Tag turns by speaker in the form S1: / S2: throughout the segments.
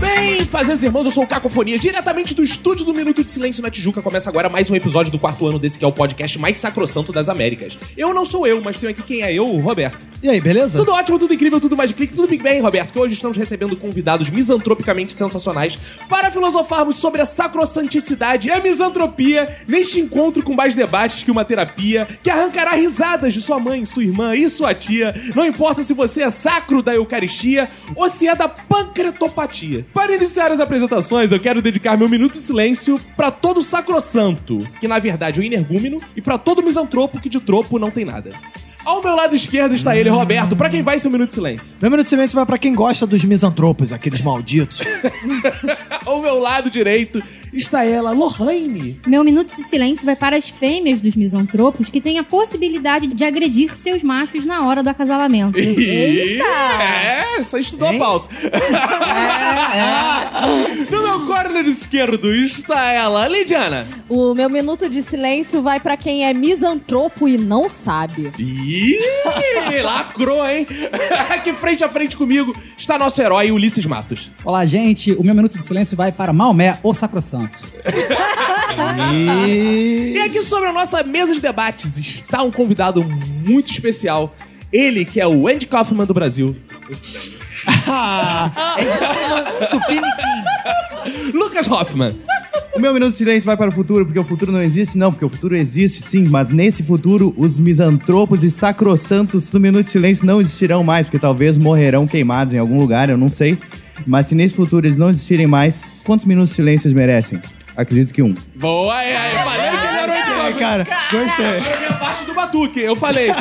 S1: Bem, fazeres irmãos, eu sou o Cacofonia, diretamente do estúdio do Minuto de Silêncio na Tijuca. Começa agora mais um episódio do quarto ano desse que é o podcast mais sacrossanto das Américas. Eu não sou eu, mas tenho aqui quem é eu, o Roberto.
S2: E aí, beleza?
S1: Tudo ótimo, tudo incrível, tudo mais de clique, tudo bem, bem, Roberto, que hoje estamos recebendo convidados misantropicamente sensacionais para filosofarmos sobre a sacrossanticidade e a misantropia neste encontro com mais debates que uma terapia que arrancará risadas de sua mãe, sua irmã e sua tia. Não importa se você é sacro da Eucaristia ou se é da pancretopatia. Para iniciar as apresentações, eu quero dedicar meu minuto de silêncio para todo sacrossanto, que na verdade é o energúmeno, e para todo misantropo que de tropo não tem nada. Ao meu lado esquerdo está ele, Roberto. Pra quem vai, seu minuto de silêncio.
S2: Meu minuto de silêncio vai pra quem gosta dos misantropos, aqueles malditos.
S1: Ao meu lado direito está ela, Lorraine.
S3: Meu minuto de silêncio vai para as fêmeas dos misantropos que têm a possibilidade de agredir seus machos na hora do acasalamento.
S1: Eita! É, é. só estudou a pauta. no meu corner esquerdo está ela, Lidiana.
S4: O meu minuto de silêncio vai pra quem é misantropo e não sabe.
S1: Ih, lacrou, hein? Aqui frente a frente comigo está nosso herói, Ulisses Matos.
S5: Olá, gente. O meu minuto de silêncio vai para Maomé, o Sacrosanto.
S1: E aqui sobre a nossa mesa de debates está um convidado muito especial. Ele que é o Andy Kaufman do Brasil. Lucas Hoffman.
S6: O meu minuto de silêncio vai para o futuro, porque o futuro não existe? Não, porque o futuro existe sim, mas nesse futuro os misantropos e sacrossantos do minuto de silêncio não existirão mais, porque talvez morrerão queimados em algum lugar, eu não sei. Mas se nesse futuro eles não existirem mais, quantos minutos de silêncio eles merecem? Acredito que um.
S1: Boa, aí, aí. Falei que ele era o
S5: É,
S1: Andy Kaufman.
S2: Cara, gostei.
S1: Agora vem a parte do Batuque, eu falei.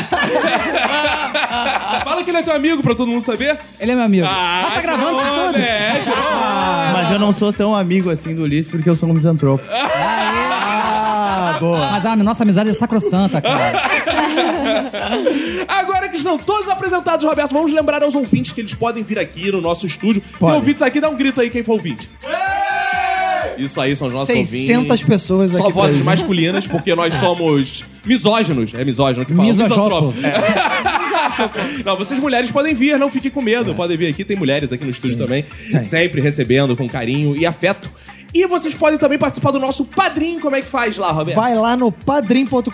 S1: Fala que ele é teu amigo pra todo mundo saber.
S5: Ele é meu amigo.
S1: Ah,
S5: Mas tá gravando Ah, isso
S1: tirou
S5: tudo?
S1: onda, É, tirou onda.
S6: Ah, Mas eu não sou tão amigo assim do Ulisses, porque eu sou um misantropo.
S2: Ah, boa.
S5: Mas a nossa amizade é sacrossanta, cara.
S1: Agora que estão todos apresentados, Roberto, vamos lembrar aos ouvintes que eles podem vir aqui no nosso estúdio. Tem ouvintes aqui, dá um grito aí quem for ouvinte. Isso aí são os nossos
S2: 600
S1: ouvintes.
S2: pessoas aqui.
S1: Só vozes
S2: hoje.
S1: masculinas, porque nós somos misóginos. É misógino que fala.
S5: Misojófobo.
S1: Misantropo. Não, vocês mulheres podem vir, não fiquem com medo. Podem vir aqui, tem mulheres aqui no estúdio também. Sempre recebendo com carinho e afeto. E vocês podem também participar do nosso padrinho. Como é que faz lá, Roberto?
S2: Vai lá no padrim.com.br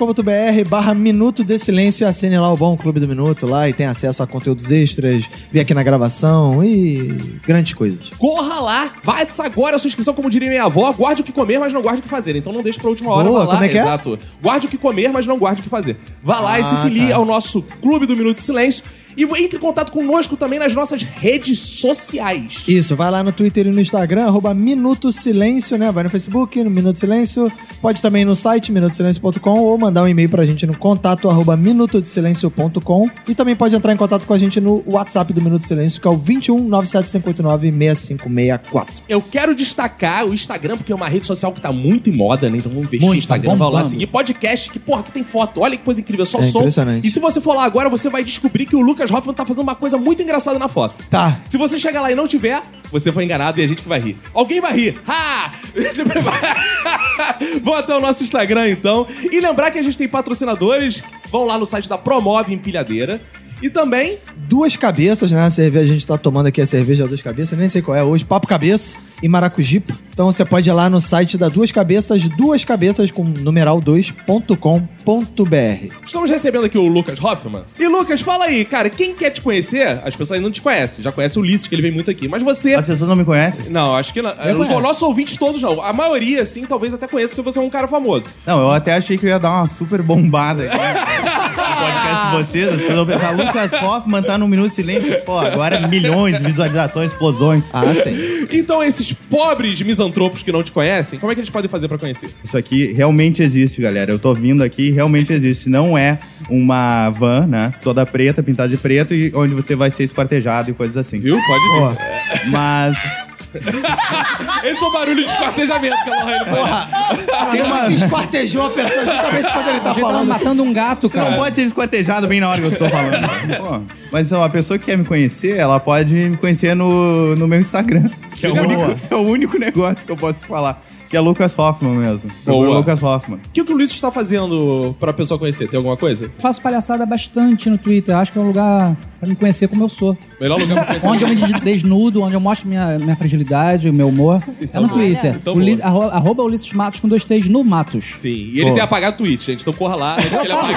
S2: barra Minuto de Silêncio e assine lá o Bom Clube do Minuto lá e tem acesso a conteúdos extras, vem aqui na gravação e grandes coisas.
S1: Corra lá, faça agora a sua inscrição, como diria minha avó, guarde o que comer, mas não guarde o que fazer. Então não deixe pra última hora,
S2: Boa,
S1: vá lá.
S2: como é que é?
S1: Exato. Guarde o que comer, mas não guarde o que fazer. Vá lá e se
S2: Ah,
S1: filie
S2: tá.
S1: ao nosso Clube do Minuto de Silêncio. E entre em contato conosco também nas nossas redes sociais.
S2: Isso, vai lá no Twitter e no Instagram, arroba Minuto Silêncio, né? Vai no Facebook, no Minuto Silêncio. Pode também ir no site minutosilêncio.com ou mandar um e-mail pra gente no contato arroba minutodesilêncio.com e também pode entrar em contato com a gente no WhatsApp do Minuto Silêncio, que é o 21 97589 6564.
S1: Eu quero destacar o Instagram, porque é uma rede social que tá muito em moda, né? Então vamos investir no
S5: Muito,
S1: Instagram, vai lá
S5: bombando.
S1: seguir. Podcast, que porra, que tem foto. Olha que coisa incrível, só
S2: É
S1: som.
S2: impressionante.
S1: E se você for lá agora, você vai descobrir que o Lucas Hoffman tá fazendo uma coisa muito engraçada na foto.
S2: Tá.
S1: Se você chegar lá e não tiver, você foi enganado e a gente que vai rir. Alguém vai rir. Ha! Se prepara. Vão até o nosso Instagram, então. E lembrar que a gente tem patrocinadores. Vão lá no site da Promove Empilhadeira. E também...
S2: Duas cabeças, né? A cerveja a gente tá tomando aqui a cerveja Duas Cabeças, nem sei qual é hoje, Papo Cabeça e Maracujipa. Então você pode ir lá no site da Duas Cabeças, duas cabeças com numeral 2.com.br.
S1: Estamos recebendo aqui o Lucas Hoffman. E Lucas, fala aí, cara, quem quer te conhecer, as pessoas ainda não te conhecem. Já conhece o Ulisses, que ele vem muito aqui. Mas você...
S6: As pessoas não me conhecem?
S1: Não, acho que não. Os
S5: conheço.
S1: nossos ouvintes todos não. A maioria, assim, talvez até conheça que você é um cara famoso.
S6: Não, eu até achei que eu ia dar uma super bombada aqui. no podcast de vocês, vocês vão pensar, Lucas Hoffman tá no Minuto de Silêncio. Pô, agora milhões de visualizações, explosões.
S2: Ah, sim.
S1: Então, esses pobres misantropos que não te conhecem, como é que eles podem fazer pra conhecer?
S6: Isso aqui realmente existe, galera. Eu tô vindo aqui, realmente existe. Não é uma van, né? Toda preta, pintada de preto, e onde você vai ser espartejado e coisas assim.
S1: Viu? Pode
S2: Ó,
S1: vir.
S6: Mas
S1: Esse é o barulho de esquartejamento que a Lorraine faz. Ah,
S7: Tem uma que esquartejou a pessoa justamente quando ele tá
S5: Às vezes ela
S7: falando.
S5: matando um gato,
S6: Você não
S5: cara.
S6: pode ser esquartejado bem na hora que eu estou falando. Pô, mas ó, a pessoa que quer me conhecer, ela pode me conhecer no, no meu Instagram. Que é o,
S1: Boa.
S6: único, é o único negócio que eu posso falar. Que é Lucas Hoffman mesmo.
S1: Boa.
S6: Procura Lucas Hoffman.
S1: O que, que o Luiz está fazendo pra pessoa conhecer? Tem alguma coisa?
S5: Eu faço palhaçada bastante no Twitter. Acho que é um lugar pra me conhecer como eu sou.
S1: Melhor lugar pra conhecer.
S5: Onde eu me des- desnudo, onde eu mostro minha, minha fragilidade, o meu humor. é no Twitter.
S1: então
S5: Ulis-
S1: boa.
S5: arro- arroba Ulisses Matos com dois T's no Matos.
S1: Sim, e ele
S6: Boa.
S1: tem apagado o tweet, gente. Então corra lá antes que ele apague.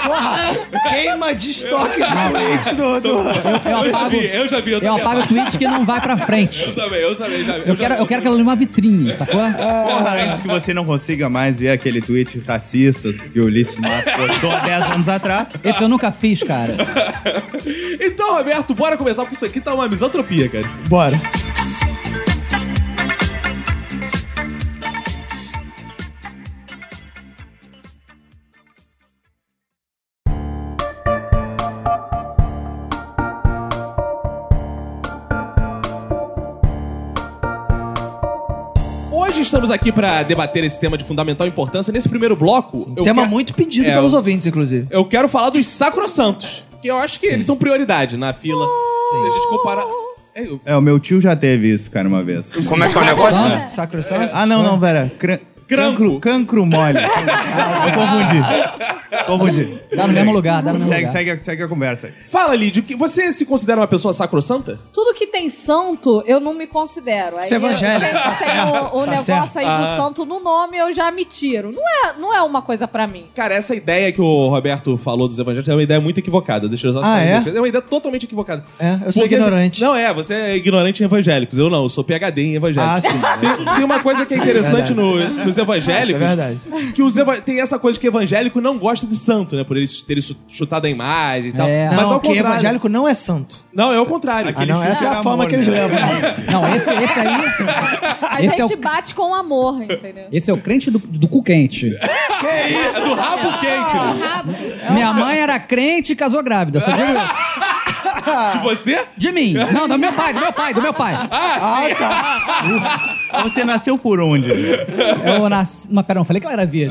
S7: Porra, queima de estoque de leite do... do...
S5: Eu, eu
S1: Eu já
S5: apago,
S1: vi, eu já vi. Eu,
S5: eu
S1: também
S5: apago o tweet que não vai pra frente.
S1: Eu também, eu também. Já vi,
S5: Eu quero, eu quero que ela lê uma vitrine, sacou?
S6: Porra, antes que você não consiga mais ver aquele tweet racista que o Ulisses Matos postou há 10 anos atrás.
S5: Esse eu nunca fiz, cara.
S1: Então, Roberto, bora começar, porque isso aqui tá uma misantropia, cara.
S7: Bora.
S1: Hoje estamos aqui pra debater esse tema de fundamental importância. Nesse primeiro bloco, eu
S7: Tema
S1: quero-
S7: muito pedido
S1: É,
S7: pelos
S1: eu-
S7: ouvintes, inclusive.
S1: Eu quero falar dos sacrossantos, que eu acho que eles são prioridade na fila. Se a gente comparar... É, eu-
S6: É, o meu tio já teve isso, cara, uma vez.
S2: Como é que é o negócio?
S7: Sacro Santo?
S6: Ah, não, não, pera. Cran...
S1: Cranco.
S6: Cancro, cancro mole. Eu confundi. Confundi.
S5: Dá no mesmo lugar, dá no mesmo
S6: Segue,
S5: lugar.
S6: segue, a- segue a conversa.
S1: Fala, Lídio, que você se considera uma pessoa sacrossanta?
S4: Tudo que tem santo, eu não me considero. Aí
S7: Você é evangélico,
S4: eu-
S7: tá
S4: tem- tem
S7: certo,
S4: o, o
S7: tá
S4: negócio
S7: certo.
S4: aí do
S1: Ah.
S4: santo no nome, eu já me tiro. Não é, não é uma coisa pra mim.
S1: Cara, essa ideia que o Roberto falou dos evangelhos é uma ideia muito equivocada. Deixa eu só
S7: Ah,
S1: sair
S7: é?
S1: da defesa. É uma ideia totalmente equivocada.
S7: É, eu sou
S1: Porque-
S7: ignorante.
S1: Não, é, você é ignorante em evangélicos. Eu não, eu sou PHD em evangélicos.
S7: Ah, sim.
S1: Tem, tem uma coisa que é interessante
S7: Verdade.
S1: no- nos evangélicos.
S7: Isso é verdade.
S1: Que os eva- tem essa coisa que evangélico não gosta de santo, né? Por eles terem su- chutado a imagem e tal.
S5: É.
S7: Não,
S1: Mas ao
S7: porque
S1: contrário.
S7: evangélico não é santo.
S1: Não, é o contrário.
S7: Ah, não, essa é a
S6: era
S7: forma
S6: amor,
S7: que eles
S6: né?
S7: levam.
S5: Não, esse, esse aí.
S4: A
S5: Esse é
S4: gente
S5: o-
S4: bate com amor, entendeu?
S5: Esse é o crente do, do cu quente.
S1: É do rabo quente. né?
S3: Rabo.
S5: Minha mãe era crente e casou grávida. Só digo isso.
S1: De você?
S5: De mim. Não, do meu pai, do meu pai, do meu pai.
S7: Ah, tá.
S6: Você nasceu por onde?
S5: Eu nasci. Mas pera, não falei que ela era virgem.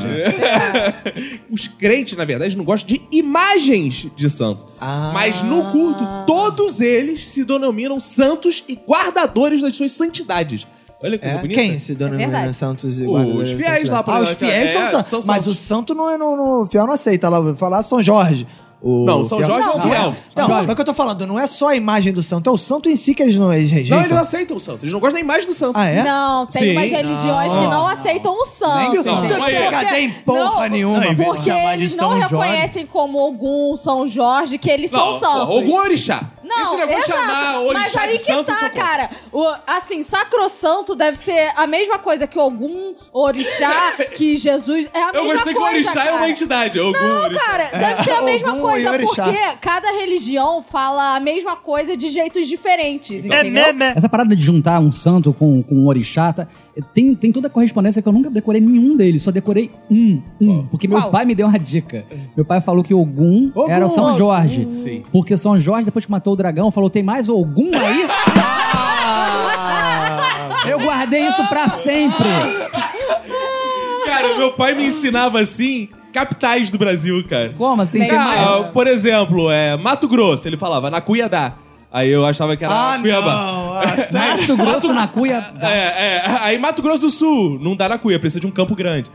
S1: Os crentes, na verdade, não gostam de imagens de santo.
S7: Ah.
S1: Mas no culto, todos eles se denominam santos e guardadores das suas santidades. Olha que coisa
S7: É,
S1: bonita.
S7: Quem se denomina
S4: verdade.
S7: Santos e
S1: Os
S7: guarda-
S1: fiéis
S7: santidade?
S1: lá, por
S7: Ah, os
S1: exemplo.
S7: fiéis
S1: É,
S7: são, santos.
S1: são
S7: Mas
S1: santos.
S7: o santo não é no, no- o fiel não aceita lá. Vou falar São Jorge. O
S1: Não, São
S7: fiel-
S1: Jorge é o
S4: Não,
S1: fiel.
S7: Não,
S5: Jorge.
S7: mas o que eu tô falando, não é só a imagem do santo, é o santo em si que eles não eles rejeitam.
S1: Não, eles não aceitam o santo. Eles não gostam da imagem do santo.
S7: Ah, é?
S4: Não, tem
S1: Sim.
S4: umas religiões que não aceitam o santo.
S7: Nem santo.
S4: entendeu?
S7: Não é
S4: Porque-
S7: PHD em porra
S4: não,
S7: nenhuma,
S6: em vez de
S4: Porque
S6: chamar de
S4: eles não
S6: São Jorge.
S4: reconhecem como Ogum, São Jorge, que eles são santos.
S1: Algum orixá.
S4: Não,
S1: Esse negócio de
S4: exato.
S1: chamar o orixá
S4: Mas aí
S1: de
S4: que
S1: santo. eu
S4: tá,
S1: sou contra.
S4: cara. O, assim, sacrossanto deve ser a mesma coisa que algum orixá, que Jesus... É a
S1: Eu
S4: mesma
S1: gostei que o
S4: coisa,
S1: orixá é
S4: cara.
S1: uma entidade. Algum
S4: Não,
S1: orixá.
S4: cara, deve ser a mesma
S7: É. Ogum e
S4: coisa,
S7: orixá.
S4: porque cada religião fala a mesma coisa de jeitos diferentes,
S1: Então,
S4: entendeu?
S5: Essa parada de juntar um santo com, com um orixá, tá? tem, tem toda a correspondência que eu nunca decorei nenhum deles, só decorei um, um. Porque meu
S4: Qual?
S5: pai me deu uma dica. Meu pai falou que Ogum,
S7: Ogum!
S5: era o São Jorge.
S1: Sim.
S5: Porque São Jorge, depois que matou o dragão, falou, tem mais Ogum aí? eu guardei isso pra sempre.
S1: Cara, meu pai me ensinava assim capitais do Brasil, cara.
S5: Como assim? Tem mais?
S1: Ah, por exemplo, é, Mato Grosso, ele falava na Cuiabá. Aí eu achava que era
S7: Ah,
S1: Cuiabá.
S7: não. Ah, sério?
S5: Mato Grosso na cuia...
S1: É, é, aí Mato Grosso do Sul, não dá na cuia, precisa de um campo grande.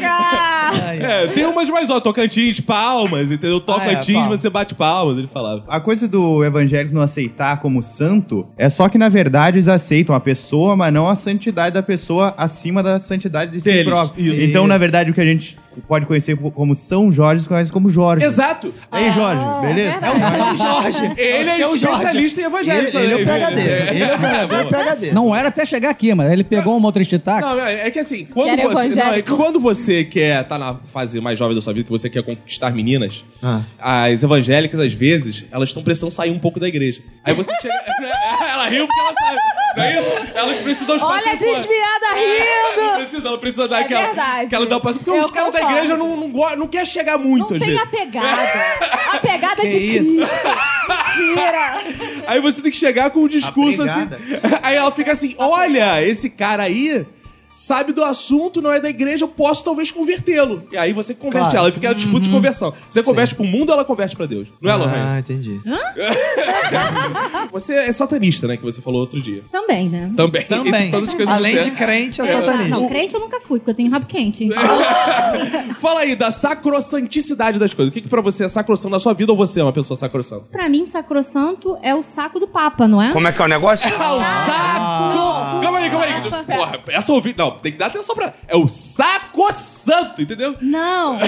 S4: Caraca!
S1: É, tem umas mais, ó, Tocantins, Palmas, entendeu? Tocantins,
S7: Ah, é, palmas.
S1: você bate palmas, ele falava.
S6: A coisa do evangélico não aceitar como santo é só que, na verdade, eles aceitam a pessoa, mas não a santidade da pessoa acima da santidade de si
S1: Deles,
S6: próprio.
S1: isso.
S6: Então, na
S7: Isso.
S6: verdade, o que a gente pode conhecer como São Jorge, conhece como Jorge.
S1: Exato.
S6: Aí, Jorge,
S2: Ah,
S6: beleza?
S7: É o São Jorge.
S1: Ele é
S7: o seu Jorge.
S1: especialista em evangelho
S7: Ele, ele é o
S1: também,
S7: PHD.
S1: né?
S7: Ele é o PHD, é o PHD.
S5: Não era até chegar aqui, mas ele pegou um outro táxi.
S1: Não, é é que assim, quando
S4: Quero
S1: você, não, é que
S4: evangélico.
S1: quando você quer tá na fase mais jovem da sua vida, que você quer conquistar meninas,
S7: Ah.
S1: as evangélicas, às vezes, elas estão precisando sair um pouco da igreja. Aí você chega. é, ela riu porque ela sabe. Não é isso? Elas precisam dar os
S4: Olha a
S1: passinhos fora.
S4: desviada
S1: Não
S4: rindo!
S1: precisa, não precisa dar
S4: É
S1: aquela.
S4: verdade.
S1: Aquela dá o passo. Porque os
S4: Eu
S1: caras da
S4: concordo.
S1: igreja não, não, go- não quer chegar muito,
S4: Não
S1: às
S4: tem
S1: vezes.
S4: a pegada. A pegada
S7: Que
S4: de
S7: isso?
S4: Cristo. Mentira!
S1: Aí você tem que chegar com o discurso assim.
S6: Obrigada.
S1: Aí ela fica assim: olha, esse cara aí sabe do assunto, não é da igreja, eu posso talvez convertê-lo. E aí você converte
S7: Claro. Uhum.
S1: ela, e fica a disputa de conversão. Você converte pro mundo, ela converte pra Deus. Não é, Lorraine?
S7: Ah, entendi.
S1: Você é satanista, né? Que você falou outro dia.
S3: Também, né?
S1: Também.
S7: Também.
S1: Entre todas as coisas
S7: Além
S1: que você
S7: de
S1: é.
S7: crente, é
S3: Ah, não,
S7: satanista.
S3: crente eu nunca fui, porque eu tenho rabo quente.
S1: Fala aí da sacrossanticidade das coisas. O que, que pra você é sacrossanto na sua vida ou você é uma pessoa sacrossanta?
S3: pra mim, sacrossanto é o saco do Papa, não é?
S2: Como é que é o negócio?
S1: É o saco! Calma aí, calma aí.
S3: Papa.
S1: Porra, essa ouvinte. Não, tem que dar atenção pra. É o saco santo, entendeu?
S3: Não,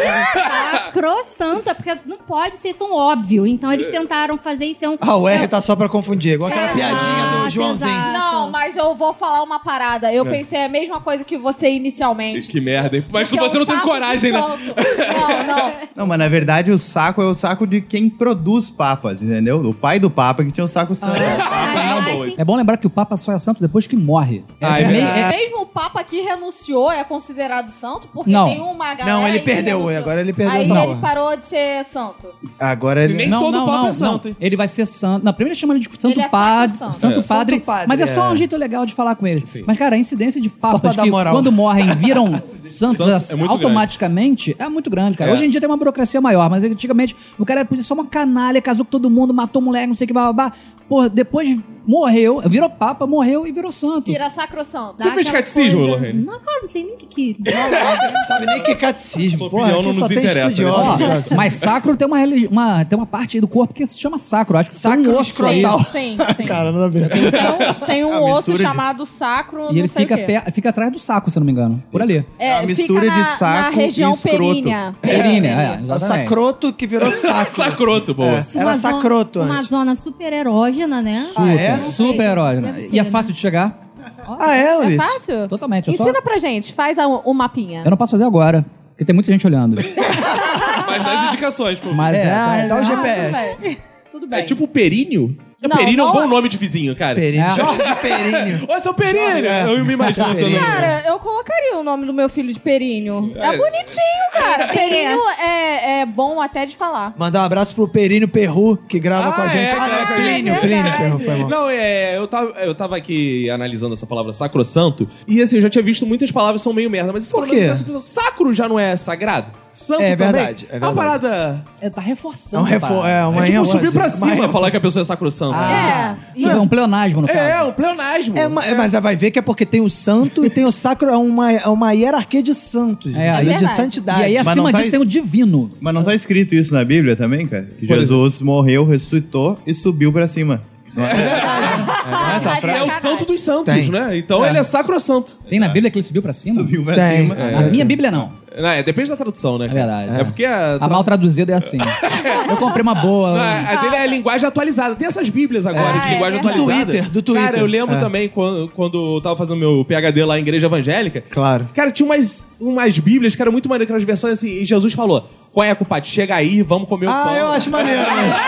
S3: sacrossanto é porque não pode ser tão óbvio. Então eles tentaram fazer isso. É um...
S7: Ah, o R tá só pra confundir, igual aquela piadinha do
S3: Exato,
S7: Joãozinho.
S3: exato.
S7: então.
S4: Não, mas eu vou falar uma parada.
S1: É.
S4: Eu pensei a mesma coisa que você inicialmente.
S1: Que merda, hein? Mas
S4: Que é
S1: você
S4: um
S1: não teve
S4: saco
S1: coragem,
S4: de
S1: né?
S4: santo. Não, não.
S6: Não, mas na verdade o saco é o saco de quem produz papas, entendeu? O pai do papa que tinha o saco santo.
S3: Ah,
S1: boa,
S3: assim,
S5: É bom lembrar que o Papa só é santo depois que morre. É,
S1: Ah, é
S5: é meio- é-
S4: Mesmo o Papa que renunciou é considerado santo? Porque
S5: Não.
S4: tem uma galera.
S7: Não, ele
S4: aí que
S7: perdeu,
S4: renunciou.
S7: agora ele perdeu
S4: Aí
S7: essa
S4: ele
S7: porra.
S4: parou de ser santo.
S7: Agora ele.
S1: Nem todo papa é santo, hein?
S5: Ele vai ser santo. Na primeira chama ele de santo
S4: Ele é
S5: padre.
S4: sacro santo.
S5: Santo,
S7: É.
S5: padre.
S7: Santo padre,
S5: Mas é só
S7: é.
S5: um jeito legal de falar com ele.
S1: Sim.
S5: Mas, cara, a incidência de
S7: pra
S5: papas
S7: dar
S5: que
S7: moral.
S5: quando morrem viram santos
S1: Santos é muito
S5: automaticamente é muito grande, cara.
S1: É.
S5: Hoje em dia tem uma burocracia maior, mas antigamente o cara era só uma canalha, casou com todo mundo, matou mulher, não sei o que, blá blá blá. Porra, depois morreu, virou papa, morreu e virou santo.
S4: Vira sacrossanto.
S1: Você fez
S3: aquela
S1: catecismo,
S3: coisa-
S1: Lorraine?
S3: Não, claro, não sei nem o que que.
S7: Sabe nem que é
S1: Sua
S7: catecismo. Porra,
S1: opinião
S7: aqui
S1: não
S7: só
S1: nos
S7: tem assim,
S1: interessa, né?
S7: estudiosos.
S5: Ó,
S7: Joãozinho.
S5: mas sacro tem uma, religi- uma- tem uma parte aí do corpo que se chama sacro. Acho que tem um
S7: Sacro
S5: osso aí.
S7: escrotal.
S4: Sim, sim.
S7: Cara, nada a ver.
S4: Então, tem
S6: É
S4: um
S6: uma mistura
S4: osso
S6: de-
S4: chamado sacro,
S5: E
S4: não
S5: ele
S4: sei
S5: fica,
S4: o quê.
S5: pe- fica atrás do saco, se eu não me engano. Por ali.
S4: É,
S6: É uma mistura
S4: fica
S6: de
S4: na, na
S6: saco e
S4: região
S6: escroto.
S4: perínea.
S5: Perínea, é,
S7: É o
S5: exatamente.
S7: sacroto que virou
S1: né?
S7: saco.
S1: Sacroto, pô.
S7: Era
S3: zona-
S7: sacroto
S3: um- Uma
S7: antes.
S3: zona super erógena, né?
S7: Ah, é?
S5: Super erógeno.
S3: Deve
S5: E é
S3: ser, né?
S5: fácil de chegar?
S7: Ah, é,
S4: É
S7: Ulisses?
S4: fácil?
S5: Totalmente. Eu, só-
S4: Ensina pra gente, faz a- o mapinha.
S5: eu não posso fazer agora, porque tem muita gente olhando.
S1: Mas dá as indicações, pô.
S5: Mas
S7: É,
S5: é,
S2: tá,
S7: dá,
S2: então
S7: dá o
S4: Ah,
S7: GPS.
S4: tudo bem. Tudo bem.
S1: É tipo o períneo? É
S4: Não,
S1: períneo é um
S4: não
S1: bom
S4: é.
S1: nome de vizinho, cara.
S7: Períneo.
S5: É.
S7: Jorge Períneo.
S1: Ô, seu períneo!
S7: É.
S1: Eu me imagino
S7: Períneo.
S1: todo
S4: Cara, eu colocaria o nome do meu filho de Perinho. É,
S1: É.
S4: bonitinho, cara. Perinho é, é bom até de falar.
S7: Mandar um abraço pro Períneo Perru, que grava
S1: Ah,
S7: com a gente.
S1: é,
S7: ah, não,
S1: cara,
S7: é Plínio,
S4: é
S7: Plínio
S4: verdade.
S7: Perru, foi mal.
S1: Não, é, eu tava, eu tava aqui analisando essa palavra sacrossanto, e assim, eu já tinha visto muitas palavras que são meio merda, mas é esse
S7: Por
S1: problema
S7: quê?
S1: dessa pessoa, sacro já não é sagrado? Santo
S7: É
S1: também?
S7: verdade, é
S1: uma
S7: verdade.
S1: parada...
S5: é, tá
S7: É um
S5: reforçando.
S7: refor-
S5: pá.
S7: é uma
S1: É tipo
S7: ênfase,
S1: subir pra
S7: uma
S1: cima falar que a pessoa é sacrossanta.
S5: Ah.
S4: É.
S5: Tipo, é um pleonasmo, no
S1: É,
S5: caso.
S1: é um pleonasmo.
S7: É, ma- é, mas vai ver que é porque tem o santo e tem o sacro, é uma, é uma hierarquia de santos,
S5: É,
S7: entendeu? de
S4: verdade.
S7: santidade.
S5: E aí,
S6: Mas
S5: acima
S6: não tá-
S5: disso, tem o divino.
S6: Mas não tá escrito isso na Bíblia também, cara? Que
S1: Por
S6: Jesus morreu, ressuscitou e subiu pra cima. Não é?
S4: Tá de
S1: É o
S4: sacanagem.
S1: santo dos santos,
S7: Tem.
S1: né? Então
S7: É.
S1: ele é sacrossanto.
S5: Tem na Bíblia que ele subiu pra cima?
S6: Tá. Subiu pra
S7: Tem.
S6: cima.
S5: Na minha Bíblia, não.
S1: Não, é, depende da tradução, né?
S5: É verdade.
S1: É, porque a,
S5: A
S1: tra-
S5: mal traduzida é assim. Eu comprei uma
S1: Não,
S5: boa. um
S1: a- a dele é a linguagem atualizada. Tem essas bíblias agora
S4: É.
S1: de
S4: Ah, é
S1: linguagem
S4: verdade.
S1: atualizada.
S7: Do Twitter, do Twitter.
S1: Cara, eu lembro
S7: É.
S1: também quando, quando eu tava fazendo meu PHD lá em igreja evangélica.
S7: Claro.
S1: Cara, tinha umas, umas bíblias que eram muito maneiras, aquelas versões assim. E Jesus falou, qual é, compadre? Chega aí, vamos comer o pão.
S7: Ah, eu acho maneiro.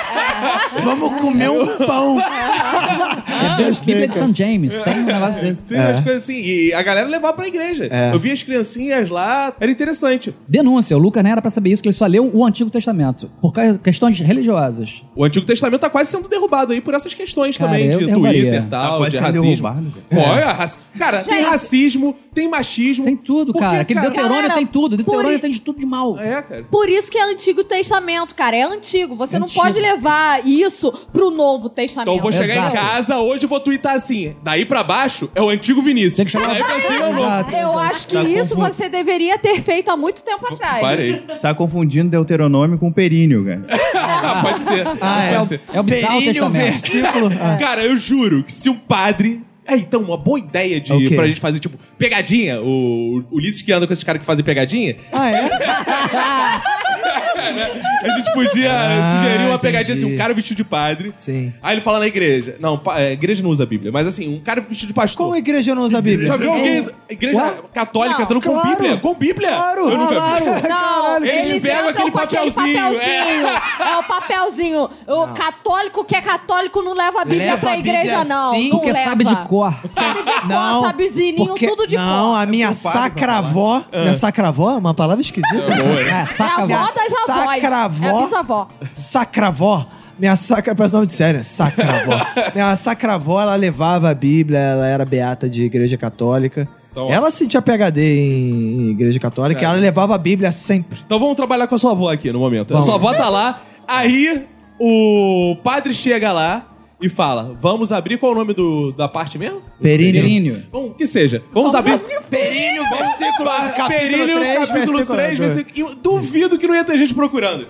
S7: Vamos comer um pão.
S5: É
S6: Ah,
S5: Deus, Bíblia de St. James. Tem um negócio desse.
S1: Tem
S7: É.
S1: umas coisas assim. E a galera levava pra igreja. Eu via as criancinhas lá, era interessante.
S5: Denúncia, o Lucas não era pra saber isso, que ele só leu o Antigo Testamento. Por causa- questões religiosas.
S1: O Antigo Testamento tá quase sendo derrubado aí por essas questões
S5: Cara,
S1: também,
S5: eu
S1: de
S5: derrubaria.
S1: Twitter e
S6: Tá
S1: tal,
S6: quase
S1: de
S6: sendo
S1: racismo.
S6: derrubado, É.
S1: Olha, raci- cara, tem racismo, tem machismo.
S5: Tem tudo,
S1: Porque,
S5: cara. Aquele Deuterônio
S4: Galera,
S5: tem tudo. Deuterônio
S4: puri-
S5: tem de tudo de mal.
S1: É, cara.
S4: Por isso que é Antigo Testamento, cara. É antigo. Você não
S5: Antigo.
S4: pode levar isso pro Novo Testamento.
S1: Então eu vou chegar
S5: Exato.
S1: em casa, hoje eu vou twittar assim. Daí pra baixo é o antigo Vinícius.
S5: Tem que chamar-
S1: Daí pra cima é o novo.
S7: Exato.
S4: Eu acho que
S6: Tá
S4: isso
S6: confuso.
S4: você deveria ter feito há muito tempo atrás.
S1: Parei.
S6: Você tá confundindo Deuteronômio com Períneo, cara.
S1: Ah, pode ser.
S7: Ah,
S1: pode
S7: é.
S1: ser.
S5: É o bizarro
S7: Períneo,
S5: testamento. É.
S7: versículo. Ah,
S1: Cara, eu juro que se um padre. É, então, uma boa ideia
S5: É
S1: de
S7: O quê?
S1: pra gente fazer, tipo, pegadinha. O, o Ulisses que anda com esses caras que fazem pegadinha.
S7: ah, é?
S1: A gente podia
S7: Ah,
S1: sugerir uma
S7: entendi.
S1: pegadinha assim, um cara vestido de padre.
S7: Sim.
S1: Aí ele fala na igreja. Não, pa- é, igreja não usa a Bíblia, mas assim, um cara vestido de pastor.
S7: Como a igreja não usa a Bíblia?
S1: Já viu alguém? Igreja
S5: Ué?
S1: católica
S4: Não,
S1: entrando com
S7: claro.
S1: Bíblia? Com Bíblia?
S7: Claro.
S1: Eu nunca vi.
S5: Claro.
S4: Não,
S7: Caralho,
S4: eles,
S1: eles pegam
S4: entram
S1: aquele
S4: com aquele
S1: papelzinho,
S4: papelzinho. É. o papelzinho. O católico que é católico não leva a Bíblia
S7: Leva
S4: pra
S7: a Bíblia
S4: igreja, não.
S7: assim,
S4: não
S5: Porque
S4: leva.
S5: é sabe de cor.
S4: Sabe de cor, sabe zininho,
S7: porque-
S4: tudo de
S7: Não,
S4: cor.
S7: a minha sacravó. Minha sacravó é uma palavra esquisita.
S1: Boa, né?
S5: É,
S4: É a
S5: saca
S4: avó
S5: voz.
S4: das avós.
S7: Sacravó.
S4: É a bisavó.
S7: Sacravó Minha sacra, parece nome de série, né? sacravó. Minha sacravó, ela levava a Bíblia, ela era beata de igreja católica.
S1: Então, ó.
S7: ela sentia PHD em igreja católica, ela levava a Bíblia sempre.
S1: Então vamos trabalhar com a sua avó aqui no momento.
S7: Vamos.
S1: A sua avó tá lá, aí o padre chega lá e fala: Vamos abrir qual é o nome do, da parte mesmo?
S7: Períneo.
S5: Períneo.
S1: Bom, que seja. Vamos, abrir. Períneo, versículo,
S7: capítulo
S1: Períneo,
S7: três,
S1: capítulo
S7: versículo
S1: 3,
S7: dois. É,
S1: versículo. e Duvido que não ia ter gente procurando.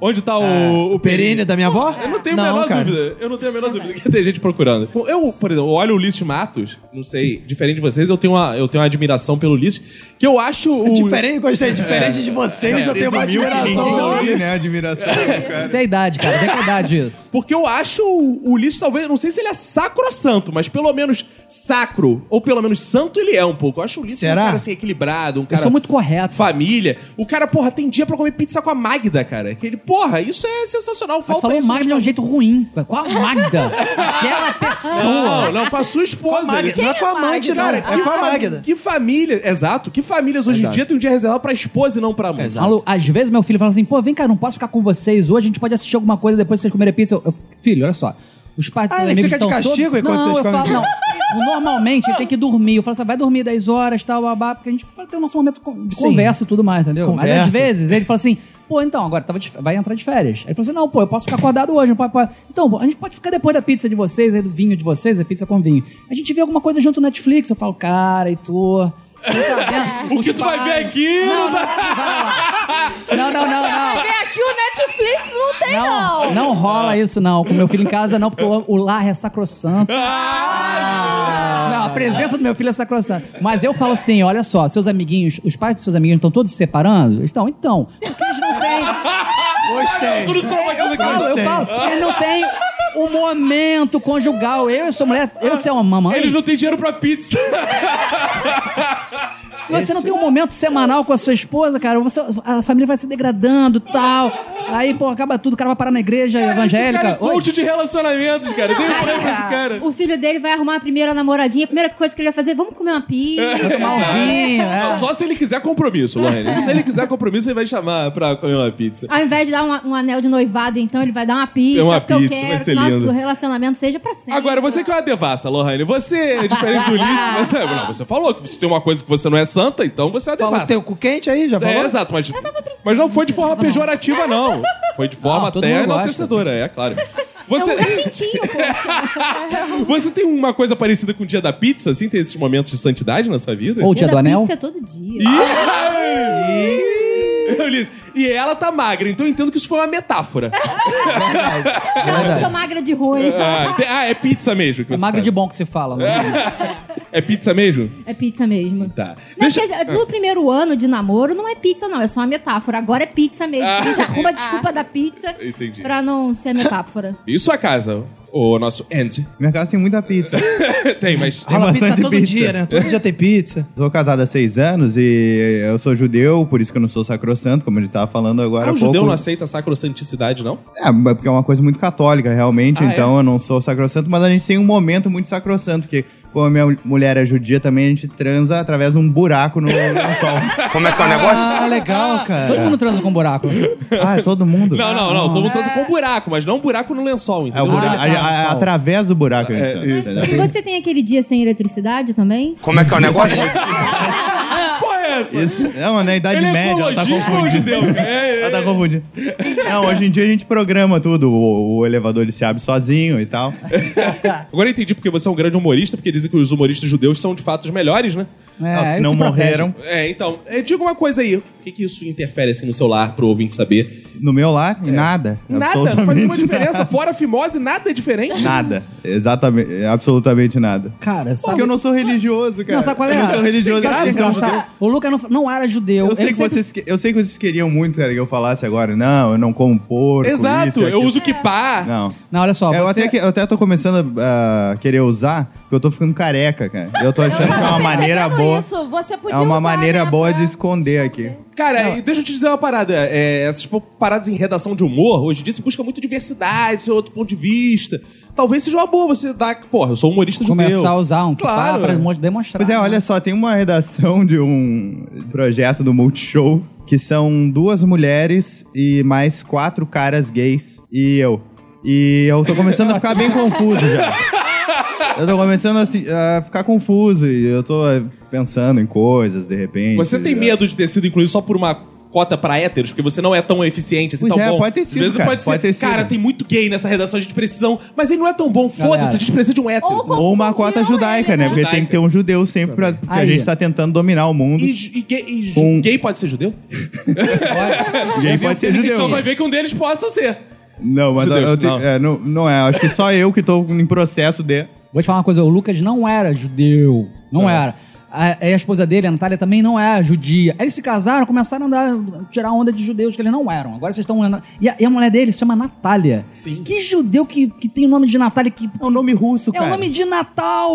S1: Onde tá o,
S7: O
S1: o
S7: períneo da minha avó?
S1: Eu não tenho a menor dúvida. Eu não tenho a menor dúvida que tem gente procurando. Eu, por exemplo, olho o Ulisses Matos, não sei, diferente de vocês, eu tenho uma, eu tenho uma admiração pelo Ulisses, que eu acho o.
S7: Diferente, gostei. é Diferente de vocês, eu tenho uma admiração.
S6: Não, né? Admiração dos caras.
S5: Isso é a idade, cara. Vem com a idade isso.
S1: Porque eu acho o o Ulisses, talvez, não sei se ele é sacrossanto, mas pelo menos sacro, ou pelo menos santo ele é um pouco. Eu acho o Ulisses
S7: Será?
S1: um cara assim, equilibrado, um
S5: Eu
S1: cara.
S5: sou muito correto.
S1: Família. O cara, porra, tem dia pra comer pizza com a Magda, cara. Que ele, porra, isso é sensacional.
S5: Mas tu
S1: Falta
S5: falou
S1: isso.
S5: Magda de um jeito ruim. Qual a Magda? Aquela pessoa.
S1: Não, não, com a sua esposa. ele-
S7: Magda. Não é com a amante, não. É com a Magda.
S1: Que família, exato, que famílias hoje
S7: Exato.
S1: em dia tem um dia reservado pra esposa e não pra mãe.
S7: Exato.
S5: Alô, às vezes meu filho fala assim, pô, vem cá, não posso ficar com vocês hoje, a gente pode assistir alguma coisa depois de vocês comerem pizza. Eu- eu- filho, olha só. Os pais dos
S7: Ah, ele
S5: amigos
S7: fica de
S5: estão
S7: castigo
S5: todos...
S7: enquanto
S5: não,
S7: vocês
S5: eu
S7: comem
S5: falo, não. Normalmente ele tem que dormir. Eu falo assim, vai dormir 10 horas, tal, babá, porque a gente vai ter o nosso momento con- de
S7: Sim.
S5: conversa e tudo mais, entendeu? Mas
S7: Conversa.
S5: às vezes ele fala assim, pô, então, agora tava de- vai entrar de férias. Aí ele falou assim, não, pô, eu posso ficar acordado hoje, não pode, pode. Então, pô, a gente pode ficar depois da pizza de vocês, aí do vinho de vocês, a pizza com vinho. A gente vê alguma coisa junto no Netflix, eu falo, cara, Heitor... você tá vendo?
S1: O que
S5: Os
S1: tu vai ver
S5: pais-
S1: aqui não
S5: Não, não, não, não, não, não, não.
S4: Vem aqui o Netflix não tem, não.
S5: Não, não rola isso não. Com meu filho em casa não, porque o, o lar é sacrossanto.
S1: Ah,
S5: Não, a presença do meu filho é sacrossanto. Mas eu falo assim, olha só, seus amiguinhos, os pais dos seus amiguinhos estão todos se separando? Estão, então. Porque eles não têm...
S7: Gostei.
S1: Tudo se traumatiza
S5: Eu falo, eu falo, eles não têm o momento conjugal. Eu e sua mulher, eu sou uma mamãe.
S1: Eles não têm dinheiro pra pizza.
S5: Se você não tem um momento semanal com a sua esposa, cara, você- a família vai se degradando tal. Aí, pô, acaba tudo, o cara vai parar na igreja evangélica.
S1: Esse cara é
S5: Oi?
S1: coach de relacionamentos, cara. Tem um problema com esse cara.
S3: O filho dele vai arrumar a primeira namoradinha, a primeira coisa que ele vai fazer, vamos comer uma pizza.
S5: Tomar
S1: né?
S5: um vinho, é.
S1: Não, Só se ele quiser compromisso, Lorraine. Se ele quiser compromisso, ele vai chamar pra comer uma pizza.
S3: Ao invés de dar um, um anel de noivado, então ele vai dar uma pizza.
S1: É uma
S3: porque eu
S1: pizza,
S3: quero
S1: vai ser
S3: que o
S1: lindo.
S3: nosso relacionamento seja pra sempre.
S1: Agora, você que é uma devassa, Lohane, você, é diferente do Ulisses, você, não, você falou que você tem uma coisa que você não é santa, então você é uma
S7: Fala
S1: devassa.
S7: teu cu quente aí, já falou?
S1: É, exato, mas, mas não foi de forma pejorativa, não. Foi de forma
S5: Não, todo
S1: até
S5: mundo gosta.
S1: enaltecedora, é claro. Você,
S3: É um presentinho, poxa.
S1: você tem uma coisa parecida com o dia da pizza, assim? Tem esses momentos de santidade na sua vida?
S5: Ou o dia
S3: Eu
S5: do
S3: dou
S5: anel?
S3: Pizza todo dia.
S1: Ih! Eu li isso. E ela tá magra, então eu entendo que isso foi uma metáfora.
S3: Não, eu sou magra de ruim.
S1: Ah, te- ah, é pizza mesmo. Que
S5: É
S1: você
S5: magro
S1: faz.
S5: de bom que se fala, né?
S1: É pizza mesmo?
S3: É pizza mesmo.
S1: Tá.
S3: Não,
S1: Deixa-
S3: quer dizer, no primeiro ano de namoro não é pizza, não. É só uma metáfora. Agora é pizza mesmo. A gente arruma a desculpa da pizza
S1: Ah. Entendi.
S3: pra não ser metáfora.
S1: E sua é casa? O nosso Andy.
S6: Minha casa tem muita pizza.
S1: tem, mas.
S7: Rola
S6: Tem
S7: pizza
S6: bastante
S7: todo
S6: pizza.
S7: dia, né? Todo dia tem pizza.
S6: Sou casado há seis anos e eu sou judeu, por isso que eu não sou sacrossanto, como a gente tava falando agora
S1: Ah,
S6: há
S1: o
S6: pouco.
S1: judeu não aceita a sacrossanticidade, não?
S6: É, mas porque é uma coisa muito católica, realmente,
S1: Ah,
S6: então eu não sou sacrossanto, mas a gente tem um momento muito sacrossanto, que como a minha mulher é judia também, a gente transa através de um buraco no, no sol.
S7: Ah, legal,
S6: É.
S5: Todo
S7: cara.
S5: mundo transa com buraco.
S6: ah, é todo mundo?
S1: Não, não, não. Todo mundo transa com buraco, mas não um buraco no lençol,
S6: É, o
S1: entendeu?
S6: buraco,
S5: Ah, tá,
S6: a- a-
S5: no sol.
S6: através do buraco. a gente
S1: É,
S6: transa,
S1: isso.
S6: entendeu?
S3: E você tem aquele dia sem eletricidade também?
S1: Qual é essa?
S6: Isso. Não, na Idade
S1: Ele é
S6: Média, ela tá
S1: ecologista ou
S6: confundindo.
S1: judeu? É, é,
S6: ela tá confundindo. Não, hoje em dia a gente programa tudo. O, o elevador ele se abre sozinho e tal.
S1: Agora eu entendi porque você é um grande humorista, porque dizem que os humoristas judeus são de fato os melhores, né?
S5: É,
S6: Os que
S5: isso
S6: não
S5: se protege.
S6: morreram.
S1: É, então, é, diga uma coisa aí. O que, que isso interfere assim no seu lar pro ouvinte saber?
S6: No meu lar,
S5: É.
S6: nada.
S1: Nada, não
S6: absolutamente
S1: faz nenhuma diferença.
S6: nada.
S1: Fora a fimose, nada é diferente.
S6: Nada. Exatamente, absolutamente nada.
S5: Cara, sabe...
S6: Porque eu não sou religioso, cara.
S5: Não, sabe qual é?
S6: Eu não sou religioso.
S5: Sabe o que é
S6: eu sou
S5: engraçado?
S6: judeu.
S5: O Luca não, não era judeu.
S6: Eu sei,
S5: Ele
S6: que
S5: sempre-
S6: vocês, que- eu sei que vocês queriam muito, cara, que eu falasse agora. Não, eu não como porco.
S1: Exato,
S6: isso e
S1: eu
S6: aquilo.
S1: uso kipá.
S6: Não.
S5: Não, olha só.
S6: É, eu,
S5: você-
S6: até, que- eu até tô começando a a querer usar, porque eu tô ficando careca, cara. Eu tô achando
S4: Eu
S6: que é
S4: tava
S6: uma maneira
S4: percebendo
S6: boa.
S4: Isso. Você podia
S6: É uma
S4: usar,
S6: maneira
S4: né,
S6: boa
S4: pra-
S6: de esconder aqui.
S1: Cara, e deixa eu te dizer uma parada. É, essas po- paradas em redação de humor, hoje em dia, se busca muito diversidade, seu outro ponto de vista. Talvez seja uma boa você dar. Porra, eu sou humorista judeu.
S5: Começar a usar um
S1: Claro.
S5: claro. pra mo- demonstrar.
S6: Pois é, olha só, tem uma redação de um projeto do Multishow que são duas mulheres e mais quatro caras gays e eu. E eu tô começando a ficar bem confuso já. Eu tô começando a, se- a ficar confuso e eu tô pensando em coisas, de repente.
S1: Você tem medo de ter sido incluído só por uma cota pra héteros? Porque você não é tão eficiente, assim,
S6: Pois
S1: tão
S6: é,
S1: bom.
S6: pode ter
S1: Às
S6: sido,
S1: vezes
S6: cara,
S1: pode ser.
S6: pode ter sido.
S1: Cara, tem muito gay nessa redação, a gente precisa... um- Mas ele não é tão bom, foda-se, a gente precisa de um hétero.
S4: Ou
S6: Ou uma cota
S4: Confundiram
S6: judaica,
S4: ele,
S6: né?
S4: né?
S6: Porque tem que ter um judeu sempre, pra, porque a
S5: Aí.
S6: gente tá tentando dominar o mundo.
S1: E, ju- e gay, e ju-
S6: Um-
S1: gay pode ser judeu?
S5: Olha,
S6: Ninguém
S5: eu vi
S6: pode
S5: um
S6: ser
S5: filme que
S6: judeu.
S1: Então
S5: tinha.
S1: vai ver que um deles possa ser.
S6: Não, mas
S1: Judeus,
S6: eu te-
S1: não.
S6: é, não. não é. Acho que só eu que tô em processo de. É
S5: Vou te falar uma coisa, o Lucas não era judeu. Não era. A, a esposa dele, a Natália, também não é judia. Aí Eles se casaram, começaram a andar, tirar onda de judeus que eles não eram. Agora vocês estão. andando- E a, e a mulher dele se chama Natália.
S1: Sim.
S5: Que judeu que, que tem o nome de Natália que.
S6: É um nome russo,
S5: É
S6: cara.
S5: o nome de Natal!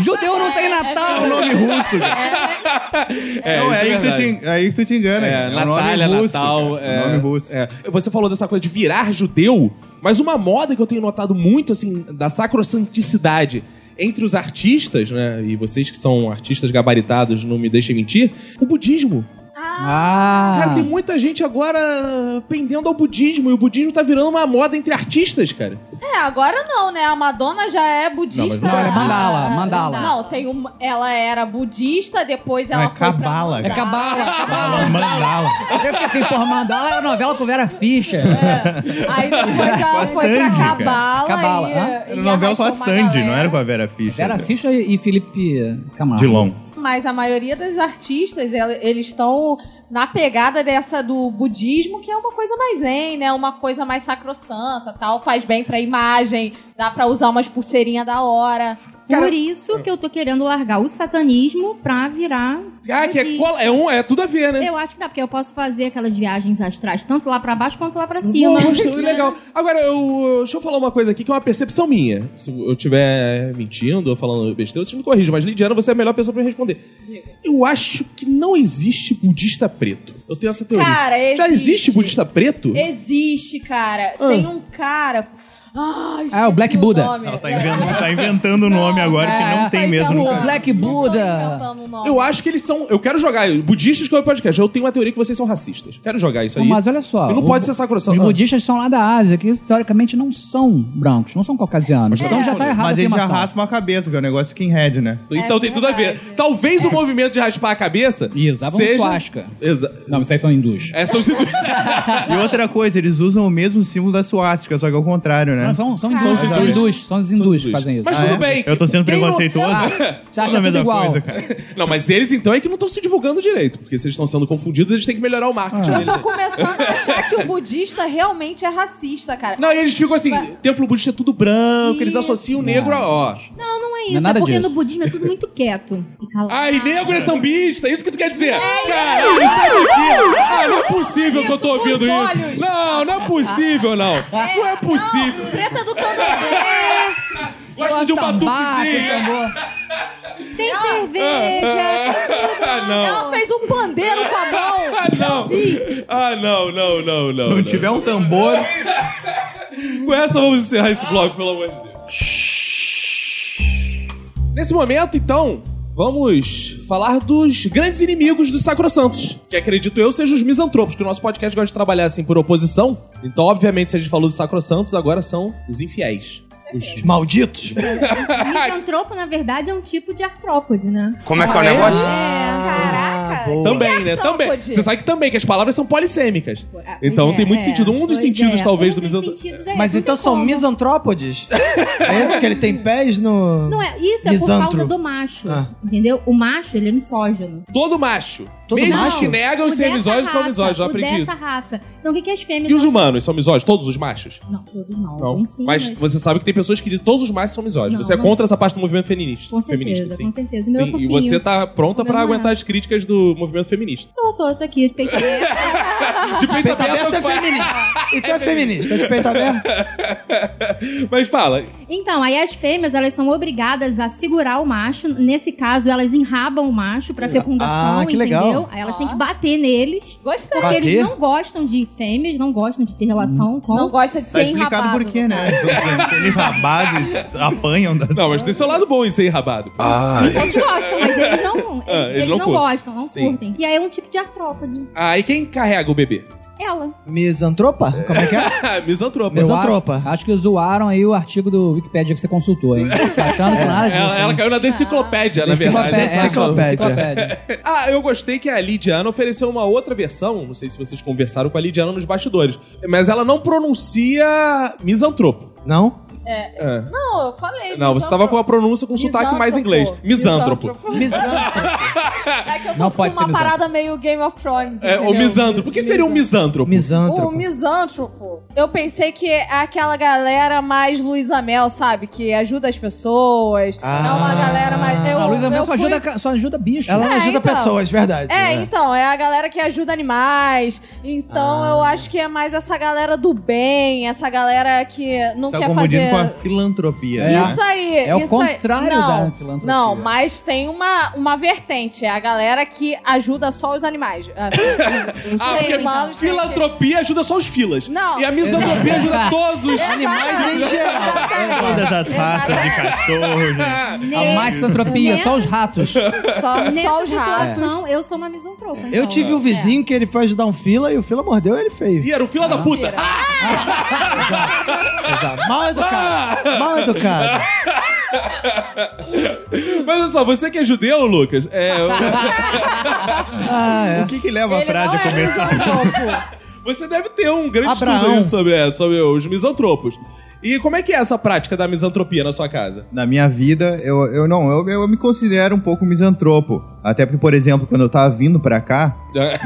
S5: Judeu não tem Natal!
S6: É um nome russo. cara.
S1: É,
S6: não, é,
S1: isso
S6: aí, que tu
S1: verdade.
S6: te, en- aí que tu te engana.
S1: É,
S6: cara. um nome
S1: Natália,
S6: russo,
S1: Natal.
S6: cara. É um nome russo.
S1: é. Você falou dessa coisa de virar judeu, mas uma moda que eu tenho notado muito, assim, da sacrossanticidade entre os artistas, né? E vocês que são artistas gabaritados, não me deixem mentir, o budismo.
S5: Ah!
S1: Cara, tem muita gente agora pendendo ao budismo, e o budismo tá virando uma moda entre artistas, cara.
S4: É, agora não, né? A Madonna já é budista.
S5: Não,
S6: assim.
S5: é mandala,
S4: Ah,
S5: mandala.
S4: Não, tem um, ela era budista, depois
S6: Não,
S4: ela
S6: é
S4: foi pra
S6: cabala,
S4: mandala.
S5: É cabala, é cabala.
S6: Mandala.
S5: Eu fiquei assim, porra, mandala era novela com Vera Fischer.
S4: É. Aí depois
S6: Com
S4: ela
S6: a
S4: foi pra
S6: Sandy, cara.
S4: cabala.
S5: Cabala,
S4: e,
S5: hã?
S4: e
S6: Era novela com a
S4: arrastou uma
S6: Sandy,
S4: galera.
S6: não era com a Vera Fischer.
S5: Vera
S6: cara.
S5: Fischer e Felipe Camargo.
S6: Dilon.
S4: Mas a maioria dos artistas, ela- eles estão na pegada dessa do budismo, que é uma coisa mais zen, né? Uma coisa mais sacrossanta tal. Faz bem pra imagem, dá pra usar umas pulseirinhas da hora.
S3: Por isso que eu tô querendo largar o satanismo pra virar.
S1: Ah, que é,
S3: budista.
S1: cola- é um, é tudo a ver, né?
S3: Eu acho que dá, porque eu posso fazer aquelas viagens astrais, tanto lá pra baixo quanto lá pra cima.
S1: Gosto,
S4: é.
S1: legal. Agora, eu, deixa eu falar uma coisa aqui que é uma percepção minha. Se eu estiver mentindo ou falando besteira, vocês me corrijam, mas Lidiana, você é a melhor pessoa pra me responder. Eu acho que não existe budista preto. Eu tenho essa teoria.
S4: Cara, existe.
S1: Já existe budista preto?
S4: Existe, cara.
S1: Ah.
S4: Tem um cara. Ai,
S5: Ah, é o
S4: esqueci
S5: Black Buddha.
S4: nome.
S6: Ela tá inventando, tá inventando o nome agora que não
S5: é,
S6: tem
S4: Tá
S6: mesmo no
S4: inventando.
S6: cara.
S5: Black Buddha.
S4: Não tô inventando o nome.
S1: Eu acho que eles são. Eu quero jogar. Budistas que é o podcast. Eu tenho uma teoria que vocês são racistas. Quero jogar isso aí.
S5: Mas olha só.
S1: E não
S5: o-
S1: pode ser sacrossanto.
S5: Os
S1: Ah.
S5: budistas são lá da Ásia, que teoricamente não são brancos, não são caucasianos.
S6: É.
S1: Mas
S5: então
S1: tá
S5: já
S1: bom.
S5: tá errado a
S6: Mas ele já
S5: afirmação.
S6: raspa a cabeça, que é o negócio skinhead, né?
S1: Então
S4: É
S1: tem tudo a ver.
S4: verdade.
S1: Talvez o movimento de raspar a cabeça.
S5: Isso, davam
S1: seja...
S5: É. um suasca.
S1: Exa...
S5: Não, mas aí são hindus.
S1: É, são os hindus.
S6: E outra coisa, eles usam o mesmo símbolo da suástica, só que é o contrário, né?
S5: Não, são, são, hindus,
S1: os
S5: são
S1: hindus.
S5: hindus, são os hindus que fazem isso.
S1: Mas
S6: Ah,
S1: tudo
S6: é?
S1: bem.
S6: Eu tô sendo
S1: Quem não-
S6: preconceituoso.
S5: Ah,
S1: é
S5: já
S6: Tudo
S5: tá tudo igual.
S6: cara.
S1: Não, mas eles então é que não estão se divulgando direito. Porque se eles estão sendo confundidos, eles têm que melhorar o marketing
S6: Ah.
S4: Eu
S1: deles.
S4: tô começando a achar que o budista realmente é racista, cara.
S1: Não, e eles ficam assim, templo budista é tudo branco, eles
S4: Isso.
S1: associam o negro a. Ó.
S3: Não, não é
S5: Não é
S3: isso. é
S5: nada
S3: porque
S5: disso.
S3: no budismo é tudo muito quieto. Fica lá.
S4: Ah.
S1: Ai, negro é sambista, isso que tu quer
S4: É,
S1: dizer? Cara, isso aqui! Ah, não é possível que eu tô
S4: Isso,
S1: ouvindo
S4: os
S1: isso!
S4: olhos.
S1: Não, não é possível, não! Não é possível!
S4: Preta do candomblé.
S1: Gosto de um batuquezinho!
S3: Tem cerveja.
S1: Ah, não!
S4: Ah. Ela fez um pandeiro com a mão.
S1: Ah, não! Ah, não, não, não, não!
S6: Se
S1: não.
S6: não tiver um tambor,
S1: Com essa vamos encerrar esse bloco, pelo amor de Deus. Nesse momento, então, vamos falar dos grandes inimigos dos sacrossantos, que acredito eu sejam os misantropos, que o nosso podcast gosta de trabalhar assim por oposição. Então, obviamente, se a gente falou dos sacrossantos, agora são os infiéis. Os...
S7: Os malditos.
S3: Misantropo, na verdade, é um tipo de artrópode, né?
S2: Como é que é o negócio?
S7: Ah,
S4: Caraca.
S7: boa.
S1: Também, né? Também.
S4: artrópode?
S1: Você sabe que também, que as palavras são polissêmicas.
S3: Ah, pois
S1: Então
S3: é,
S1: tem muito
S3: é.
S1: sentido. Um dos
S3: Pois
S1: sentidos,
S3: é.
S1: talvez,
S3: Um
S1: do
S3: dos
S1: misantropo.
S3: sentidos é
S7: Mas
S3: esse,
S7: então
S3: não tem
S7: são
S3: como.
S7: misantrópodes? É esse que ele tem pés no...
S3: Não é, isso é por
S7: Misantro.
S3: causa do macho.
S7: Ah.
S3: Entendeu? O macho, ele é misógino.
S1: Todo macho.
S7: Todo
S1: Mesmo os
S7: macho?
S1: que negam
S3: O
S1: os ser
S3: dessa
S1: misóginos são
S3: é raça,
S1: misóginos. Eu
S3: o
S1: aprendi
S3: dessa
S1: isso.
S3: raça. Então o que, que as fêmeas.
S1: E os humanos são misóginos? Todos os machos?
S3: Não, todos não.
S1: Não,
S3: alguns sim,
S1: mas,
S3: mas-
S1: você sabe que tem pessoas que dizem que todos os machos são misóginos.
S3: Não,
S1: Você é
S3: não.
S1: contra essa parte do movimento feminista.
S3: Com certeza,
S1: feminista, sim.
S3: com certeza. O meu é
S1: Sim,
S3: fofinho.
S1: e você tá pronta
S3: O meu
S1: pra
S3: não é.
S1: aguentar as críticas do movimento feminista.
S3: Eu tô, eu tô aqui, de peito aberto.
S1: De peito,
S7: Peito aberto
S1: aberto,
S7: é
S1: eu falo.
S7: feminista. E tu é feminista, de peito aberto?
S1: Mas fala.
S3: Então, aí as fêmeas, elas são obrigadas a segurar o macho. Nesse caso, elas enrabam o macho pra fecundação,
S7: Ah, que
S3: entendeu?
S7: legal.
S3: Aí elas
S4: Ó.
S3: têm que bater neles.
S4: Gostei.
S3: Porque
S7: Bater?
S3: eles não gostam de fêmeas, não gostam de ter relação com...
S4: Não gosta de ser
S6: tá explicado
S4: enrabado.
S6: por quê, né? Eles rabado, eles apanham das...
S1: Não, mas tem seu lado bom em ser enrabado.
S2: Ah,
S3: Eles gostam, mas eles não, eles,
S1: Ah, eles
S3: eles
S1: não
S3: não,
S1: curtem.
S3: gostam, não
S1: Sim.
S3: curtem. E aí é um tipo de artrópode.
S1: Ah, e quem carrega o bebê?
S3: Ela.
S7: Misantropa? Como é que é?
S1: Misantropa.
S5: Eu
S7: Misantropa.
S5: Acho, acho que zoaram aí o artigo do Wikipedia que você consultou, hein? Tá achando que nada disso.
S1: Ela, ela
S5: né?
S1: caiu na
S3: Ah.
S1: deciclopédia, na verdade.
S5: Enciclopédia,
S1: Essa-
S5: é,
S7: Enciclopédia.
S5: enciclopédia.
S1: Ah, eu gostei que a Lidiana ofereceu uma outra versão. Não sei se vocês conversaram com a Lidiana nos bastidores. Mas ela não pronuncia misantropo.
S7: Não?
S1: É.
S4: Não, eu falei.
S1: Não, você tava com a pronúncia com sotaque mais inglês. Misântropo.
S7: Misantropo.
S4: É que eu tô
S5: Não
S4: com
S5: pode ser
S4: uma
S5: misântropo.
S4: parada meio Game of Thrones.
S1: É, o
S4: entendeu?
S1: misântropo. O que seria um misântropo?
S4: O
S7: Misantropo.
S4: misântropo, eu pensei que é aquela galera mais Luísa Mel, sabe? Que ajuda as pessoas.
S7: Ah.
S4: É uma galera mais. Eu,
S5: Não, Luísa Mel
S4: eu
S5: só,
S4: fui-
S5: ajuda, ca- só ajuda bicho.
S7: Ela não
S4: É,
S7: ajuda
S4: então.
S7: pessoas, verdade.
S4: É, então, é a galera que ajuda animais. Então
S7: Ah.
S4: eu acho que é mais essa galera do bem, essa galera que não
S6: Tá
S4: quer
S6: confundindo
S4: fazer.
S6: com a filantropia.
S5: É.
S6: né?
S4: Isso aí,
S5: É o
S4: isso aí.
S5: contrário
S4: não,
S5: da filantropia.
S4: Não, mas tem uma, uma vertente. É a galera que ajuda só os animais. Ah, os
S1: Ah,
S4: seres
S1: porque
S4: humanos têm que-
S1: filantropia ajuda só os filas.
S4: Não. É
S1: E a misantropia ajuda todos os
S7: Animais em geral. É
S6: Todas as raças de cachorro, gente.
S5: A É mais santropia, só os ratos.
S4: Só, só
S3: Nessa
S4: os ratos.
S3: situação, eu sou uma misantropa.
S7: Eu
S3: então.
S7: tive um vizinho que ele foi ajudar um fila e o fila mordeu ele feio.
S1: E era o fila da puta. Ah,
S7: Exato. Mal educado. Mal educado.
S1: mas olha só, você que é judeu, Lucas, é,
S7: Ah, é.
S6: O que que leva a
S4: Ele
S6: frase
S4: não
S6: a
S4: é
S6: começar?
S4: misantropo.
S1: você deve ter um grande estudo
S7: Abraão.
S1: aí sobre, é, sobre os misantropos. E como é que é essa prática da misantropia na sua casa?
S6: Na minha vida, eu, eu não, eu, eu me considero um pouco misantropo. Até porque, por exemplo, quando eu tava vindo pra cá,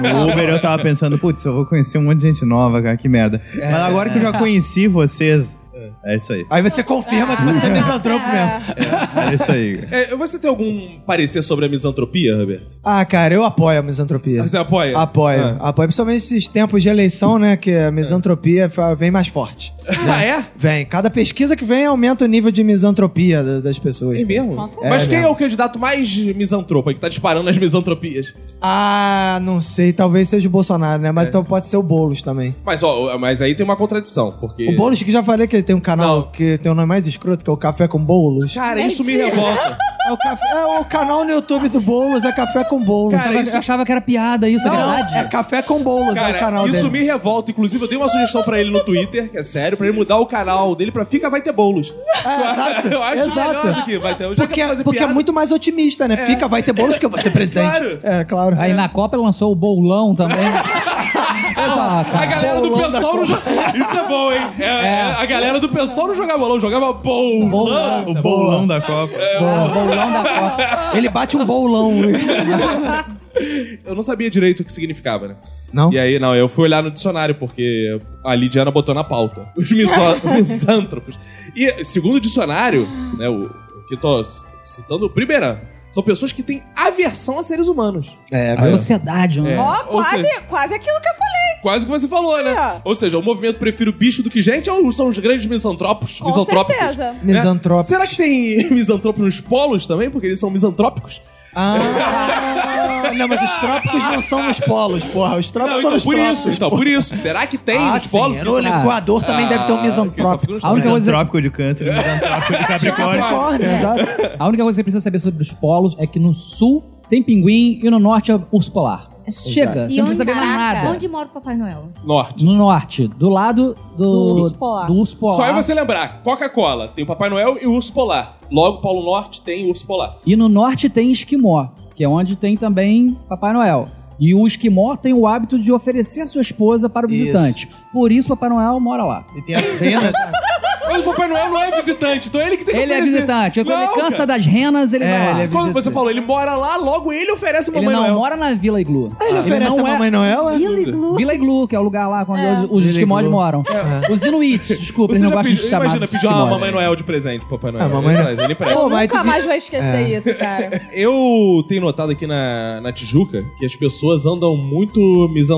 S6: no Uber eu tava pensando, putz, eu vou conhecer um monte de gente nova, cara, que merda. Mas agora que eu já
S5: É.
S6: conheci vocês, é isso aí.
S7: Aí você confirma que você é misantropo mesmo.
S6: É isso aí.
S1: É, você tem algum parecer sobre a misantropia, Roberto?
S7: Ah, cara, eu apoio a misantropia.
S1: Você apoia?
S7: Apoio,
S1: Ah.
S7: apoio. Principalmente esses tempos de eleição, né? Que a misantropia fa- vem mais forte.
S1: Ah, é?
S7: Vem. Cada pesquisa que vem aumenta o nível de misantropia da- das pessoas.
S1: É mesmo?
S4: Nossa.
S1: Mas
S7: É
S1: quem é
S7: mesmo.
S1: o candidato mais misantropo aí que tá disparando as misantropias?
S7: Ah, não sei. Talvez seja o Bolsonaro, né? Mas então pode ser o Boulos também.
S1: Mas, ó, mas aí tem uma contradição, porque...
S7: O Boulos que já falei que ele tem um canal
S1: Não.
S7: que tem o nome mais escroto, que é o Café com Boulos.
S1: Cara, isso me
S4: Mentira.
S1: revolta.
S7: É o, café- é o canal no YouTube do Boulos, é Café com Boulos.
S5: Eu achava- Eu achava que era piada isso, é
S7: Não,
S5: verdade?
S7: é Café com Boulos, é o
S1: Cara,
S7: canal
S1: isso
S7: dele.
S1: me revolta. Inclusive, eu dei uma sugestão pra ele no Twitter, que é sério, pra ele mudar o canal dele pra Fica Vai Ter Bolos.
S7: É, exato,
S1: eu acho
S7: exato.
S1: melhor do que vai ter. Já
S7: Porque,
S1: quer fazer
S7: porque é
S1: piada, É.
S7: muito mais otimista, né? Fica, vai ter Boulos porque eu vou ser presidente.
S1: Claro.
S7: É, claro.
S5: Aí na Copa ele lançou o bolão também. ah,
S1: A
S5: cara.
S1: galera do
S7: Bolão da
S1: pessoal não joga. Isso é bom, hein? É, é, a galera do pessoal não jogava bolão, jogava bolão.
S5: Bolão.
S6: O bolão da Copa.
S5: Ah, o bolão da Copa.
S7: Ele bate um bolão.
S1: Eu não sabia direito o que significava, né?
S7: Não?
S1: E aí, não, eu fui olhar no dicionário, porque a Lidiana botou na pauta. Os miso- misântropos. E, segundo o dicionário, né, o, o que eu tô c- citando, primeira, são pessoas que têm aversão a seres humanos.
S7: É,
S5: A sociedade, né?
S4: Ó,
S1: Ou
S4: quase,
S1: seja-
S4: quase aquilo que eu falei.
S1: Quase que você falou, né?
S4: É.
S1: Ou seja, o movimento prefiro bicho do que gente ou são os grandes misantropos?
S4: Com
S1: misantrópicos?
S4: certeza.
S1: né?
S7: Misantrópicos.
S1: Será que tem misantropos nos polos também? Porque eles são misantrópicos?
S7: Ah, não, mas os trópicos não são nos polos, porra. Os trópicos são
S1: Não, então
S7: Ah, nos
S1: por
S7: trópicos.
S1: isso, então, por isso. Será que tem
S7: ah,
S1: nos polos? Ah,
S7: sim, no Equador também deve ter um
S1: é
S7: misantrópico.
S5: A única coisa-
S6: Misantrópico é de câncer, misantrópico de capricórnio.
S7: Capricórnio, exato.
S5: A única coisa que você precisa saber sobre os polos é que no sul tem pinguim e no norte é urso polar. Chega,
S3: é
S5: você não
S3: um
S5: precisa saber mais nada.
S3: onde mora o Papai Noel?
S1: Norte.
S5: No norte, do lado do,
S4: Do urso polar.
S5: do urso polar.
S1: Só aí você lembrar, Coca-Cola tem o Papai Noel e o Urso Polar. Logo, Paulo Norte tem o Urso Polar.
S5: E no norte tem esquimó, que é onde tem também Papai Noel. E o esquimó tem o hábito de oferecer a sua esposa para o
S7: Isso.
S5: visitante. Por isso Papai Noel mora lá.
S6: E tem as cenas.
S5: É.
S1: Mas o Papai Noel não é visitante, então é ele que tem que
S5: Ele é
S1: oferecer.
S5: visitante. Quando
S1: Não,
S5: ele cansa
S1: cara.
S5: das renas, ele
S7: É,
S5: vai lá.
S7: ele é
S1: Quando você falou, ele mora lá, logo ele oferece o
S5: Ele
S1: Papai
S5: não
S1: Noel.
S5: mora na Vila Iglu.
S7: Ah, Ele oferece
S5: não
S7: a
S5: é-
S7: Mamãe Noel, é?
S5: Vila Iglu, que é o lugar lá onde os- os
S7: Vila
S5: esquimós
S7: Iglu. É.
S5: moram. Os inuits, desculpa, eles
S1: Você
S5: não
S1: já
S5: gostam de
S1: pediu,
S5: chamar
S1: imagina,
S5: de
S1: pediu "Ah, uma
S5: esquimós.
S1: Mamãe Noel de presente pro Papai Noel.
S7: Ah, Mamãe
S1: ele
S7: Noel.
S1: traz, ele
S7: Pô,
S1: empresta.
S4: Eu
S7: mas
S4: nunca
S7: tu vi-
S4: mais vou esquecer isso, cara.
S1: Eu tenho notado aqui na, na Tijuca que as pessoas andam muito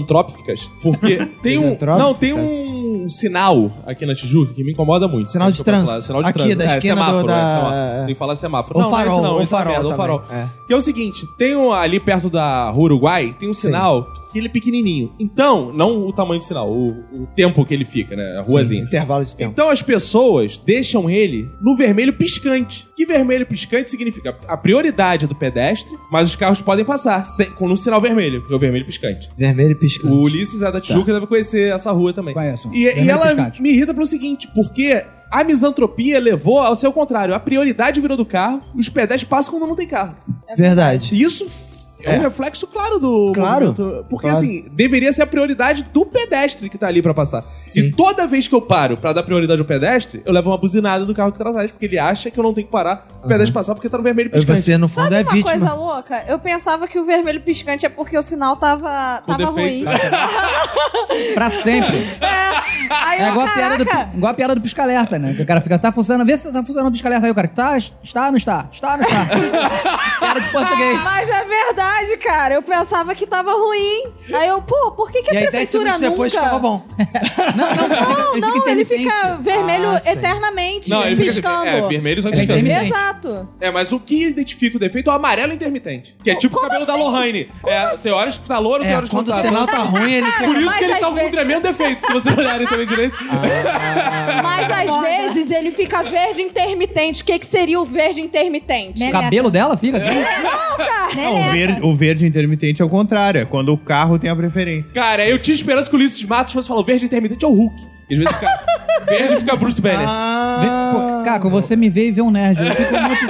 S1: misantrópicas. Porque tem um.
S7: Misantrópicas?
S1: Não, tem um sinal aqui na Tijuca que me incomoda muito.
S7: Sinal
S1: Sabe
S7: de
S1: o que eu posso
S7: trânsito.
S1: falar? Sinal de
S7: Aqui,
S1: trânsito.
S7: da
S1: é,
S7: esquina do-
S1: semáforo,
S7: da-
S1: é, semáforo. Tem que falar semáforo.
S7: Ou
S1: não, não é
S7: farol,
S1: sinal,
S7: ou
S1: isso é uma
S7: farol
S1: merda, ou
S7: também,
S1: farol.
S7: é.
S1: Que é o seguinte: tem um, ali perto da Rua Uruguai, tem um sinal que ele é pequenininho. Então, não o tamanho do sinal, o, o tempo que ele fica, né? A ruazinha.
S7: Intervalo de tempo.
S1: Então as pessoas deixam ele no vermelho piscante. Que vermelho piscante significa a prioridade é do pedestre, mas os carros podem passar sem- com um sinal vermelho, porque é o vermelho piscante.
S7: Vermelho piscando.
S1: O Ulisses é da Tijuca, deve conhecer essa rua também.
S5: Conheço.
S1: E, e
S5: Vermelho
S1: ela
S5: piscante.
S1: me irrita pelo seguinte, porque a misantropia levou ao seu contrário. A prioridade virou do carro, os pedestres passam quando não tem carro.
S7: Verdade.
S1: E isso f- é, um reflexo claro do
S7: Claro.
S1: movimento. Porque
S7: Claro.
S1: assim, deveria ser a prioridade do pedestre que tá ali pra passar.
S7: Sim.
S1: E toda vez que eu paro pra dar prioridade ao pedestre, eu levo uma buzinada do carro que tá atrás, porque ele acha que eu não tenho que parar o pedestre passar porque tá no vermelho
S7: E
S1: piscante.
S7: Você, no fundo, é
S4: uma
S7: vítima.
S4: coisa louca? Eu pensava que o vermelho piscante é porque o sinal tava,
S1: Com
S4: tava ruim.
S1: defeito.
S5: Pra sempre.
S7: É.
S4: Aí
S5: É
S4: eu,
S5: igual a, piada do,
S4: caraca,
S5: igual a piada do pisca-alerta, né? Que o cara fica, tá funcionando, vê se tá funcionando o pisca-alerta. Aí o cara, tá, está ou não está? Está ou não está? cara de português.
S4: mas é verdade, cara. Eu pensava que tava ruim. Aí eu, pô, por que, que
S7: E
S4: a
S7: aí, 10
S4: prefeitura
S7: segundos
S4: nunca...
S7: depois, ficava bom.
S5: Não, não,
S4: Não,
S5: fica
S4: não, ele
S5: intermitente.
S4: fica vermelho
S7: Ah, sim.
S4: eternamente,
S1: Não, ele fica-
S4: tá piscando. tá
S1: É, vermelho só
S5: Ele
S1: piscando.
S5: tem-
S4: Exato.
S1: É, mas o que identifica o defeito é o amarelo intermitente. Que é tipo o
S4: Como
S1: cabelo da
S4: assim?
S1: Lohane. É, Tem horas que tá louro, tem
S7: É,
S1: horas que não
S7: quando o
S1: tá.
S7: sinal tá ruim, ele fica...
S1: Por isso
S4: Mas
S1: que ele
S4: às
S1: tá com um
S4: vezes-
S1: tremendo defeito, se vocês olharem também direito.
S4: Mas às vezes ele fica verde intermitente. O que, que seria o verde intermitente?
S5: O cabelo dela fica assim.
S6: Não, o, verde, o verde intermitente é o contrário, é quando o carro tem a preferência.
S1: Cara, eu tinha esperança que o Ulisses Matos fosse falar o verde intermitente é o Hulk. E às vezes fica verde e fica Bruce Banner.
S5: Vê-
S7: Ah,
S5: Pô, Caco, você me vê e vê um nerd. Eu, fico muito...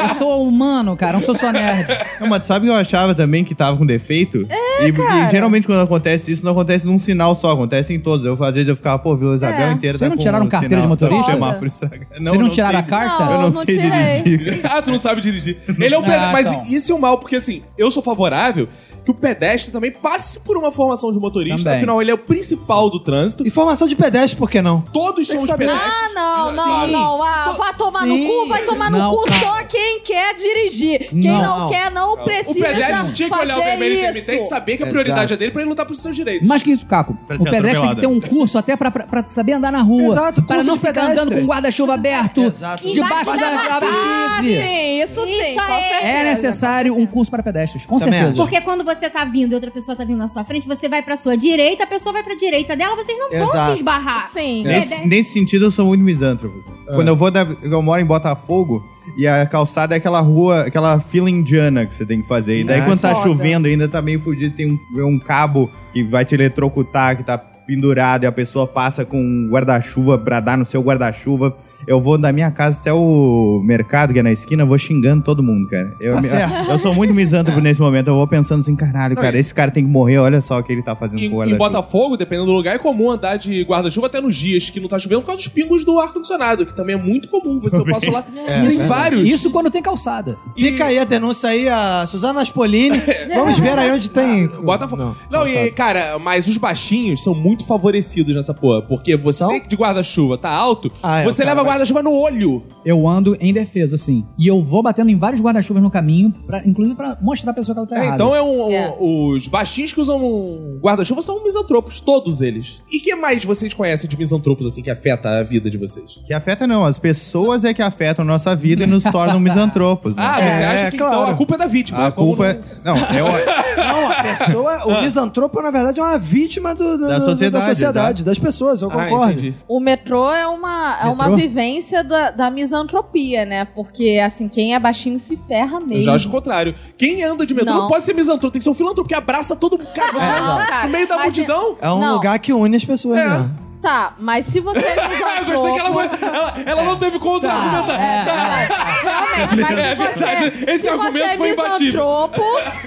S5: eu sou humano, cara, não sou só nerd.
S6: Não, mas sabe que eu achava também que tava com defeito? É, e, e geralmente quando acontece isso, não acontece num sinal só, acontece em todos. Eu, às vezes eu ficava, pô, Vila Isabel
S4: É.
S6: inteira tá
S5: Vocês não
S6: com
S5: tiraram
S6: um
S5: carteira
S6: sinal,
S5: de
S6: tá com
S4: motorista?
S6: semáforo estragado. Não,
S5: Vocês não
S6: não
S5: tiraram a
S6: sei.
S5: carta?
S6: Eu não,
S4: Não, não
S6: sei
S4: tirei.
S6: dirigir.
S1: Ah, tu não sabe dirigir. Ele é um
S5: Ah,
S1: pedestre. Mas
S5: então.
S1: isso é um mal, porque assim, eu sou favorável que o pedestre também passe por uma formação de motorista.
S5: Também.
S1: Afinal, ele é o principal do trânsito. E
S7: Informação de pedestre, por que não? Tem
S1: todos
S7: que
S1: são os
S7: saber.
S1: pedestres.
S4: Ah, não, não,
S1: Sim.
S4: não. Ah, vai tomar
S7: Sim.
S4: no cu, vai tomar no
S5: Não,
S4: cu
S5: cara.
S4: só quem quer dirigir. Quem não,
S7: Não.
S4: quer não
S1: O
S4: precisa.
S1: pedestre tinha que olhar o
S4: fazer
S1: vermelho
S4: isso.
S1: intermitente e saber que a prioridade
S7: Exato.
S1: é dele pra ele lutar pelos seus direitos.
S5: Mais que isso, Caco.
S6: Pra
S5: o
S6: ser
S5: pedestre tem
S6: atropelado.
S5: que ter um curso até pra, pra, pra saber andar na rua.
S7: Exato,
S5: Para
S7: curso
S5: não
S7: de
S5: ficar
S7: pedestre.
S5: andando com o guarda-chuva aberto.
S7: Exato.
S5: Debaixo da da
S4: Ah,
S5: brise.
S4: sim, isso sim,
S3: Isso
S4: com
S3: é.
S4: certeza.
S5: É necessário um curso para pedestres, com
S7: Também
S5: certeza.
S3: Porque quando você tá vindo e outra pessoa tá vindo na sua frente, você vai pra sua direita, a pessoa vai pra direita dela, vocês não vão
S7: Exato.
S3: se esbarrar.
S4: Sim.
S6: Nesse, nesse sentido, eu sou muito misântropo. Quando eu vou da, Eu moro em Botafogo e a calçada é aquela rua, aquela fila indiana que você tem que fazer. e daí,
S7: Ah,
S6: quando tá
S4: sim.
S6: chovendo, ainda tá meio fudido, tem um, um cabo que vai te eletrocutar, que tá pendurado, e a pessoa passa com um guarda-chuva pra dar no seu guarda-chuva. Eu vou da minha casa até o mercado, que é na esquina, eu vou xingando todo mundo, cara. Eu,
S7: Tá
S6: me-
S7: certo.
S6: eu sou muito misântropo nesse momento. Eu vou pensando assim, caralho, cara, esse cara tem que morrer, olha só o que ele tá fazendo
S1: Em,
S6: com o
S1: em
S6: guarda-chuva.
S1: Botafogo, dependendo do lugar, é comum andar de guarda-chuva até nos dias que não tá chovendo por causa dos pingos do ar-condicionado, que também é muito comum. Você
S6: Também.
S1: passa lá.
S7: É,
S1: tem
S7: verdade.
S1: vários.
S5: Isso quando tem calçada.
S7: Fica aí a denúncia aí, a Suzana Aspolini. Vamos ver aí onde tem...
S1: Botafogo. Não, e,
S7: calçado.
S1: cara, mas os baixinhos são muito favorecidos nessa porra. Porque você
S7: São?
S1: que de guarda-chuva tá alto,
S7: Ah, é,
S1: você
S7: o cara
S1: leva
S7: vai-
S1: guarda-chuva no olho.
S5: Eu ando em defesa, assim. E eu vou batendo em vários guarda-chuvas no caminho, pra- inclusive pra mostrar a pessoa que ela tá
S1: É,
S5: errada.
S1: então é um,
S4: É.
S1: um- os baixinhos que usam um guarda-chuva são misantropos, todos eles. E que mais vocês conhecem de misantropos assim que afeta a vida de vocês?
S6: Que afeta não, as pessoas é que afetam a nossa vida e nos tornam misantropos. Né?
S1: Ah,
S7: É,
S1: você acha
S7: é,
S1: que
S7: claro.
S1: então a culpa é da
S5: Ah,
S1: vítima?
S6: a
S1: é como
S6: culpa é...
S1: se-
S5: assim?
S6: Não, é o-
S7: Não, a pessoa...
S1: Ah.
S7: O misantropo, na verdade, é uma vítima do, do-
S6: Da
S7: do-
S6: sociedade,
S7: da sociedade das pessoas, eu
S1: Ah,
S7: concordo.
S1: entendi.
S4: O metrô é uma, é
S7: Metrô?
S4: uma vivência da, da misantropia, né? Porque, assim, quem é baixinho se ferra mesmo.
S1: Eu já acho o contrário. Quem anda de metrô não,
S4: Não.
S1: pode ser misantropo, tem que ser um filantropo que abraça todo mundo. Cara, você
S4: É,
S1: anda
S4: exato.
S1: no meio da
S4: Mas-
S1: multidão.
S7: É um
S4: Não.
S7: lugar que une as pessoas,
S1: É.
S7: né?
S4: Tá, mas se você é
S1: Ah, eu gostei que ela,
S4: misantropo...
S1: foi- ela, ela não teve contra-argumentar.
S4: É, verdade. Realmente, mas
S1: É
S4: se
S1: verdade.
S4: você,
S1: Esse
S4: se
S1: argumento
S4: você é
S1: foi imbatível.
S4: misantropo,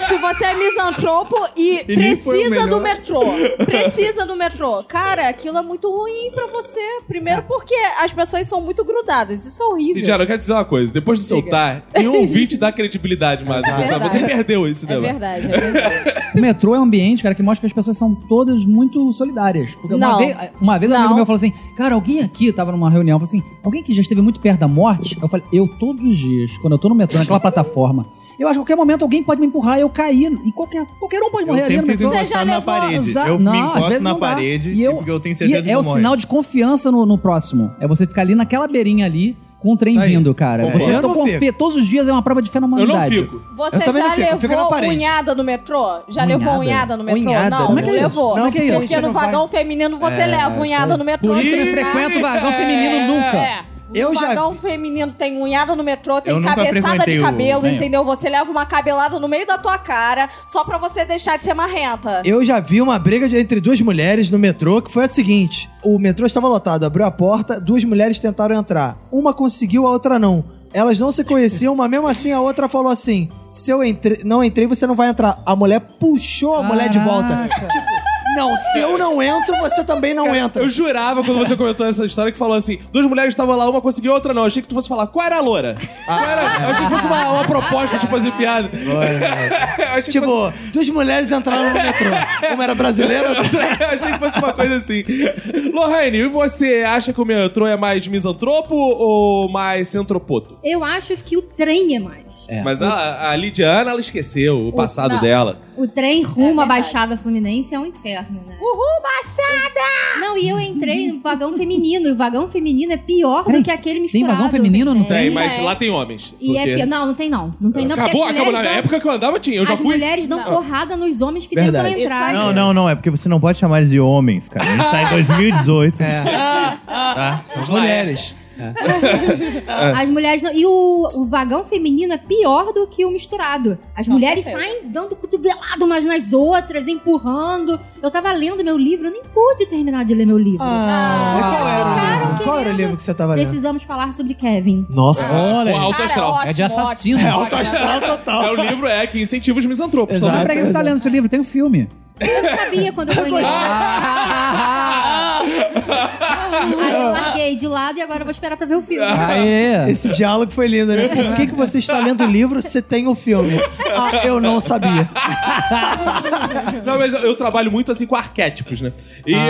S4: se você é misantropo e,
S6: E nem foi o
S4: precisa do
S6: melhor.
S4: metrô, precisa do metrô, cara, aquilo é muito ruim pra você. Primeiro porque as pessoas são muito grudadas, isso é horrível.
S1: Lidiana, eu quero dizer uma coisa. Depois do seu
S4: Diga. É
S1: tar, nenhum ouvinte dá credibilidade mais. a você.
S4: verdade.
S1: você perdeu isso, né,
S4: É
S1: dela.
S4: verdade, é verdade.
S5: O metrô é um ambiente, cara, que mostra que as pessoas são todas muito solidárias. Porque uma
S4: Não.
S5: vez, uma vez um amigo
S4: Não.
S5: meu falou assim, cara, alguém aqui, eu tava numa reunião, falou assim, alguém que já esteve muito perto da morte? Eu falei, eu todos os dias, quando eu tô no metrô, naquela plataforma, eu acho que a qualquer momento alguém pode me empurrar e eu cair. E qualquer, qualquer um pode
S6: eu
S5: morrer ali no
S6: sempre né? fico
S5: metrô.
S4: Você já
S6: encostado na
S4: levou-
S6: parede.
S5: Exa-
S6: Eu
S5: não,
S6: me
S5: às
S6: encosto
S5: vezes
S6: na
S5: não dá.
S6: parede
S5: E eu-
S6: porque eu tenho
S5: E
S6: certeza que
S5: é
S6: eu
S5: o
S6: morro.
S5: sinal de confiança no, no próximo. É você ficar ali naquela beirinha ali. contra em
S2: Isso aí.
S5: vindo, cara.
S2: Concordo.
S5: Vocês
S2: Eu
S5: estão
S2: não
S5: com
S2: fico.
S5: fé. Todos os dias é uma prova de fé na
S1: Eu não
S5: humanidade.
S1: fico.
S4: Você
S2: Eu também
S4: já
S2: não fico, eu fico na
S4: levou
S2: parede.
S4: unhada no metrô? Já levou
S5: Unhada?
S4: unhada no metrô?
S2: Unhada?
S4: Não,
S2: Como é
S5: que
S4: não
S5: é isso?
S4: levou.
S5: Não, É, porque a
S4: porque
S2: gente
S4: no
S2: não vai-
S4: vagão feminino você leva unhada no metrô.
S5: Por isso que eu
S4: tem
S5: não frequento o vagão
S1: É.
S5: feminino nunca.
S4: É.
S2: Eu
S4: no
S2: já-
S4: vagão feminino tem unhada no metrô,
S6: Eu
S4: tem
S6: nunca
S4: cabeçada
S6: frequentei
S4: de
S6: o-
S4: cabelo,
S5: nenhum.
S4: entendeu? Você leva uma cabelada no meio da tua cara só pra você deixar de ser marrenta.
S2: Eu já vi uma briga de- entre duas mulheres no metrô que foi a seguinte: o metrô estava lotado, abriu a porta, duas mulheres tentaram entrar. Uma conseguiu, a outra não. Elas não se conheciam, mas mesmo assim a outra falou assim: se eu entre- não entrei, você não vai entrar. A mulher puxou a mulher de volta.
S5: Caraca.
S2: Tipo, não, se eu não entro, você também não entra.
S1: Eu jurava quando você comentou essa história que falou assim: duas mulheres estavam lá, uma conseguiu, outra não. Eu achei que tu fosse falar, qual era a loura? Qual era- Eu achei que fosse uma, uma proposta, tipo assim, piada. Eu achei que
S2: Tipo,
S1: fosse-
S2: duas mulheres entraram no metrô. Uma era brasileira, outra
S1: Eu achei que fosse uma coisa assim. Lorraine, e você acha que o metrô é mais misantropo ou mais centropoto?
S3: Eu acho que o trem é mais.
S1: Mas a, a Lidiana, ela esqueceu o passado
S4: não.
S1: dela.
S3: O trem rumo à
S4: verdade.
S3: Baixada Fluminense é um inferno, né?
S4: Uhul, baixada!
S3: Não, e eu entrei no vagão feminino. E o vagão feminino é pior do que aquele
S5: tem
S3: misturado.
S5: vagão feminino no
S3: entende?
S1: Tem,
S5: Tem,
S1: mas
S4: tem.
S1: lá tem homens.
S3: E é
S1: Porque-
S3: pior. Não, não tem não. Não tem não. porque
S1: Acabou,
S3: as
S1: acabou. Na
S3: mulheres dão-
S1: época que eu andava, tinha. Eu já
S3: as
S1: fui.
S3: mulheres dão porrada nos homens que
S2: Verdade.
S3: tentam entrar.
S4: Isso
S6: Não, não, não. É porque você não pode chamar eles de homens, cara. A gente tá em 2018.
S2: As Tá? mulheres.
S3: As mulheres não. E o, o vagão feminino é pior do que o misturado. As
S4: Com
S3: mulheres
S4: certeza.
S3: saem dando cotovelado umas nas outras, empurrando. Eu tava lendo meu livro, eu nem pude terminar de ler meu livro.
S2: Ah, e qual era o
S3: Ficaram
S2: livro? Qual era o
S3: querendo-
S2: livro que você tava lendo?
S3: Precisamos falar sobre Kevin.
S2: Nossa.
S5: Olha,
S1: Com
S5: aí.
S1: alto astral.
S5: é de assassino.
S4: ótimo, ótimo.
S1: É o livro é que incentiva os misantropos. né?
S2: Exato.
S5: Mas pra que você tá lendo esse livro? Tem um filme.
S3: Eu não sabia quando eu ganhei. Ah! Aí eu larguei de lado e agora eu vou esperar pra ver o filme.
S5: Aê!
S2: Esse diálogo foi lindo, né? Por que, que você está lendo o livro se tem o filme? Ah, eu não sabia.
S1: Não, mas eu, eu trabalho muito assim com arquétipos, né? E
S5: Ah,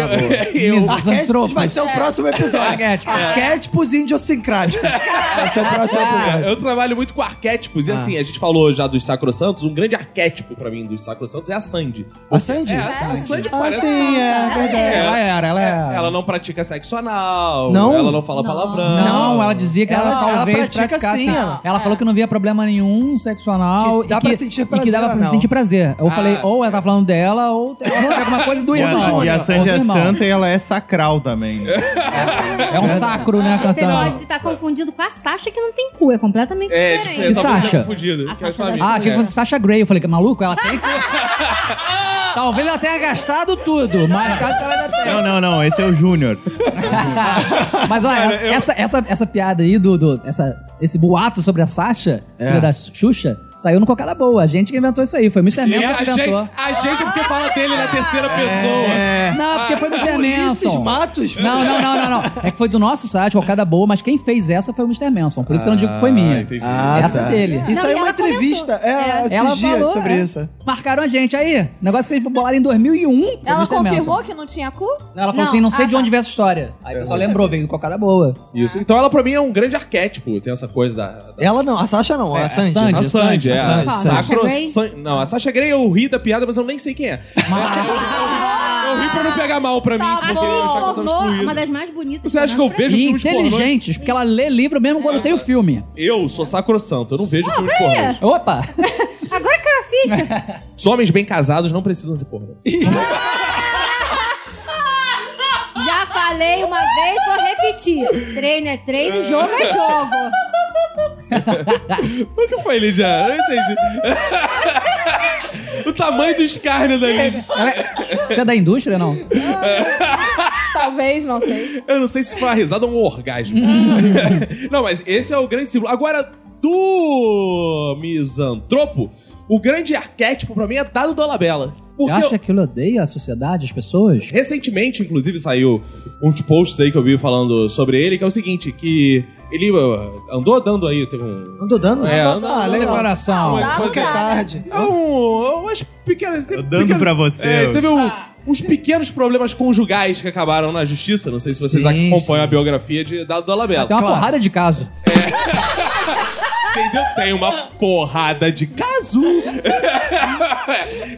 S1: eu,
S5: Misantropo.
S2: Arquétipos vai ser o próximo episódio.
S5: Arquétipos.
S2: Arquétipos É tipo idiosincráticos. Vai ser o próximo episódio.
S1: É, eu trabalho muito com arquétipos.
S5: Ah.
S1: E assim, a gente falou já dos sacrossantos. Um grande arquétipo pra mim dos sacrossantos é a Sandy.
S2: A Sandy?
S1: É, a, a Sandy
S2: Ah,
S1: parece... é,
S2: sim, é verdade.
S5: Ela era, ela era.
S1: Ela não pratica sexo anal.
S2: Não?
S1: Ela não fala
S3: Não.
S1: palavrão.
S5: Não, ela dizia que ela,
S2: Ela- ela
S5: talvez
S2: pratica
S5: praticasse.
S2: sim, ela.
S5: ela falou que não via problema nenhum sexual.
S2: é Que dá
S5: e que,
S2: pra sentir
S5: e
S2: prazer,
S5: que dava pra
S2: não.
S5: sentir prazer. Eu
S1: Ah,
S5: falei, ou ela tá falando dela, ou ela
S2: é
S5: sabe alguma coisa do
S6: E
S5: irmão.
S6: a, e a
S5: Ou do
S6: Sandy é
S5: irmão.
S6: santa e ela é sacral também. Né?
S5: É um sacro, né,
S3: Você
S5: cantando?
S3: pode estar confundido com a Sasha que não tem cu, é completamente
S1: É,
S3: diferente.
S1: diferente.
S5: Que
S1: eu tava
S5: Sasha?
S1: confundido.
S3: A
S1: que era
S3: Sasha
S1: só
S3: da
S1: amiga.
S5: Ah, achei que
S1: É.
S5: fosse Sasha Grey. Eu falei, maluco, ela tem. Talvez ela tenha gastado tudo, mas tá- caso que ela ainda
S6: Não,
S5: tenha.
S6: não, não. Esse é o Júnior.
S5: Mas olha, essa, essa, essa piada aí do. do- essa, esse boato sobre a Sasha, filha da Xuxa, saiu no Cocada Boa. A gente que inventou isso aí. Foi o Mr.
S1: E
S5: Manson
S1: a,
S5: que É. inventou.
S1: gente, a gente é porque fala dele na terceira pessoa.
S5: Não, porque
S1: Ah,
S5: foi o Mr.
S2: Ulisses
S5: Manson.
S2: Matos?
S5: Não, não, não, não, não. É que foi do nosso site, Cocada Boa, mas quem fez essa foi o Mr. Manson. Por isso que eu não digo que foi minha.
S1: entendi.
S2: Ah,
S5: Essa
S2: tá.
S5: dele.
S2: Isso
S3: Não,
S2: aí
S3: e
S2: é uma
S3: ela comentou.
S2: entrevista. É, esses
S5: Ela
S2: dias
S5: falou,
S2: sobre
S5: é.
S2: isso.
S5: Marcaram a gente aí. Negócio que vocês bolaram em 2001. foi
S4: Ela
S5: o Mr.
S4: confirmou
S5: Manson.
S4: que não tinha cu?
S5: Não, ela falou
S3: Não,
S5: assim, não sei
S4: ah,
S5: de
S4: tá.
S5: onde veio essa história. Aí o pessoal lembrou, veio do Cocada Boa.
S1: Isso. Então ela pra mim é um grande arquétipo. Tem essa coisa da. da
S2: Ela não, a Sasha não, a É, Sandy.
S5: Sandy.
S1: A Sandy, é.
S2: Sandy,
S1: a
S2: Sandy.
S1: Sacro
S3: Sasha Grey?
S1: San- Não, a Sasha Grey eu ri da piada, mas eu nem sei quem é. Eu ri pra não pegar mal pra mim.
S4: Tá
S1: porque
S4: bom.
S1: eu achava que eu tava
S3: Pornô,
S1: excluído.
S3: uma das mais bonitas.
S1: Você acha que eu vejo
S5: E
S1: filmes pornôs?
S5: inteligentes, porque ela lê livro mesmo
S4: É.
S5: quando tem o filme.
S1: Eu sou sacrossanto, eu não vejo filmes pornôs.
S5: Opa!
S3: Agora que eu ficha.
S1: Os homens bem casados não precisam de pornô.
S3: Já falei uma vez, vou repetir. Treino é treino, jogo é jogo.
S1: O que foi, Lidia? Eu não entendi. o tamanho do escárnio da Lidia.
S5: Ela é- Você é da indústria, não?
S4: Talvez, não sei.
S1: Eu não sei se foi uma risada ou um orgasmo.
S5: Hum.
S1: não, mas esse é o grande símbolo. Agora, do misantropo, o grande arquétipo pra mim é dado Dolabella.
S5: Você
S1: Porque eu-
S5: acha que ele odeia a sociedade, as pessoas?
S1: recentemente, inclusive, saiu uns posts aí que eu vi falando sobre ele, que é o seguinte, que ele uh, andou dando aí, teve um...
S2: Andou dando?
S1: É, andou
S2: ah,
S1: dando
S2: legal.
S5: Declaração.
S1: Não,
S2: Porque é tarde.
S1: É um umas pequenas... teve
S6: dando
S1: pequenas-
S6: pra você.
S1: É, teve um- uns pequenos problemas conjugais que acabaram na justiça, não sei se vocês
S2: Sim,
S1: acompanham
S2: sim.
S1: a biografia de Dado Dolabella.
S5: Tem uma porrada de caso.
S1: Entendeu? Tem uma porrada de caso.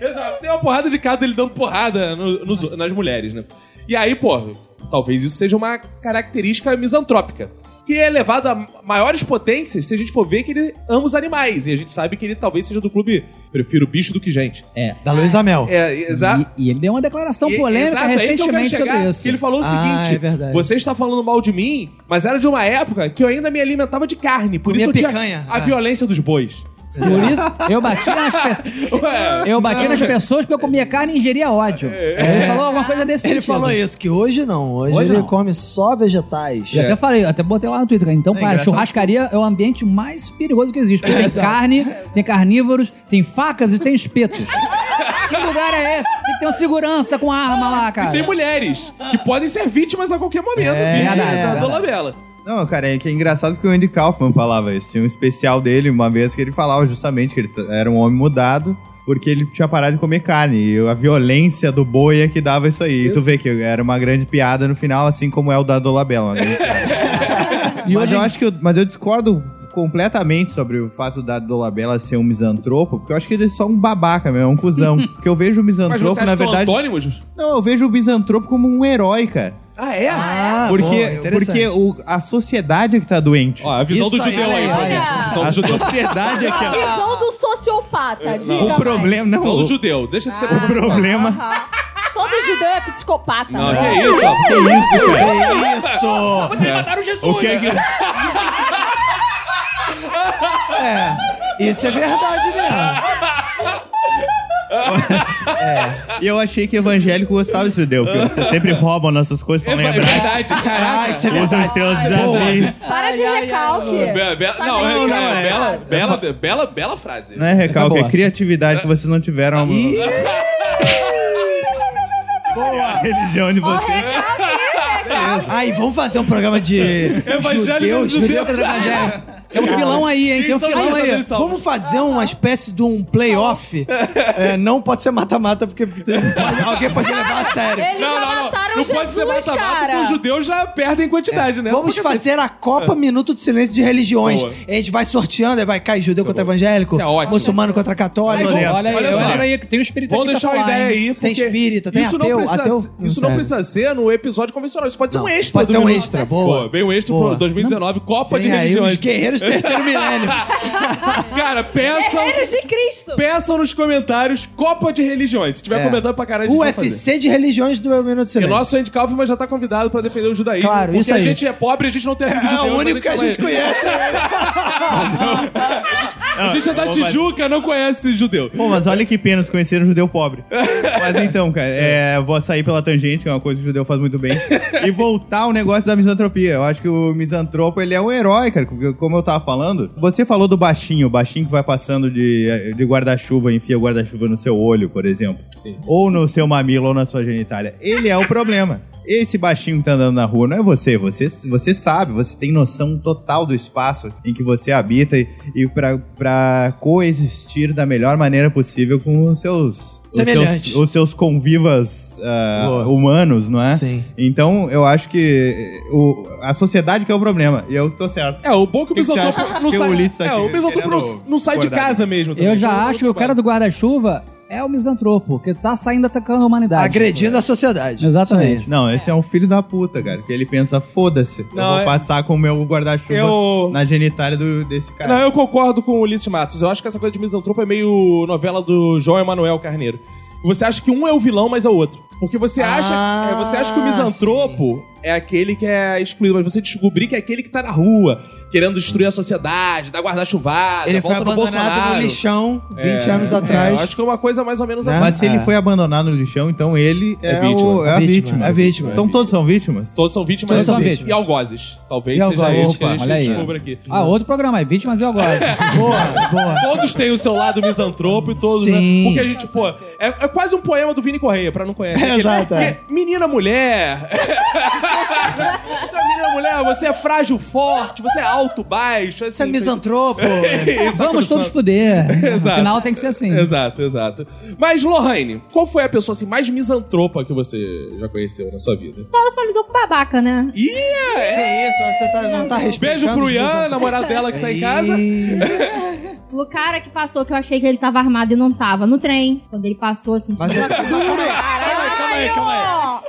S1: Exato. Tem uma porrada de caso dele dando porrada no- nos- nas mulheres, né? E aí, pô, talvez isso seja uma característica misantrópica. que é levado a maiores potências se a gente for ver que ele ama os animais. E a gente sabe que ele talvez seja do clube Prefiro Bicho do que Gente.
S5: É.
S2: Da Luísa Mel.
S1: É,
S2: Hum.
S1: exato.
S5: E, e ele deu uma
S2: Então,
S5: declaração
S1: E-
S5: polêmica
S1: exato, é aí que eu quero
S5: recentemente
S1: chegar,
S5: sobre isso.
S1: que ele falou o
S2: Ah,
S1: seguinte:
S2: é verdade.
S1: você está falando mal de mim, mas era de uma época que eu ainda me alimentava de carne. Por
S2: Comia
S1: isso eu tinha
S2: picanha,
S1: a
S2: é.
S1: violência dos bois.
S5: Por isso, eu bati nas pessoas.
S1: Ué,
S5: Eu bati nas pessoas porque eu comia carne e ingeria ódio.
S1: É.
S5: Ele falou alguma coisa desse
S2: Ele
S5: sentido.
S2: falou isso, que hoje não. Hoje,
S5: Hoje
S2: ele
S5: não.
S2: come só vegetais.
S5: E até falei, até botei lá no Twitter. cara. Então,
S6: É
S5: cara,
S6: engraçado.
S5: churrascaria é o ambiente mais perigoso que existe. Porque tem carne, tem carnívoros, tem facas e tem espetos. que lugar é esse? Tem que ter um segurança com arma lá, cara.
S1: tem mulheres que podem ser vítimas a qualquer momento.
S2: É,
S1: vítimas
S5: verdade,
S1: da
S5: verdade.
S1: Dolabella.
S6: Não, cara, é que é engraçado que o Andy Kaufman falava isso. Tinha um especial dele, uma vez que ele falava justamente que ele t- era um homem mudado, porque ele tinha parado de comer carne. E a violência do boi é que dava isso aí. E tu vê que era uma grande piada no final, assim como é o da Dolabella. uma grande piada.
S5: E
S6: mas,
S5: hoje
S6: eu acho que eu- mas eu discordo completamente sobre o fato da Dolabella ser um misantropo, porque eu acho que ele é só um babaca, meu, é um cuzão. porque eu vejo o
S1: Mas você
S6: misantropo,
S1: acha
S6: Um na
S1: que são
S6: verdade...
S1: antônimos?
S6: Não, eu vejo o misantropo como um herói, cara.
S1: Ah, é?
S2: Ah,
S6: Porque,
S2: boa, interessante.
S6: porque o- a sociedade é que tá doente.
S1: Ó, a visão
S2: Isso
S1: do
S2: aí,
S1: judeu aí,
S5: olha
S1: pra
S5: aí,
S1: gente.
S4: olha.
S1: A visão do
S6: A
S1: judeu.
S6: sociedade é que
S4: A visão do sociopata, diga
S6: O
S4: mais.
S6: problema
S1: A visão
S6: não.
S1: do judeu. Deixa de ser
S6: O
S1: preconceituoso.
S6: problema.
S4: Aham. Todo judeu é psicopata.
S1: Não,
S4: né?
S1: que isso, ó.
S6: Que é isso, cara?
S2: Isso!
S5: Vocês mataram Jesus!
S6: O que é que.
S2: Isso é verdade mesmo.
S6: E eu achei que evangélico gostava de judeu, porque vocês sempre roubam nossas coisas pra
S1: É
S6: lembrar.
S1: verdade, caraca.
S2: Ah, isso é
S6: Usam os
S2: verdade.
S6: teus dados.
S4: Para de recalque.
S1: Be- be-
S4: Sabe
S1: Não,
S4: que
S1: é,
S6: não,
S1: cara,
S6: é.
S1: bela, bela, bela, bela, frase.
S6: Não é recalque,
S5: Acabou.
S6: é criatividade que vocês não tiveram
S2: Ih.
S6: a religião de
S4: Ó,
S6: vocês.
S4: recalque,
S1: Ah,
S4: recalque.
S2: Aí, vamos fazer um programa de
S1: Evangélico
S2: judeus.
S1: judeu.
S5: Judeu contra evangelho. Tem um filão aí, hein? Tem um
S1: São
S5: filão
S1: Paulo
S5: aí.
S1: tá dando salva.
S2: Vamos fazer uma espécie de um playoff. É, não pode ser mata-mata, porque alguém pode levar a sério.
S4: Eles
S1: Não,
S4: já
S1: não, não.
S4: mataram
S1: Não
S4: Jesus,
S1: pode ser mata-mata
S4: cara.
S1: porque os judeus já perdem quantidade, né?
S2: Vamos
S1: Porque assim,
S2: fazer a Copa Minuto de Silêncio de Religiões.
S1: Boa.
S2: A gente vai sorteando, aí vai cair judeu contra
S1: boa.
S2: evangélico,
S1: Isso é ótimo.
S2: muçulmano contra católico.
S6: Ai,
S5: Olha aí,
S1: Olha
S5: olha
S1: só.
S5: aí. Tem um espírito
S1: Vamos
S5: aqui
S1: deixar
S5: pra
S1: uma
S5: falar,
S1: ideia
S5: hein?
S1: aí, porque
S2: Tem espírita, tem
S1: isso
S2: ateu,
S1: não precisa,
S2: ateu
S1: ser-
S2: não
S1: isso não
S2: serve.
S1: precisa ser no episódio convencional, isso pode ser
S2: Não,
S1: um extra.
S2: pode
S1: do
S2: ser um
S1: Minuto.
S2: extra, boa.
S1: Vem um extra
S2: Boa.
S1: pro 2019, Copa de
S2: Tem aí os
S1: Religiões.
S2: guerreiros do terceiro milênio.
S1: Cara, peçam,
S4: Guerreiros de Cristo.
S1: peçam nos comentários Copa de Religiões. Se tiver
S2: É.
S1: comentando pra caralho, a gente vai fazer.
S2: UFC de religiões do Minuto de
S1: E
S2: Silêncio.
S1: nosso Andy Kaufman já tá convidado pra defender o judaísmo.
S2: Claro,
S1: porque
S2: isso
S1: a
S2: aí.
S1: gente é pobre, a gente não tem amigo
S2: É
S1: judeu.
S2: o
S1: mas
S2: único que a
S1: fala
S2: gente
S1: aí.
S2: conhece.
S1: A gente é da Tijuca, não conhece judeu.
S6: Pô, mas olha que pena, se conheceram um judeu pobre. Mas então, cara, é, eu vou sair pela tangente, que é uma coisa que o judeu faz muito bem, e voltar ao negócio da misantropia. Eu acho que o misantropo, ele é um herói, cara, porque, como eu tava falando. Você falou do baixinho, o baixinho que vai passando de, de guarda-chuva, enfia o guarda-chuva no seu olho, por exemplo. Ou no seu mamilo, ou na sua genitália. Ele é o problema. Esse baixinho que tá andando na rua não é você, você, você sabe, você tem noção total do espaço em que você habita e, e pra- pra coexistir da melhor maneira possível com os seus. os
S2: Semelhante.
S6: seus- Os seus, convivas ah,
S2: Boa.
S6: humanos, não é?
S2: Sim.
S6: Então eu acho que o- a sociedade que é o problema, e eu tô certo.
S1: É, o bom que o
S6: Que que você
S1: misantropo
S6: acha?
S1: não
S6: Que o
S1: sai.
S6: Ulisses tá
S1: é,
S6: aqui
S1: o misantropo
S6: querendo
S1: não, não sai de
S6: acordar.
S1: casa mesmo. também.
S5: Eu já
S1: Então,
S5: acho que o cara do guarda-chuva é o misantropo, que tá saindo atacando a humanidade.
S2: Agredindo a sociedade.
S5: Exatamente.
S6: Não, esse é um filho da puta, cara. Que ele pensa, foda-se, eu
S1: Não,
S6: vou
S1: é-
S6: passar com o meu guarda-chuva
S1: Eu-
S6: na genitália do- desse cara.
S1: Não, eu concordo com o Ulisses Matos. Eu acho que essa coisa de misantropo é meio novela do João Emanuel Carneiro. Você acha que um é o vilão, mas é o outro. Porque você acha,
S2: Ah,
S1: é, você acha que o misantropo é aquele que é excluído, mas você descobrir que é aquele que tá na rua, querendo destruir a sociedade, dar guarda-chuvada,
S2: Ele foi
S1: volta no
S2: abandonado
S1: Bolsonaro.
S2: no lixão 20 anos
S1: É,
S2: atrás.
S1: eu acho que é uma coisa mais ou menos
S2: Né?
S1: assim.
S6: Mas se ele
S2: É.
S6: foi abandonado no lixão, então ele é,
S1: É vítima.
S6: o- é a vítima.
S2: É vítima.
S6: Então todos são vítimas?
S1: Todos são vítimas
S5: Todos são
S1: e
S5: vítimas.
S1: algozes. Talvez
S2: E
S1: seja
S2: algozes.
S1: isso que a
S5: Opa,
S1: gente
S5: olha aí.
S1: descubra aqui.
S5: Ah, outro programa aí, vítimas e algozes.
S2: Boa, boa.
S1: Todos têm o seu lado misantropo e todos,
S2: Sim.
S1: né? Porque a gente, pô, é, é quase um poema do Vini Correia, pra não conhecer. Aquele-
S2: Exato, é.
S1: porque Menina mulher. você é menina mulher, você é frágil, forte, você é alto, baixo.
S2: Você é misantropo.
S5: Vamos todos fuder.
S1: Exato.
S5: No final tem que ser assim.
S1: Exato, exato. Mas, Lohane, qual foi a pessoa assim, mais misantropa que você já conheceu na sua vida?
S3: Ela só lidou com babaca, né?
S1: Ih, é.
S2: que isso, você tá- não tá respeitando.
S1: Beijo pro
S2: os
S1: Ian,
S2: misantropos.
S1: namorado dela que tá em casa.
S2: Ih,
S3: O cara que passou, que eu achei que ele tava armado e não tava, no trem. Quando ele passou, assim,
S2: Mas
S3: tipo,
S2: eu- mas calma aí, calma aí, calma aí, calma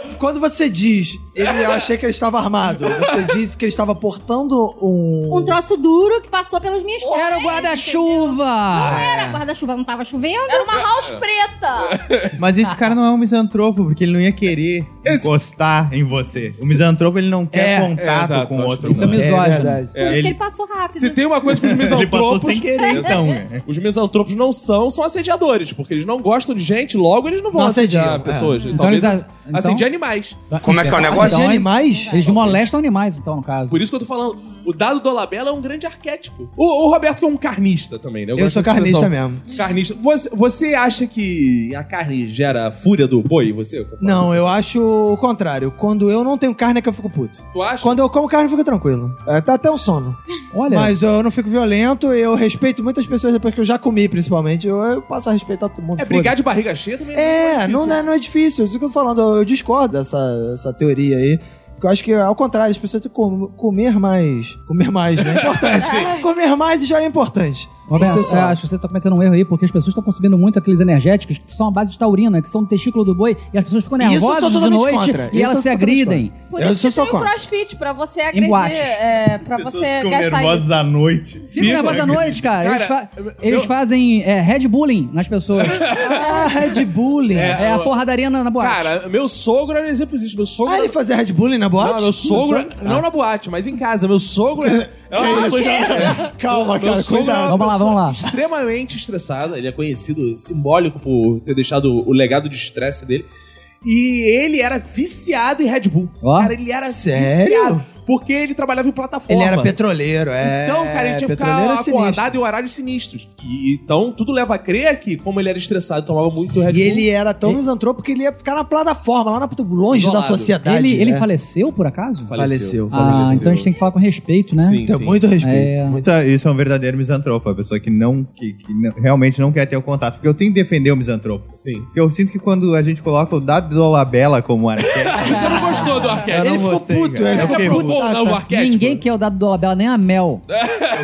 S2: aí. quando você diz, ele, eu achei que ele estava armado. Você disse que ele estava portando um.
S3: Um troço duro que passou pelas minhas costas.
S5: Era o guarda-chuva!
S3: Era guarda-chuva, não tava chovendo.
S4: Era uma house preta.
S6: Mas esse cara não é um misantropo, porque ele não ia querer
S1: Esse-
S6: encostar em você. O misantropo, ele não quer
S2: É,
S6: contato
S1: é, exato,
S6: com
S1: acho
S6: outro.
S1: que
S5: Isso é
S6: humano.
S2: É
S5: misógino.
S2: verdade.
S3: Por isso que
S6: ele-
S3: ele passou rápido.
S1: Se tem uma coisa que os
S6: Ele passou
S1: misantropos.
S6: sem querer, então. é.
S1: Os misantropos não são, são assediadores, porque eles não gostam de gente, logo eles não vão
S2: Não
S1: assediar
S2: assediam, é.
S1: pessoas.
S5: Então
S1: Talvez
S5: eles a-
S1: ass-
S5: então-
S1: assediar animais.
S8: Como é que é o
S1: um
S8: negócio?
S2: Mas de animais?
S5: Eles molestam animais, então, no caso.
S1: Por isso que eu tô falando, o Dado Dolabella é um grande arquétipo. O, o Roberto que é um carnista também, né?
S2: Eu
S1: gosto
S2: sou
S1: dessa
S2: carnista
S1: expressão.
S2: mesmo.
S1: Carnista. Você, você acha que a carne gera a fúria do boi? Você?
S2: Não, eu acho o contrário. Quando eu não tenho carne é que eu fico puto.
S1: Tu acha?
S2: Quando eu como carne, eu fico tranquilo. É, tá até um sono.
S5: Olha,
S2: Mas eu não fico violento, eu respeito muitas pessoas depois que eu já comi, principalmente. Eu, eu passo a respeitar todo mundo.
S1: É,
S2: foda-se.
S1: brigar de barriga cheia também
S2: É,
S1: muito
S2: não,
S1: difícil.
S2: é, não é difícil. Isso que eu tô falando, eu, eu discordo dessa essa teoria aí. Porque eu acho que, ao contrário, as pessoas têm que com- comer mais. Comer mais, né? É importante. comer mais já é importante.
S5: Roberto,
S2: Você só-
S5: eu acho que você tá cometendo um erro aí, porque as pessoas estão consumindo muito aqueles energéticos que são a base de taurina, que são do testículo do boi, e as pessoas ficam
S2: Isso eu
S6: é
S2: sou
S5: nervosas de
S2: totalmente
S5: noite
S2: contra.
S5: e
S2: Isso eu
S5: elas
S2: sou
S5: se
S2: totalmente
S5: agridem.
S4: Por
S2: Eu
S4: isso
S2: sou
S4: que tem
S2: só
S4: o
S2: contra.
S4: crossfit, pra você
S5: Em
S4: agredir,
S5: boates.
S4: é, pra
S6: Pessoas
S4: você
S6: ficam
S4: gastar
S6: nervosas
S4: isso.
S6: à noite.
S5: Ficam nervosas à noite, cara.
S1: Cara,
S5: eles fa-
S1: eu-
S5: eles
S1: eu-
S5: fazem é, Red Bulling nas pessoas.
S2: Ah, Red Bulling.
S5: é a porradaria na, na boate.
S1: Cara, meu sogro era um exemplo disso. Meu sogro.
S2: Ah, ele fazia Red Bulling na boate?
S1: Não, meu sogro.
S2: é- Ah.
S1: Não na boate, mas em casa. Meu sogro é. é uma pessoa estre-
S2: Calma,
S1: Meu
S2: cara,
S1: sogro é
S2: cuidado.
S1: uma
S5: Vamos lá,
S1: pessoa
S5: vamos lá.
S1: Extremamente estressado. Ele é conhecido, simbólico, por ter deixado o legado de estresse dele. E ele era viciado em Red Bull.
S5: Ó.
S1: Cara, ele era
S2: Sério?
S1: viciado. Porque ele trabalhava em plataforma.
S2: Ele era petroleiro, é.
S1: Então, cara, ele tinha que
S2: petroleiro
S1: ficar
S2: é sinistro.
S1: acordado em horários sinistros. E, então, tudo leva a crer que, como ele era estressado, tomava muito Red
S2: E
S1: Bull.
S2: ele era tão misantropo que ele ia ficar na plataforma, lá na, longe da
S1: Isolado.
S2: sociedade.
S5: ele, ele
S2: né?
S5: faleceu, por acaso?
S2: faleceu.
S5: Ah,
S2: faleceu.
S5: então a gente tem que falar com respeito, né?
S1: Sim,
S2: Tem
S1: sim.
S2: muito respeito.
S5: É.
S2: muito-
S6: Tá, Isso é um verdadeiro misantropo, a pessoa que não que, que não- realmente não quer ter o contato. Porque eu tenho que defender o misantropo.
S1: Sim.
S6: Porque eu sinto que quando a gente coloca o Dado Dolabella como arquétipo,
S1: Você não gostou do
S6: Eu
S1: arquétipo?
S6: não
S2: Ele ficou
S6: gostei,
S2: puto,
S6: cara.
S2: ele
S6: Eu
S2: ficou
S6: fiquei
S2: puto. Ah,
S1: Puto ou não, né, o arquétipo?
S5: Ninguém quer é o dado do Labela, nem a Mel.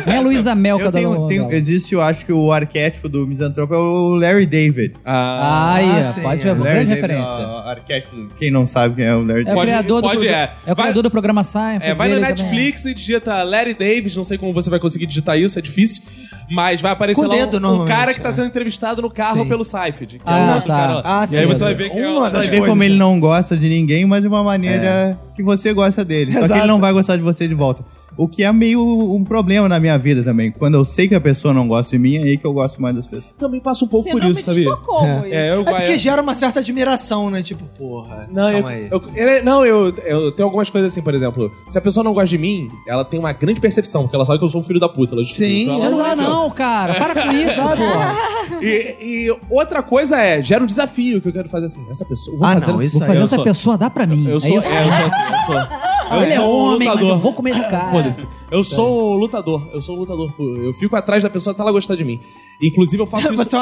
S5: nem a Luísa Mel que é
S6: eu
S5: o dado
S6: tenho,
S5: do
S6: tenho-
S5: Labella.
S6: existe, eu acho que o arquétipo do misantropo é o Larry David.
S1: Ah,
S5: Ah,
S2: Ah,
S5: é,
S2: sim,
S5: pode
S2: é.
S5: ver, uma
S6: Larry David,
S5: grande referência.
S6: ó, arquétipo, quem não sabe quem é o Larry
S5: É o
S1: Pode-
S5: criador,
S1: pode,
S5: do, pro-
S1: é.
S5: é o
S1: Vai-
S5: criador do programa Science.
S1: É, vai no Netflix e digita Larry Davis, não sei como você vai conseguir digitar isso, é difícil, mas vai aparecer
S2: Com o
S1: lá um-
S2: dedo,
S1: um,
S2: normalmente,
S1: cara que tá
S2: é.
S1: sendo entrevistado no carro
S2: Sim.
S1: pelo Seifed. que é
S5: Ah,
S1: o outro
S5: tá.
S1: cara lá.
S2: Ah,
S1: e
S2: sim,
S1: aí você
S2: é
S1: vai ver que é
S2: uma
S1: o-
S2: das
S6: Você vê como
S2: coisas,
S5: né?
S6: ele não gosta de ninguém, mas de uma
S5: É.
S6: maneira que você gosta dele. Só que
S2: Exato.
S6: ele não vai gostar de você de volta. O que é meio um problema na minha vida também. Quando eu sei que a pessoa não gosta de mim, é aí que eu gosto mais das pessoas.
S1: também passa um pouco por
S4: Síndrome
S1: isso,
S4: de
S1: sabia?
S4: Estocolmo, isso.
S1: É, eu,
S2: É porque
S1: é-
S2: gera uma certa admiração, né? Tipo, porra,
S1: Não, eu,
S2: calma aí.
S1: eu- é, não eu, eu tenho algumas coisas assim, por exemplo, se a pessoa não gosta de mim, ela tem uma grande percepção, porque ela sabe que eu sou um filho da puta. Ela
S2: Sim,
S1: então ela-
S5: Você não é não, cara. Para com isso. pô.
S1: E, e outra coisa é, gera um desafio que eu quero fazer assim. Essa pessoa. eu Vou
S2: Ah,
S1: fazer,
S2: não, isso
S5: Vou
S2: aí
S5: fazer
S1: eu
S5: essa
S1: sou-
S5: pessoa dar pra mim.
S1: Eu sou,
S5: é
S1: é, eu
S5: isso.
S1: sou assim, eu sou. Eu
S5: Ele é
S1: sou um
S5: homem, mas eu
S1: lutador.
S5: vou comer esse cara.
S1: Foda-se. Eu sou um lutador. Eu sou um lutador. Eu fico atrás da pessoa até ela gostar de mim. Inclusive, eu faço isso.
S2: Você é um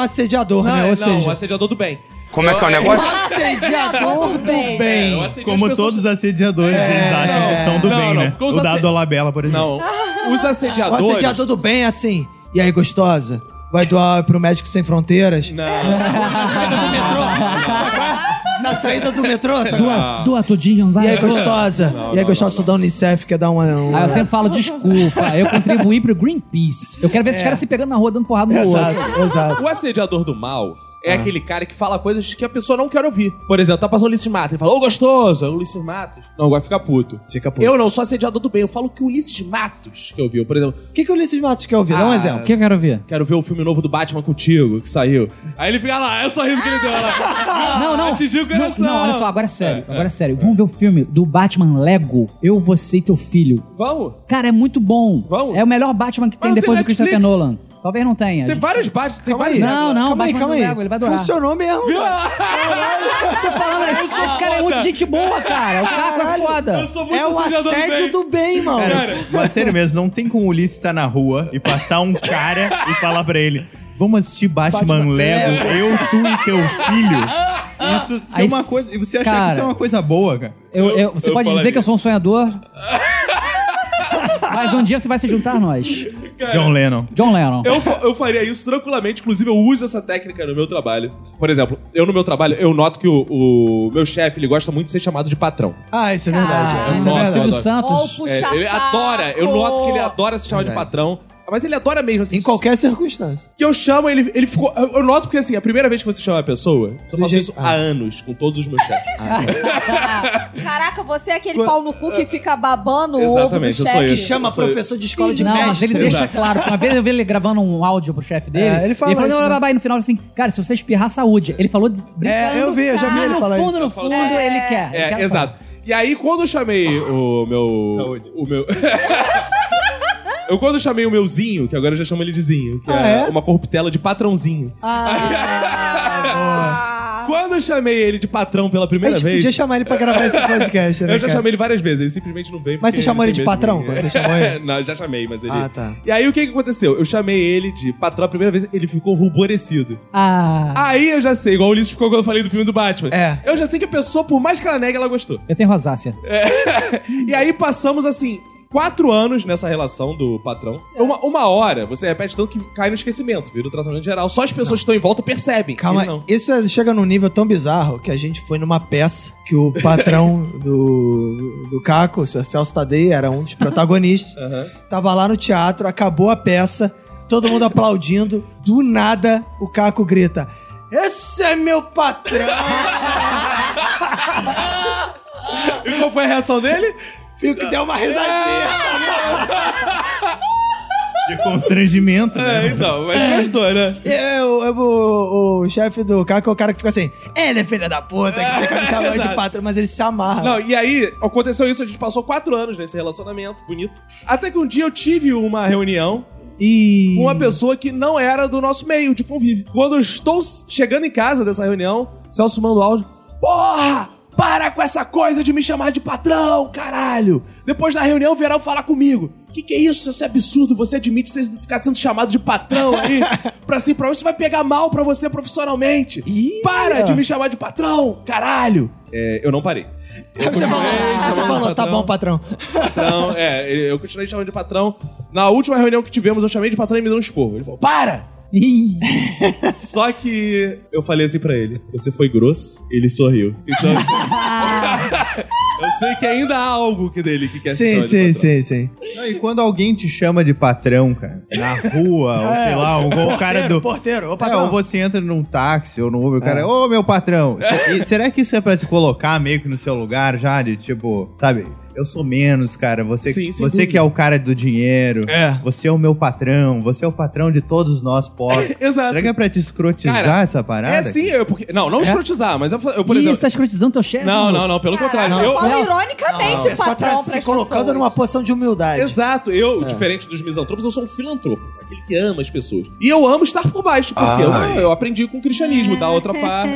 S1: Não,
S2: assediador, né? Ou
S1: não, é um o
S2: seja,
S1: assediador do bem.
S8: Como é que é o negócio?
S2: assediador do
S1: É, eu
S2: bem.
S1: assedio
S6: Como
S1: as pessoas-
S6: todos os assediadores,
S5: É,
S6: eles acham que são do
S1: Não,
S6: bem,
S1: não,
S6: né?
S1: porque os
S6: O
S1: assedi-
S6: dado Dolabella, por exemplo.
S1: Não. Os
S2: O
S1: assediadores.
S2: assediador do bem é assim. E aí, gostosa? Vai doar pro Médico Sem Fronteiras?
S1: Não.
S2: Na saída do metrô? Na saída do metrô? sabe?
S1: Ah,
S5: Doa, doa tudinho, vai.
S2: E aí,
S5: doa.
S2: gostosa? e aí, gostosa, sou da Unicef, quer dar uma... um-
S5: Aí eu sempre falo, desculpa, eu contribuí pro Greenpeace. Eu quero ver esses caras se pegando na rua, dando porrada um no outro.
S2: Exato, exato.
S1: O assediador do mal é
S2: Ah.
S1: aquele cara que fala coisas que a pessoa não quer ouvir. Por exemplo, tá passando o Ulisses Matos. Ele fala, ô gostoso, é o Ulisses Matos. Não, vai ficar puto.
S2: Fica puto.
S1: Eu não sou assediador do bem. Eu falo que o Ulisses Matos que eu vi. Por exemplo,
S2: O que, que o Ulisses Matos quer ouvir? Dá um
S1: Ah,
S2: exemplo.
S5: O que eu quero ver?
S1: Quero ver o filme novo do Batman contigo, que saiu. Aí ele fica lá, é o sorriso que ele deu. Ela,
S5: Não, não.
S1: Atingiu o
S5: não,
S1: coração.
S5: não, olha só, agora é sério. Agora é sério. Vamos ver o filme do Batman Lego. Eu, você e teu filho.
S1: Vamos?
S5: Cara, é muito bom.
S1: Vamos?
S5: É o melhor Batman que tem
S1: não tem
S5: depois do Christopher
S1: Netflix?
S5: Nolan. Talvez não tenha.
S1: Tem
S5: gente.
S1: vários Batman, tem vários.
S5: Não, não,
S2: É calma aí,
S5: Batman
S2: calma aí.
S5: do Lego, ele vai adorar.
S2: Funcionou mesmo.
S5: Tô falando, esse, esse cara é muito gente boa, cara. O cara é
S2: Caralho.
S5: foda.
S1: Eu sou muito
S2: É o
S1: assediador
S2: assédio
S1: do
S2: do bem, mano.
S1: Cara.
S6: Mas sério mesmo, não tem como o Ulisses estar na rua e passar um cara e falar pra ele: Vamos assistir Batman,
S2: Batman
S6: Lego, eu, tu e teu filho. Isso ser
S5: É, Aí
S6: uma
S5: s-
S6: coisa. E você achar que
S5: cara.
S6: isso é uma coisa boa, cara?
S5: Eu, eu- você
S1: eu
S5: pode dizer
S1: falaria.
S5: que eu sou um sonhador? Mas um dia você vai se juntar a nós.
S6: John Lennon.
S5: John Lennon.
S1: Eu, fa- eu faria isso tranquilamente, inclusive eu uso essa técnica no meu trabalho. Por exemplo, eu no meu trabalho, eu noto que o, o meu chefe, ele gosta muito de ser chamado de patrão.
S2: Ah, isso é verdade.
S5: Ah,
S1: eu adoro,
S5: Silvio
S1: eu adoro.
S5: Santos.
S4: Ou
S1: É,
S4: puxar
S1: ele adora, eu
S4: saco.
S1: noto que ele adora se chamar de patrão. Mas ele adora mesmo, assim.
S2: É. Em qualquer circunstância.
S1: que eu chamo, ele, ele ficou. Eu, eu noto porque assim, a primeira vez que você chama a pessoa, eu faço
S2: jeito-
S1: isso há anos com todos os meus chefes.
S4: Caraca, você é aquele pau no cu que fica babando o ovo do
S1: Exatamente, eu sou
S4: chefe.
S1: esse.
S2: Chama
S1: Sou-
S2: professor de escola de
S5: não, mas
S2: mestre.
S5: ele deixa claro. Uma vez eu vi ele gravando um áudio pro chefe dele.
S2: É, ele fala
S5: ele
S2: isso,
S5: falou,
S2: né?
S5: babá, e no final assim, cara, se você espirrar, saúde. Ele falou des- brincando.
S2: É, eu vi, eu já vi
S5: mas
S2: ele falar
S5: Ah, no fundo,
S2: isso.
S5: No fundo, ele quer. ele
S1: É,
S5: quer
S1: exato. E aí, quando eu chamei o meu.
S6: Saúde.
S1: O meu. eu quando eu chamei o meu Zinho, que agora eu já chamo ele de Zinho, que
S2: Ah,
S1: é,
S2: é?
S1: uma corruptela de patrãozinho.
S4: Ah,
S1: Quando eu chamei ele de patrão pela
S2: A
S1: primeira
S2: gente
S1: vez.
S2: podia chamar ele pra gravar esse podcast, né?
S1: Eu já
S2: cara?
S1: chamei ele várias vezes, ele simplesmente não veio.
S2: Mas
S1: porque
S2: você chamou ele de
S1: tem medo
S2: patrão
S1: mim. É,
S2: quando você chamou ele?
S1: não, eu já chamei, mas ele.
S2: Ah, tá.
S1: E aí o que, que aconteceu? Eu chamei ele de patrão a primeira vez, ele ficou ruborecido.
S5: Ah,
S1: Aí eu já sei, igual o Ulisses ficou quando eu falei do filme do Batman.
S2: É.
S1: Eu já sei que a pessoa, por mais que ela negue, ela gostou.
S5: eu tenho rosácea.
S1: E aí passamos assim. Quatro anos nessa relação do patrão.
S2: É.
S1: Uma, uma hora, você repete tanto que cai no esquecimento, vira o tratamento geral. Só as pessoas que estão em volta percebem.
S2: Calma,
S1: Ele não.
S2: isso é- chega num nível tão bizarro que a gente foi numa peça que o patrão do, do Caco, o Sr. Celso Tadei, era um dos protagonistas.
S1: Aham.
S2: Tava lá no teatro, acabou a peça, todo mundo aplaudindo. Do nada, o Caco grita: Esse é meu patrão!
S1: E qual foi a reação dele? É.
S2: Fico que deu uma risadinha.
S6: De constrangimento,
S1: É,
S6: né?
S1: então, mas gostou, né?
S2: Eu, eu- o, o chefe do Caco é o cara que fica assim: Ele é filha da puta, que fica me chamando de
S1: Exato.
S2: patrão, mas ele se amarra.
S1: Não, e aí aconteceu isso, a gente passou quatro anos nesse relacionamento bonito. Até que um dia eu tive uma reunião
S2: E.
S1: com uma pessoa que não era do nosso meio de convívio. Quando eu estou chegando em casa dessa reunião, Celso manda o áudio. Porra! Para com essa coisa de me chamar de patrão, caralho! Depois da reunião vieram falar comigo. Que que é isso? Isso é absurdo. Você admite você ficar sendo chamado de patrão aí? pra assim, pra isso vai pegar mal pra você profissionalmente. Para de me chamar de patrão, caralho! É, eu não parei. Eu
S2: Aí Ah, você falou,
S1: continuei
S2: aí você
S1: chamando de
S2: falou tá bom, patrão.
S1: patrão. É, ele- eu continuei chamando de patrão. Na última reunião que tivemos, eu chamei de patrão e me deu um esporro. Ele falou, para!
S5: Ih,
S1: Só que eu falei assim pra ele: você foi grosso, ele sorriu. Então assim, eu sei que ainda há algo que dele que quer se
S2: Sim,
S1: chamar de
S2: sim,
S1: patrão.
S2: sim, sim.
S6: Não, e quando alguém te chama de patrão, cara, na rua, ou
S5: É.
S6: sei lá, um, ou o cara do.
S2: Porteiro, ô
S6: É, ou você entra num táxi ou no Uber, o
S2: É.
S6: cara, ô meu patrão, e será que isso é pra te colocar meio que no seu lugar já? De tipo, sabe, eu sou menos, cara, você,
S1: Sim, sem
S6: você
S1: dúvida.
S6: que é o cara do dinheiro,
S2: É.
S6: você é o meu patrão, você é o patrão de todos nós pobres.
S1: Exato.
S6: será que é pra te escrotizar
S1: Cara,
S6: essa parada?
S1: É sim, eu, porque. Não, não escrotizar, mas eu, eu por
S5: Ih,
S1: exemplo.
S5: você tá escrotizando teu chefe?
S1: Não,
S5: mano?
S1: não, não, pelo contrário.
S4: Caraca,
S1: Eu,
S4: eu falo
S5: Celso-
S4: ironicamente,
S2: Só
S4: patrão,
S2: tá
S4: pras
S2: se colocando
S4: pessoas.
S2: numa posição de humildade.
S1: Exato, eu, diferente dos misantropos, eu sou um filantropo, aquele que ama as pessoas. E eu amo estar por baixo, porque eu,
S9: Ai.
S1: eu aprendi com o cristianismo, da outra farra.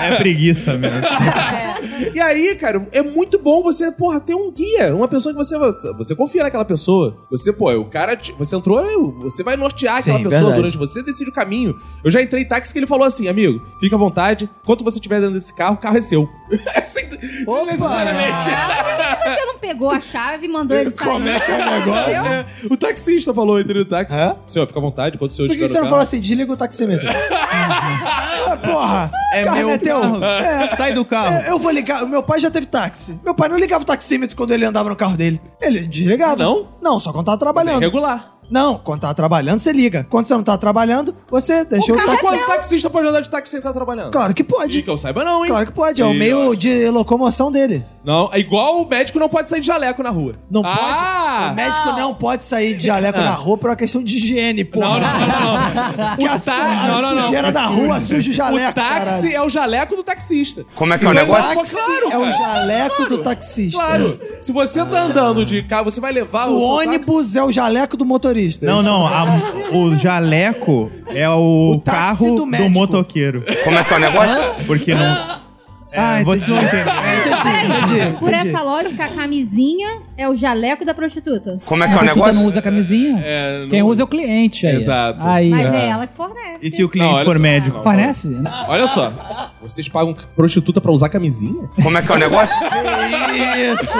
S6: É preguiça mesmo.
S4: É.
S1: E aí, cara, é muito bom você, porra, ter um guia, uma pessoa que você você confia naquela pessoa. Você, pô, o cara, te- você entrou, eu- você vai nortear aquela
S2: Sim,
S1: pessoa
S2: verdade.
S1: durante você decide o caminho. Eu já entrei em táxi que ele falou assim, amigo, fica à vontade, enquanto você estiver dentro desse carro, o carro é seu. Assim,
S4: Ah,
S1: Desnecessariamente.
S3: Você não pegou a chave e mandou ele sair.
S1: Como é que é o negócio? É, o taxista falou, entendeu? O táxi.
S2: É?
S1: Senhor, fica à vontade, enquanto o senhor
S2: Por que
S1: estiver
S2: você
S1: no
S2: não falou
S1: carro.
S2: assim, desliga o taxímetro? ah, porra,
S6: É
S2: carro
S6: meu
S2: é teu.
S6: carro.
S2: É.
S6: Sai do carro.
S2: Eu- Eu vou ligar. O Meu pai já teve táxi. Meu pai não ligava o taxímetro quando ele andava no carro dele. Ele desligava.
S1: Não?
S2: Não, só quando tava
S1: É
S2: trabalhando.
S1: regular.
S2: Não, quando tava trabalhando, você liga. Quando você não tá trabalhando, você deixa o,
S4: carro é
S2: táxi.
S1: Quando o taxista pode andar de táxi sem estar trabalhando?
S2: Claro que
S1: E
S2: pode.
S1: que eu saiba não, hein?
S2: Claro que pode. É o
S1: Ih,
S2: meio de locomoção dele.
S1: Não, é igual o médico não pode sair de jaleco na rua.
S2: Não pode. O
S1: ah!
S2: médico não, pode sair de jaleco na rua por uma questão de higiene, porra.
S1: Não, não, não, não.
S2: Que a, su
S1: tá-
S2: a
S1: não, não, não.
S2: sujeira da rua suja o jaleco.
S1: O táxi
S2: caralho.
S1: é o jaleco do taxista.
S8: Como é que é o
S2: O
S8: negócio?
S2: táxi
S1: Claro,
S2: é o
S1: cara.
S2: jaleco do taxista.
S1: Claro. Se você tá andando de carro, você vai levar o,
S2: O
S1: seu
S2: ônibus é o jaleco do motorista.
S6: Não, não, a- o jaleco é o,
S2: O táxi
S6: carro
S2: do
S6: do,
S2: médico.
S6: motoqueiro.
S8: Como é que é o negócio?
S6: Porque não. É,
S2: Ah, entendi.
S6: vocês não entendem.
S2: Entendi, entendi.
S3: Por
S2: entendi.
S3: essa lógica, a camisinha é o jaleco da prostituta.
S8: Como é que
S5: A
S8: é o
S5: prostituta não
S8: negócio?
S5: usa camisinha.
S1: É, não-
S5: Quem usa é o cliente. Aí.
S1: Exato.
S5: Aí, né?
S3: Mas
S5: é.
S3: é ela que fornece.
S6: E se o
S1: Não,
S6: cliente
S1: olha
S6: for
S1: só.
S6: médico?
S5: Fornece?
S1: táxi. Olha só. Vocês pagam prostituta pra usar camisinha?
S8: Como é que é o negócio?
S2: Isso!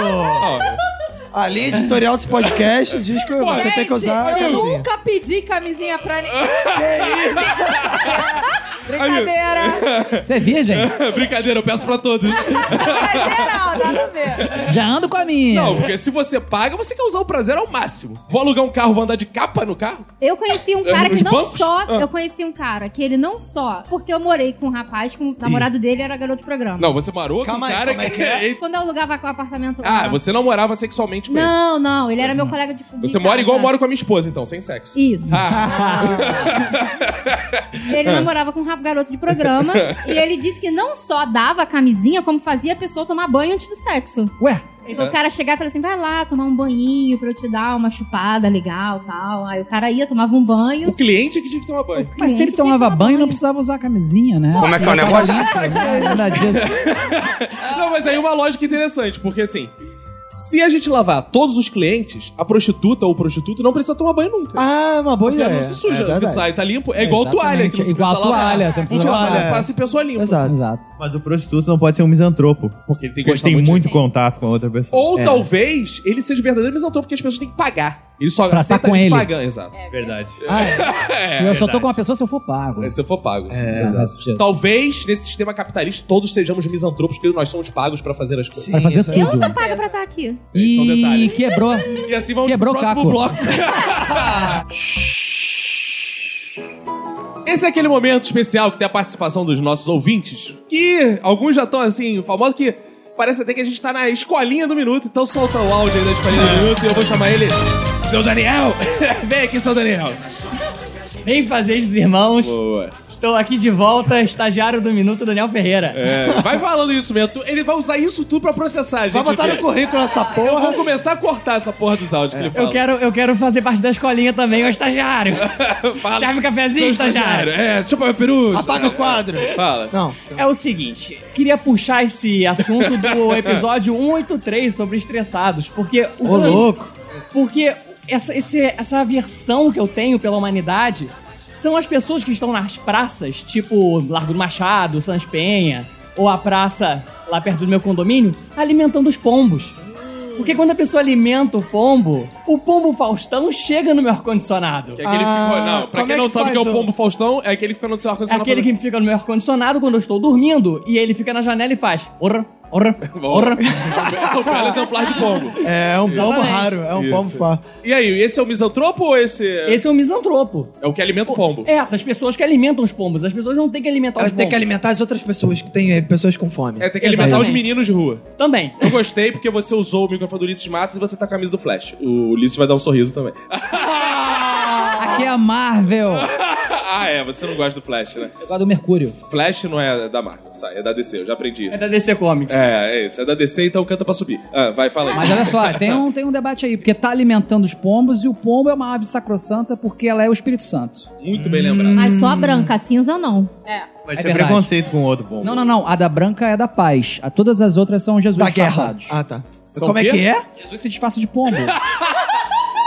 S2: Ali, editorial esse podcast diz que você tem que
S4: Eu
S2: usar. camisinha.
S4: nunca pedi camisinha pra ninguém. Brincadeira.
S5: Você é virgem?
S1: Brincadeira, eu peço pra todos.
S4: É Geral, nada a ver.
S5: Já ando com a minha.
S1: Não, porque se você paga, você quer usar o prazer ao máximo. Vou alugar um carro, vou andar de capa no carro?
S3: Eu conheci um cara
S1: Os
S3: que não
S1: É, bancos?
S3: só.
S1: Ah.
S3: Eu conheci um cara que ele não só. Porque eu morei com um rapaz, com o namorado dele era garoto de programa.
S1: Não, você marou com um
S2: Calma aí,
S1: cara
S2: como é
S1: que...
S2: que é?
S3: Quando eu alugava com o apartamento.
S1: Ah,
S3: lá.
S1: você não morava sexualmente com ele.
S3: Não, não, ele era meu colega de de
S1: Você mora igual eu
S3: casa.
S1: moro com a minha esposa, então, sem sexo.
S3: Isso.
S1: Ah,
S3: Ele namorava com um rap- garoto de programa e ele disse que não só dava camisinha, como fazia a pessoa tomar banho antes do sexo.
S5: Ué,
S3: O cara chegava e falava assim: vai lá tomar um banhinho pra eu te dar uma chupada legal tal. Aí o cara ia, tomava um banho.
S1: o cliente é que tinha que tomar banho.
S5: mas se ele
S3: cliente tinha que
S5: tomava
S3: tomar
S5: banho, não
S3: banho.
S5: precisava usar a camisinha, né?
S8: Como é que é o negócio?
S5: Nada disso.
S1: Ah. Não, mas aí é uma lógica interessante, porque assim... Se a gente lavar todos os clientes, a prostituta ou o prostituto não precisa tomar banho nunca.
S2: Ah, uma boa
S1: Porque
S2: ideia.
S1: não se suja,
S2: É
S1: porque
S2: verdade.
S1: sai, tá limpo. É igual
S5: Exatamente,
S1: toalha que não se
S5: igual
S1: precisa
S5: a
S1: lavar.
S5: toalha, você não precisa
S1: Porque
S2: lavar.
S1: você Passa em pessoa limpa.
S2: Exato.
S5: Exato.
S6: Mas o prostituto não pode ser um misantropo.
S1: Porque ele tem que
S6: Porque ele
S1: gostar
S6: tem
S1: muito
S6: muito
S1: disso.
S6: contato com a outra pessoa.
S1: Ou
S5: É.
S1: talvez ele seja verdadeiro misantropo, porque as pessoas têm que pagar. Ele só
S5: Pra
S1: aceita
S5: estar com
S1: gente
S5: ele.
S1: pagando. Exato.
S6: É verdade.
S5: eu só tô com uma pessoa se eu for pago.
S1: Aí Se eu for pago.
S5: Exato.
S1: Talvez, nesse sistema capitalista, todos sejamos misantropos, porque nós somos pagos pra fazer as coisas.
S2: Sim,
S5: Vai fazer
S2: isso aí.
S3: Eu não
S5: tudo.
S3: sou paga pra estar aqui.
S1: Esse é um
S5: E
S1: detalhe.
S5: quebrou.
S1: E assim vamos
S5: Quebrou o
S1: pro próximo
S5: caco.
S1: bloco. Esse é aquele momento especial que tem a participação dos nossos ouvintes, que alguns já estão assim, famosos que parece até que a gente tá na escolinha do minuto, então solta o áudio aí da escolinha do minuto e eu vou chamar ele. Seu Daniel! Vem aqui, seu Daniel!
S10: Bem fazeres, irmãos. Estou aqui de volta, estagiário do Minuto Daniel Ferreira.
S1: É, vai falando isso mesmo. Tu- Ele vai usar isso tudo pra processar, a gente.
S2: Vai botar
S1: um
S2: no
S1: dia.
S2: currículo essa
S1: Eu
S2: porra.
S1: vou começar a cortar essa porra dos áudios que ele fala.
S10: Eu quero, eu quero fazer parte da escolinha também, ô estagiário.
S1: Fala.
S10: Serve um cafezinho,
S1: Sou
S10: estagiário?
S1: É, deixa eu pagar peru.
S2: Apaga o quadro.
S1: Fala.
S2: Não.
S10: É o seguinte, queria puxar esse assunto do episódio 183 sobre estressados, porque o
S2: Ô, louco.
S10: porque essa, esse- essa aversão que eu tenho pela humanidade são as pessoas que estão nas praças, tipo Largo do Machado, Sans Penha, ou a praça lá perto do meu condomínio, alimentando os pombos. Porque quando a pessoa alimenta o pombo, o pombo Faustão chega no meu ar-condicionado.
S1: Que é aquele que
S2: Ah,
S1: fica- não, pra
S2: como
S1: quem
S2: é
S1: não
S2: que
S1: sabe o que é
S2: faz
S1: o
S2: o-
S1: pombo Faustão, é aquele que fica no
S10: um-
S1: seu
S10: É
S1: ar-condicionado.
S10: aquele que fica no meu ar-condicionado quando eu estou dormindo e ele fica na janela e faz. Orra, orra, orra.
S1: É o belo exemplar de pombo.
S2: É um pombo
S10: Exatamente.
S2: raro. É um pombo fácil.
S1: E aí, esse é o misantropo ou esse... é-
S10: Esse é um misantropo.
S1: É o que alimenta o pombo.
S10: É, essas pessoas que alimentam os pombos. As pessoas não têm que alimentar
S2: Elas
S10: os
S2: têm
S10: pombos.
S2: que alimentar as outras pessoas que têm eh, pessoas com fome.
S1: É, tem que alimentar os
S10: Exatamente.
S1: meninos de rua.
S10: Também.
S1: Eu gostei porque você usou o microfone do Ulisses Matos e você tá com a camisa do Flash. O Ulisses vai dar um sorriso também.
S5: Aqui é a Marvel.
S1: ah, é, você não gosta do Flash, né?
S5: Agora do Mercúrio.
S1: Flash não é da Marvel, sai, é da DC, eu já aprendi
S10: É
S1: isso.
S10: da DC Comics.
S1: É, é isso, é da DC, então canta pra subir. Ah, vai, fala aí.
S5: Mas olha só, tem um, tem um debate aí, porque tá alimentando os pombos e o pombo é uma ave sacrossanta porque ela é o Espírito Santo.
S1: Muito bem
S10: Hum.
S1: lembrado.
S3: Mas só a branca, a cinza não.
S6: Mas
S5: É
S6: isso é
S5: verdade.
S6: preconceito com o outro pombo.
S5: Não, não, não. A da branca é da paz. A todas as outras são Jesus
S2: Da guerra.
S5: disfarçados.
S2: Ah, tá.
S1: São
S2: Como
S1: o
S2: é
S1: quê?
S2: que é?
S5: Jesus se disfarça de pombo.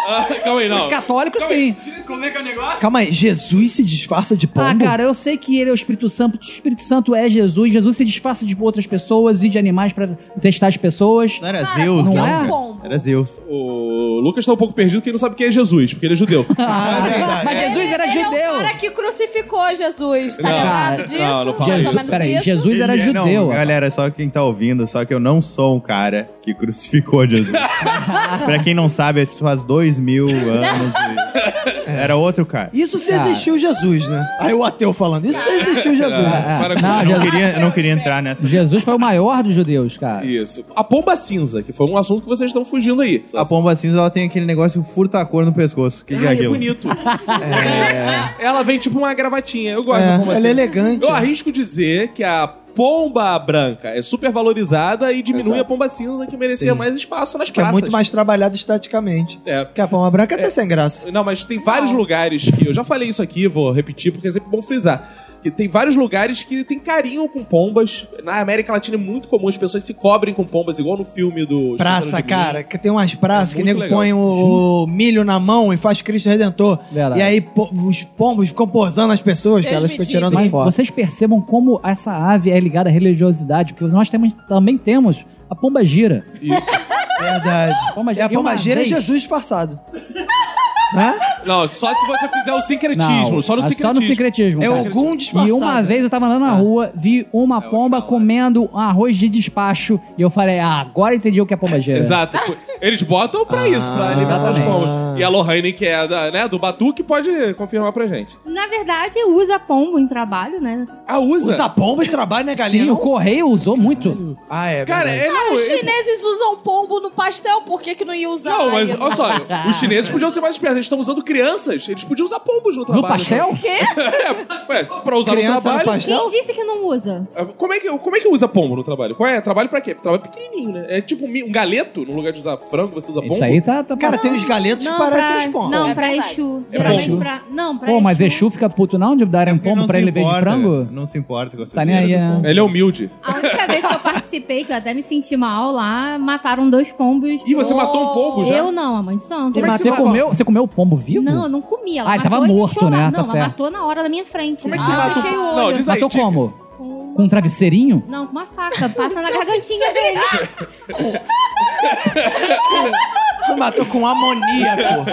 S1: Ah, calma aí, não.
S5: Os católicos, sim.
S10: Como é que é o negócio?
S2: Calma aí. Jesus se disfarça de pombo?
S5: Ah, cara, eu sei que ele é o Espírito Santo. O Espírito Santo é Jesus. Jesus se disfarça de outras pessoas e de animais pra testar as pessoas.
S6: Não era
S4: Cara,
S6: Zeus,
S5: não
S6: não.
S5: é?
S6: cara.
S4: Pombo.
S6: Era Zeus.
S1: O Lucas tá um pouco perdido porque ele não sabe quem é Jesus, porque ele é judeu.
S2: Ah, é verdade.
S5: Mas Jesus era
S3: um
S4: ele
S5: judeu.
S4: É o cara que crucificou Jesus. Tá
S1: Não,
S4: ligado
S5: cara,
S4: disso?
S1: não, não fala
S4: Mais ou
S1: isso.
S5: Jesus,
S4: menos
S5: peraí,
S4: isso?
S5: Jesus era
S6: Ele é-
S5: judeu.
S6: Não, galera, só quem tá ouvindo, só que eu não sou um cara que crucificou Jesus. pra quem não sabe, isso faz dois mil anos. e- Era outro cara.
S2: Isso se
S1: Ah.
S2: existiu Jesus, né? Aí o ateu falando, isso se existiu Jesus. né?
S5: Ah,
S1: Para com
S5: não,
S1: isso.
S6: Eu
S5: Jesus,
S6: queria, eu não queria entrar nessa.
S5: Jesus foi o maior dos judeus, cara.
S1: Isso. A pomba cinza, que foi um assunto que vocês estão fugindo aí.
S6: A pomba cinza, ela tem aquele negócio furta-cor no pescoço. O que, que é
S1: Ah, é
S6: aquilo?
S1: bonito. Ela vem tipo uma gravatinha. Eu gosto da pomba
S2: É, ela
S1: cinza.
S2: é elegante.
S1: assim? Eu arrisco dizer que a pomba branca é super valorizada e diminui a pomba cinza que merecia
S2: Sim.
S1: mais espaço nas
S2: Que é
S1: praças.
S2: muito mais trabalhado esteticamente.
S1: É.
S2: Que a palma branca até sem graça.
S1: Não, mas tem vários lugares que eu já falei isso aqui, vou repetir porque é sempre bom frisar. que tem vários lugares que tem carinho com pombas. Na América Latina é muito comum, as pessoas se cobrem com pombas, igual no filme do...
S7: Praça,
S1: Esqueceram de Mim.
S7: cara, que tem umas praças
S1: É
S7: que
S1: muito
S7: nego
S1: legal. Uhum.
S7: põe o, o milho na mão e faz Cristo Redentor.
S5: Verdade.
S7: E aí po- os pombos ficam posando as pessoas,
S4: Deus
S7: cara, elas
S4: me
S7: ficam
S4: diga.
S7: tirando
S2: é
S5: Mas
S7: foto.
S5: vocês percebam como essa ave é ligada à religiosidade, porque nós temos- também temos a pomba gira.
S7: Verdade.
S5: Pomba
S7: E a
S5: E uma
S7: pombageira é
S5: vez-
S7: Jesus disfarçado. Né?
S1: Não, só se você fizer o sincretismo,
S5: Não,
S1: só no
S5: é
S1: sincretismo.
S5: Só no secretismo.
S7: É
S5: cara.
S7: algum
S5: E
S7: disfarçado.
S5: uma vez eu tava andando na rua, vi uma pomba comendo um arroz de despacho e eu falei, ah, agora entendi o que é pomba gira.
S1: Exato. Eles botam pra isso, pra alimentar as
S5: exatamente.
S1: pombas. E a Lohane, que é da, né, do Batuque, pode confirmar pra gente.
S3: Na verdade, usa pombo em trabalho, né?
S1: Ah, usa.
S7: Usa pomba e trabalha, né, galinha?
S2: é
S5: Sim, o
S2: um
S7: não?
S5: correio usou muito.
S7: Ah,
S2: né?
S7: é.
S1: Cara,
S7: verdade.
S1: é, não,
S4: Os
S1: ele-
S4: chineses usam pombo no pastel, por que, que não ia usar?
S1: Não, mas
S4: aí?
S1: olha só, os chineses podiam ser mais espertos. Eles estão usando crianças, eles podiam usar pombos no trabalho. né?
S5: no pastel?
S1: É, ué, pra usar
S7: Criança no
S1: no trabalho.
S7: pastel?
S3: Quem disse que não usa?
S1: Como é, que, como é que usa pombo no trabalho? Qual é? Trabalho pra quê? Trabalho pequenininho, né? É tipo um mi- um galeto, no lugar de usar frango, você usa pombo.
S5: Isso aí tá... tá
S7: Cara, tem uns galetos que parecem
S2: um
S3: pra,
S7: uns pombos.
S3: Não,
S4: É
S3: pra
S4: verdade.
S3: Exu.
S1: É pra
S3: Geralmente
S1: Exu.
S3: pra... Não, pra
S5: Pô, mas
S3: Exu.
S5: Exu fica puto não de darem um pombo
S6: Não
S5: pra
S6: se
S5: ele ver de
S6: importa,
S5: frango?
S6: Não se importa com essa
S5: Tá nem aí, né?
S1: Ele é humilde.
S3: A única vez que eu participei, que eu até me senti mal lá, mataram dois pombos.
S1: Ih, você
S3: Oh,
S1: matou um pombo já?
S3: Eu não, a mãe de santo.
S7: Como é que
S5: Você
S7: Mas-
S5: comeu, você comeu o pombo vivo?
S3: Não, eu não comi. Ela
S5: Ah, ele
S3: matou
S5: tava
S3: e
S5: morto,
S3: deixou lá.
S5: né?
S3: Não,
S5: Tá
S3: ela
S5: certo.
S3: matou na hora da minha frente.
S1: Como é que
S3: Ah,
S1: você
S3: eu
S1: mata o
S3: fechei o
S1: pombo?
S3: olho.
S1: Não, diz aí.
S5: Matou
S1: diga.
S5: como?
S3: Com
S5: Com um travesseirinho?
S3: Não, com uma faca, passa na gargantinha dele.
S7: Tu matou com amoníaco.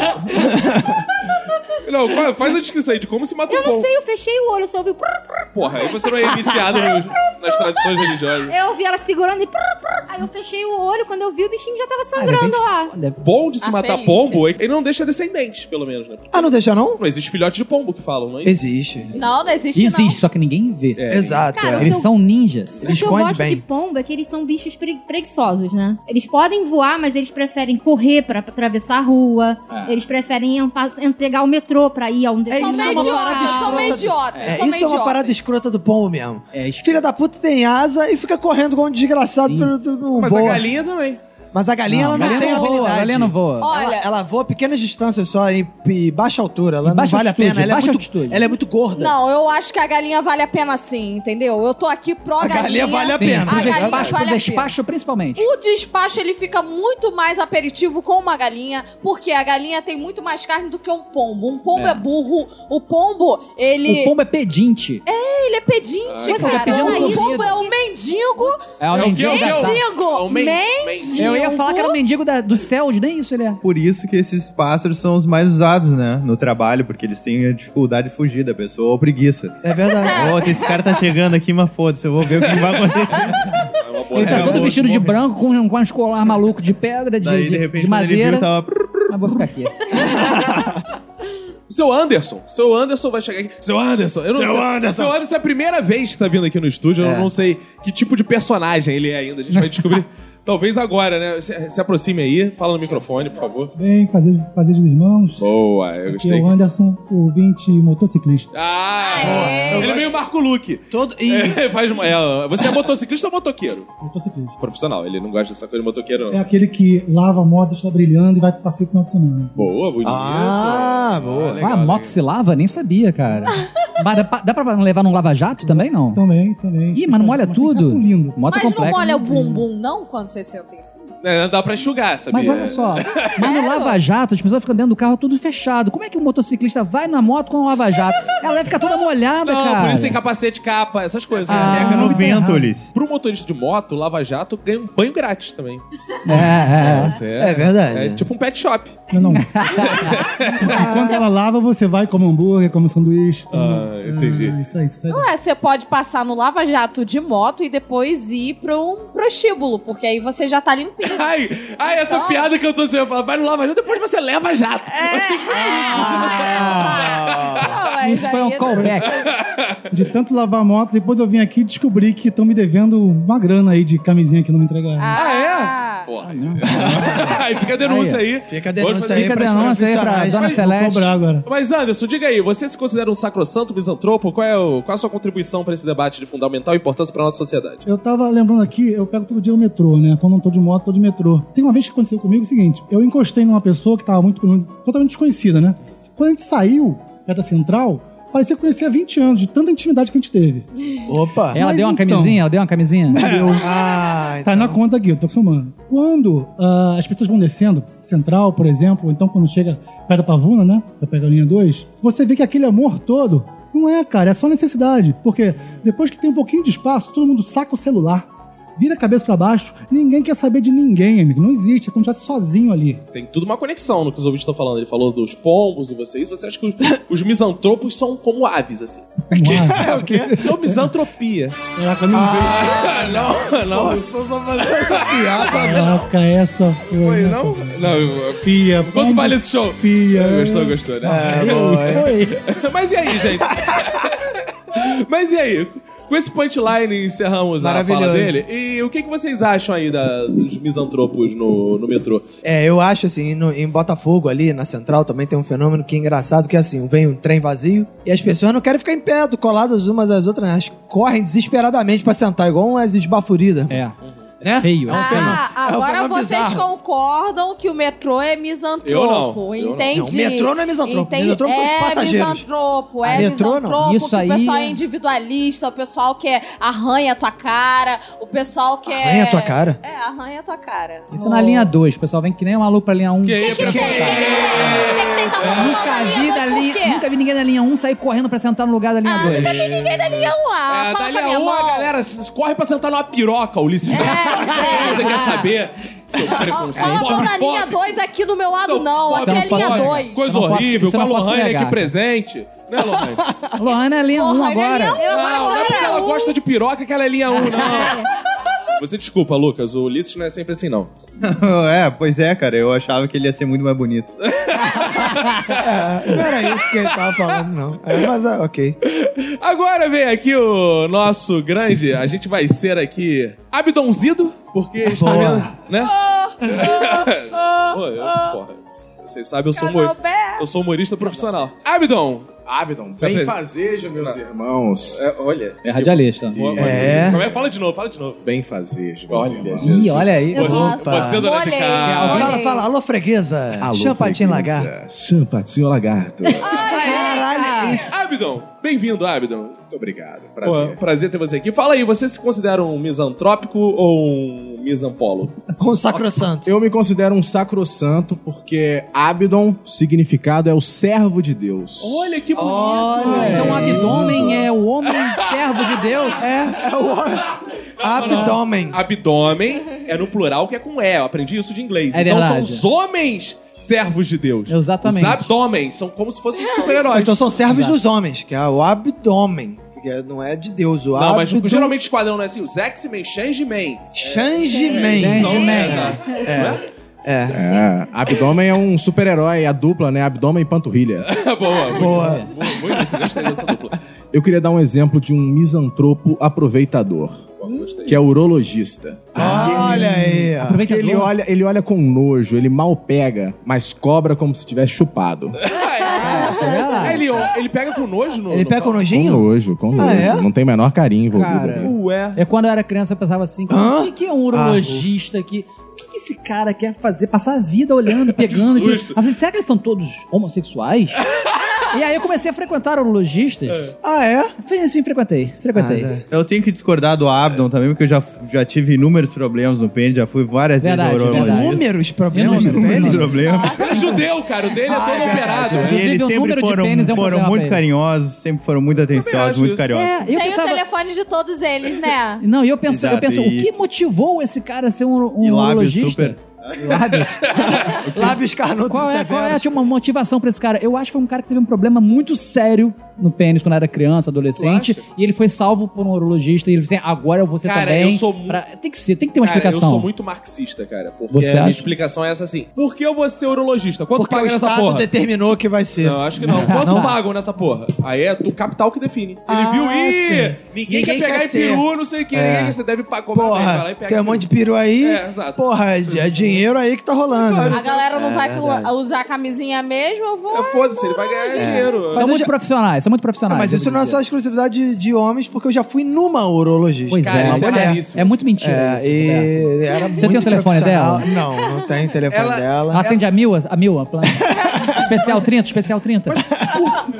S1: Não, é qual- faz a descrição aí de como se mata
S3: Eu
S1: um pombo.
S3: não sei, eu fechei o olho, só ouvi. o prrr, prrr.
S1: Porra, aí você não é iniciado no- nas tradições religiosas.
S3: Eu ouvi ela segurando e. prrr, prrr. Aí eu fechei o olho, quando eu vi o bichinho já tava
S5: Ah, de
S3: sangrando lá.
S5: repente- deve-
S1: Bom de se
S4: A
S1: matar
S4: felícia.
S1: pombo, ele não deixa descendentes, pelo menos, né?
S7: Ah, não deixa não?
S1: Não existe filhote de pombo que falam, não é? isso?
S7: Existe.
S4: Não, não existe,
S5: Existe, só que ninguém vê.
S7: Exato.
S3: Cara,
S7: é.
S5: Eles são ninjas.
S3: O que eu
S7: esconde
S3: gosto
S7: bem.
S3: de pombo é que eles são bichos pre- preguiçosos, né? Eles podem voar, mas eles preferem correr pra atravessar a rua.
S1: É.
S3: Eles preferem en- pas- entregar o metrô pra ir a um
S7: É
S4: não.
S7: isso,
S4: São
S7: é uma parada
S4: idiotas, são meio
S7: escrota.
S4: idiotas.
S7: É,
S4: são
S7: isso é
S4: meio
S7: uma parada
S4: idiotas.
S7: escrota do pombo mesmo.
S5: É, escrota.
S7: Filha da puta tem asa e fica correndo igual um desgraçado pelo do- não
S1: Mas
S7: voa.
S1: a galinha também.
S7: Mas a galinha ela não
S5: galinha
S7: tem
S5: voa,
S7: habilidade.
S5: A galinha não voa.
S4: Olha,
S7: Ela, ela voa pequenas distâncias só em, em baixa altura. Ela
S5: Em baixa
S7: não vale
S5: altitude,
S7: a pena. Ela, é
S5: baixa
S7: muito,
S5: altitude.
S7: ela é muito gorda.
S4: Não, eu acho que a galinha vale a pena sim, entendeu? Eu tô aqui pró
S7: A galinha
S4: galinha.
S7: vale a
S5: Sim,
S7: pena.
S5: pro
S4: A galinha
S5: despacho, pro
S4: vale a pena.
S5: despacho principalmente.
S4: O despacho ele fica muito mais aperitivo com uma galinha, porque a galinha tem muito mais carne do que um pombo. Um pombo é, burro, o pombo ele
S5: O pombo é pedinte.
S4: ele é pedinte,
S3: Ai,
S4: cara.
S3: cara, eu tô pedindo
S4: o pombo
S5: comida.
S4: é o mendigo,
S5: É o
S1: É o
S5: mendigo
S1: que- é o que-
S5: da-
S4: mendigo,
S1: É um men-
S4: mendigo.
S5: Eu ia falar que era o mendigo da- dos céus, nem isso ele é.
S6: Por isso que esses pássaros são os mais usados, né? No trabalho, porque eles têm a dificuldade de fugir da pessoa ou preguiça.
S7: É verdade.
S6: Ô, esse cara tá chegando aqui, mas foda-se, eu vou ver o que vai acontecer.
S1: É uma boa
S5: Ele tá
S6: É,
S5: todo
S6: vou-
S5: vestido de
S6: vou-
S5: branco, com, um- com um escolar maluco de pedra, de,
S6: Daí,
S5: de-
S6: de repente,
S5: de
S6: quando ele
S5: madeira.
S6: viu, tava.
S1: tá-
S5: Mas vou ficar aqui.
S1: Seu Anderson. Seu Anderson vai chegar aqui. Seu Anderson. Eu não
S7: Seu
S1: sei.
S7: Anderson.
S1: Seu Anderson é a primeira vez que tá vindo aqui no estúdio. Eu não sei que tipo de personagem ele é ainda. A gente vai descobrir. Talvez agora, né? Se, se aproxime aí. Fala no microfone, por favor.
S11: Bem, fazer, fazer os irmãos.
S1: Boa, eu
S11: Que é o Anderson, ouvinte motociclista.
S1: Ah,
S4: Aê.
S1: boa.
S7: Eu
S1: ele é
S7: gosto-
S1: meio Marco Luque.
S7: Todo... E
S1: É, faz, é, você é motociclista ou motoqueiro?
S11: Motociclista.
S1: Profissional, ele não gosta dessa coisa de motoqueiro,
S11: É
S1: não.
S11: aquele que lava a moto, está brilhando e vai pro passeio no final de semana.
S1: Boa, bonito.
S7: Ah, boa.
S1: legal,
S5: ah, moto
S1: legal.
S5: se lava? Nem sabia, cara. mas dá, pra- dá pra levar num lava-jato também, não?
S11: Também, também.
S5: Ih, mas não molha
S11: Mas tem
S5: tudo.
S11: carro lindo.
S5: Moto
S4: Mas
S5: complexa.
S4: não molha o
S2: Uhum.
S4: bumbum, não, quando você assim? senta em cima.
S1: É, dá pra enxugar, sabia?
S5: Mas olha só, mas no lava-jato as pessoas ficam dentro do carro tudo fechado. Como é que um motociclista vai na moto com um lava-jato? Ela vai ficar toda molhada,
S1: Não,
S5: cara.
S1: por isso tem capacete, capa, essas coisas. é
S5: Ah.
S6: Seca no vento, Ulisses.
S1: Pro motorista de moto, o Lava Jato ganha um banho grátis também.
S5: É, é.
S1: Isso
S7: É verdade.
S1: É tipo um pet shop.
S11: Não, não. Quando ela lava, você vai como hambúrguer, como sanduíche.
S1: Ah, entendi.
S11: Ah, isso aí, isso aí.
S4: Ué, é, você pode passar no lava-jato de moto e depois ir pra um prostíbulo, porque aí você já tá limpinho.
S1: Ai, ai essa
S4: Não.
S1: piada que eu tô sempre falando, vai no Lava Jato, depois você leva jato. Eu achei que fosse
S4: Não, mas
S5: Isso foi um
S4: aí- é
S5: callback.
S11: De tanto lavar a moto, depois eu vim aqui e descobri que estão me devendo uma grana aí de camisinha que não me entregaram.
S1: Ah, é? Porra. aí fica a denúncia aí.
S7: Fica a
S1: Pode
S7: denúncia
S1: fazer-
S7: aí
S5: Fica a
S7: pra história
S5: denúncia aí pra
S7: profissionais.
S5: Dona
S1: Mas-
S11: Vou
S5: Celeste.
S11: cobrar agora.
S1: Mas Anderson, diga aí, você se considera um sacrossanto misantropo? Qual é, o- qual é a sua contribuição pra esse debate de fundamental importância pra nossa sociedade?
S11: Eu tava lembrando aqui, eu pego todo dia o metrô, né? Quando não tô de moto, tô de metrô. Tem uma vez que aconteceu comigo o seguinte: eu encostei numa pessoa que tava muito totalmente desconhecida, né? Quando a gente saiu, era da central, parecia conhecer há 20 anos, de tanta intimidade que a gente teve.
S7: Opa!
S5: Ela
S11: Mas
S5: deu uma
S11: então.
S5: camisinha? Ela deu uma camisinha?
S11: Deu.
S2: Ah,
S11: Tá
S2: então.
S11: na
S6: Então.
S11: conta aqui, eu tô acostumando. Quando ah, as pessoas vão descendo, Central, por exemplo, ou então quando chega perto da Pavuna, né? Da perto da linha 2, você vê que aquele amor todo não é, cara, é só necessidade. Porque depois que tem um pouquinho de espaço, todo mundo saca o celular, vira a cabeça pra baixo, ninguém quer saber de ninguém, amigo. Não existe, é como se estivesse sozinho ali.
S1: Tem tudo uma conexão no que os ouvintes estão falando. Ele falou dos pombos e vocês. Você acha que os, os misantropos são como aves, assim?
S7: o quê?
S1: É misantropia.
S11: Caraca, não
S1: Ah, não, não.
S7: só fazer essa piada,
S11: Caraca, essa foi.
S1: Foi, não? Não, eu-
S11: Pia,
S1: Quanto vale esse show?
S11: Pia.
S1: Gostou, gostou, né?
S7: É, boa, é.
S1: Mas e aí, gente? Mas e aí? Com esse punchline encerramos a fala
S7: Maravilhoso.
S1: dele. E o que, que vocês acham aí da- dos misantropos no, no metrô?
S2: É, eu acho assim, no- em Botafogo ali, na Central, também tem um fenômeno que é engraçado, que é assim, vem um trem vazio e as pessoas não querem ficar em pé, do- coladas umas às outras, né? elas correm desesperadamente pra sentar, igual umas esbaforidas.
S5: É.
S1: Uhum.
S2: Né?
S5: Feio. é um fenômeno.
S4: Ah,
S2: É um
S4: agora
S2: fenômeno
S4: vocês
S2: bizarro.
S4: concordam que o metrô é misantropo.
S1: Eu não, eu não.
S4: Entendi.
S2: Não, metrô não é misantropo.
S4: Entendi.
S2: Misantropo são os passageiros.
S4: É misantropo, é
S2: Ah, metrô não.
S4: misantropo.
S5: Isso
S4: que
S5: aí
S4: O pessoal
S5: é-
S4: é individualista, o pessoal que é, arranha a tua cara, o pessoal que é...
S2: Arranha a tua cara?
S4: É, arranha a tua cara.
S5: Isso é na linha 2, pessoal. Vem que nem um maluco pra linha 1. Um.
S1: Que aí é pra
S4: tá
S5: Nunca vi, da linha, nunca vi ninguém da linha 1 um sair correndo pra sentar no lugar da
S4: Ah,
S5: linha 2.
S4: Ninguém da linha 1 lá.
S1: É,
S4: Ah, Fala
S1: dali
S4: com um a
S1: a
S4: minha
S1: uma,
S4: mão.
S1: galera, s- corre pra sentar numa piroca, Ulisses.
S4: é,
S1: Você
S4: é.
S1: quer saber? Seu
S4: Fala
S1: preconceito.
S4: só da
S1: Pobre,
S4: linha
S1: pobre.
S4: 2 aqui do meu lado,
S1: Seu
S4: não.
S1: pobre,
S4: Aqui é a
S5: Você não
S4: linha
S5: pode-
S4: 2.
S1: Coisa
S5: Eu não posso-
S1: horrível,
S5: isso
S1: com
S5: eu
S1: a
S5: não posso
S1: Lohane aqui
S5: negar.
S1: presente. Né, Lohane?
S5: Luana é linha 1 um
S4: Porra, ele é
S5: agora.
S4: linha um. Agora
S1: Não,
S4: sou
S1: não é
S4: eu.
S1: porque ela gosta de piroca que ela é linha 1, não. Você desculpa, Lucas, o Ulisses não é sempre assim, não.
S6: é, pois é, cara. Eu achava que ele ia ser muito mais bonito.
S2: É, não era isso que ele tava falando, não. É, mas, ah, ok.
S1: Agora vem aqui o nosso grande. A gente vai ser aqui abdonzido, porque está
S2: Boa.
S1: vendo, né? Pô, eu- porra, vocês sabem, eu sou, humor,
S4: Casalberto.
S1: eu sou humorista profissional. Abdon!
S12: Abdon,
S1: Você
S12: bem
S1: apres-
S12: fazeja, meus irmãos.
S1: olha.
S5: É radialista.
S2: É.
S1: Como é? Fala de novo, fala de novo.
S12: Bem fazeja, meus
S1: Olha,
S12: irmãos.
S5: Ih, olha aí.
S4: Eu
S1: Você,
S4: gosto.
S1: você dona de
S4: Olhei.
S1: casa.
S2: Fala,
S4: Olhei.
S2: fala, alô, freguesa.
S12: Alô,
S2: Champatinho
S12: freguesa.
S2: lagarto.
S12: Champatinho lagarto. Muito
S2: Caralho, é isso.
S1: Abdon, bem-vindo, Abdon.
S12: obrigado,
S1: Prazer.
S12: prazer.
S1: prazer ter você aqui. Fala aí, você se considera um misantrópico ou um misanfólogo?
S2: Com o sacrossanto.
S12: Eu me considero um sacrossanto porque Abdon, o significado é o servo de Deus.
S1: Olha que bonito. um.
S2: Olha.
S5: Então o abdômen é o homem servo de Deus.
S2: É, é o homem. Abdômen.
S1: Abdômen é no plural que é com E. Eu aprendi isso de inglês.
S5: É
S1: então
S5: verdade.
S1: são os homens servos de Deus.
S5: Exatamente.
S1: Os abdômens são como se fossem super-heróis.
S2: Então são servos dos homens, que é o abdômen. Porque não é de Deus, o
S1: Não, mas
S2: abdômen.
S1: geralmente o esquadrão não é assim. Os X-Men, Changeman.
S2: Changeman.
S1: São-
S5: Changeman.
S1: Exato.
S12: É, abdômen é um super-herói, a dupla, né? Abdômen e panturrilha.
S1: Boa, muito
S2: Boa.
S1: bom, Muito, gostei dessa dupla.
S12: Eu queria dar um exemplo de um misantropo aproveitador,
S1: Bom, gostei.
S12: que é o urologista.
S2: Olha aí, ó.
S5: Aproveita
S12: Ele olha, ele olha com nojo, ele mal pega, mas cobra como se tivesse chupado.
S1: Ah,
S5: Isso é
S1: é?
S5: verdade.
S1: Ah, ele, ele pega com nojo no.
S2: Ele
S1: no
S2: pega com
S1: pau?
S12: Com
S2: nojinho?
S12: nojo, com nojo.
S2: é?
S12: Não tem o menor carinho envolvido.
S5: Cara.
S12: ali.
S1: Ué.
S5: É quando eu era criança eu pensava assim, o
S2: Hã?
S5: que, que é um urologista que... O que que esse cara quer fazer? Passar a vida olhando, pegando.
S1: Que susto.
S5: Eu falei, será que eles são todos homossexuais? e aí eu comecei a frequentar urologistas.
S2: Ah, é?
S5: Fre- Sim, frequentei, frequentei.
S2: Ah,
S6: é. Eu tenho que discordar do Abdon também, porque eu já, já tive inúmeros problemas no pênis, já fui várias
S5: Verdade,
S6: vezes ao
S5: verdade.
S6: urologista.
S2: Números, problemas do
S6: Inúmeros
S2: pênis?
S6: problemas.
S1: Ele é judeu, cara. O dele
S2: Ah,
S1: é todo operado.
S5: é.
S6: E
S5: Inclusive,
S6: eles
S5: o número
S6: sempre
S5: de
S6: foram,
S5: pênis é um
S6: foram
S5: problema pra
S6: muito
S5: ele.
S6: carinhosos, sempre foram muito atenciosos,
S1: acho
S6: muito
S1: isso.
S6: carinhosos.
S5: É, eu
S4: Tem
S5: pensava...
S4: o telefone de todos eles, né?
S5: Não, e eu penso, eu
S6: Exato,
S5: penso
S6: e-
S5: o que motivou esse cara a ser um, um
S6: E lábios
S5: urologista?
S6: super-
S5: Lábios.
S2: Lábios carnudos
S5: Qual é, qual é
S2: severos.
S5: tinha uma motivação pra esse cara? Eu acho que foi um cara que teve um problema muito sério no pênis quando era criança, adolescente, e ele foi salvo por um urologista e ele disse, agora eu vou ser
S1: Cara,
S5: também.
S1: eu sou mu-
S5: pra- Tem que ser, tem que ter uma
S1: Cara,
S5: explicação.
S1: eu sou muito marxista, cara. Porque
S5: Você
S1: a minha
S5: acha?
S1: explicação é essa assim. Por que eu vou ser urologista? Quanto
S2: Porque o
S1: paga nessa
S2: Estado
S1: porra?
S2: determinou que vai ser.
S1: Não, acho que não. Quanto
S2: Não?
S1: pagam nessa porra? Aí é do capital que define. Ele
S2: Ah,
S1: viu,
S2: sim.
S1: ih, ninguém, quer
S2: Ninguém
S1: pegar
S2: quer
S1: em
S2: ser. É.
S1: peru, não sei o que, ninguém quer, você deve pagar comprar mesmo, vai lá e
S2: Porra,
S1: pega
S2: tem um
S1: em
S2: monte de peru aí.
S1: É, exato.
S2: Porra, é, é dinheiro aí que tá rolando.
S4: A galera não É vai
S2: verdade.
S4: usar a camisinha mesmo, eu vou. né?
S1: É, foda-se, ele vai ganhar dinheiro.
S5: São
S2: eu
S5: muito
S2: já-
S5: profissionais, são muito profissionais.
S2: mas
S5: eu
S2: isso
S5: vou
S2: não é
S5: dizer.
S2: só exclusividade de, de homens, porque eu já fui numa urologista.
S5: Pois
S1: Cara,
S5: é,
S1: isso é
S5: pois
S1: raríssimo.
S5: é, é muito mentira.
S2: É,
S5: isso, Roberto.
S2: e era
S5: Você
S2: muito
S5: tem o telefone
S2: profissional.
S5: dela? Ah,
S2: Não, não tem o telefone
S1: Ela-
S2: dela.
S5: Atende a Mil, a Mil, a plana. Especial 30, especial 30.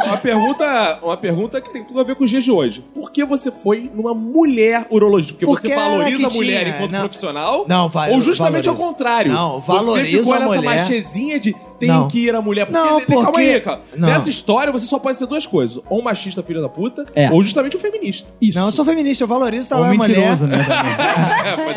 S1: Uma pergunta, uma pergunta que tem tudo a ver com os dias de hoje. Por que você foi numa mulher urologista? Porque,
S2: Porque
S1: você
S2: era
S1: valoriza
S2: que
S1: a mulher
S2: tinha,
S1: enquanto
S2: não.
S1: profissional?
S2: Não, vai-
S1: Ou justamente
S2: valorizo.
S1: ao contrário?
S2: Não,
S1: Você
S2: valorizo
S1: ficou
S2: a
S1: nessa
S2: mulher.
S1: machezinha de tenho
S2: Não.
S1: que ir à mulher. Porque, né,
S2: Não,
S1: né, Calma
S2: porque-
S1: aí, cara.
S2: Não.
S1: Nessa história você só pode ser duas coisas. Ou um machista filho da puta, ou justamente um feminista.
S2: É. Não, eu sou feminista, eu valorizo o
S6: é
S2: trabalho da mulher.
S1: mentiroso, né,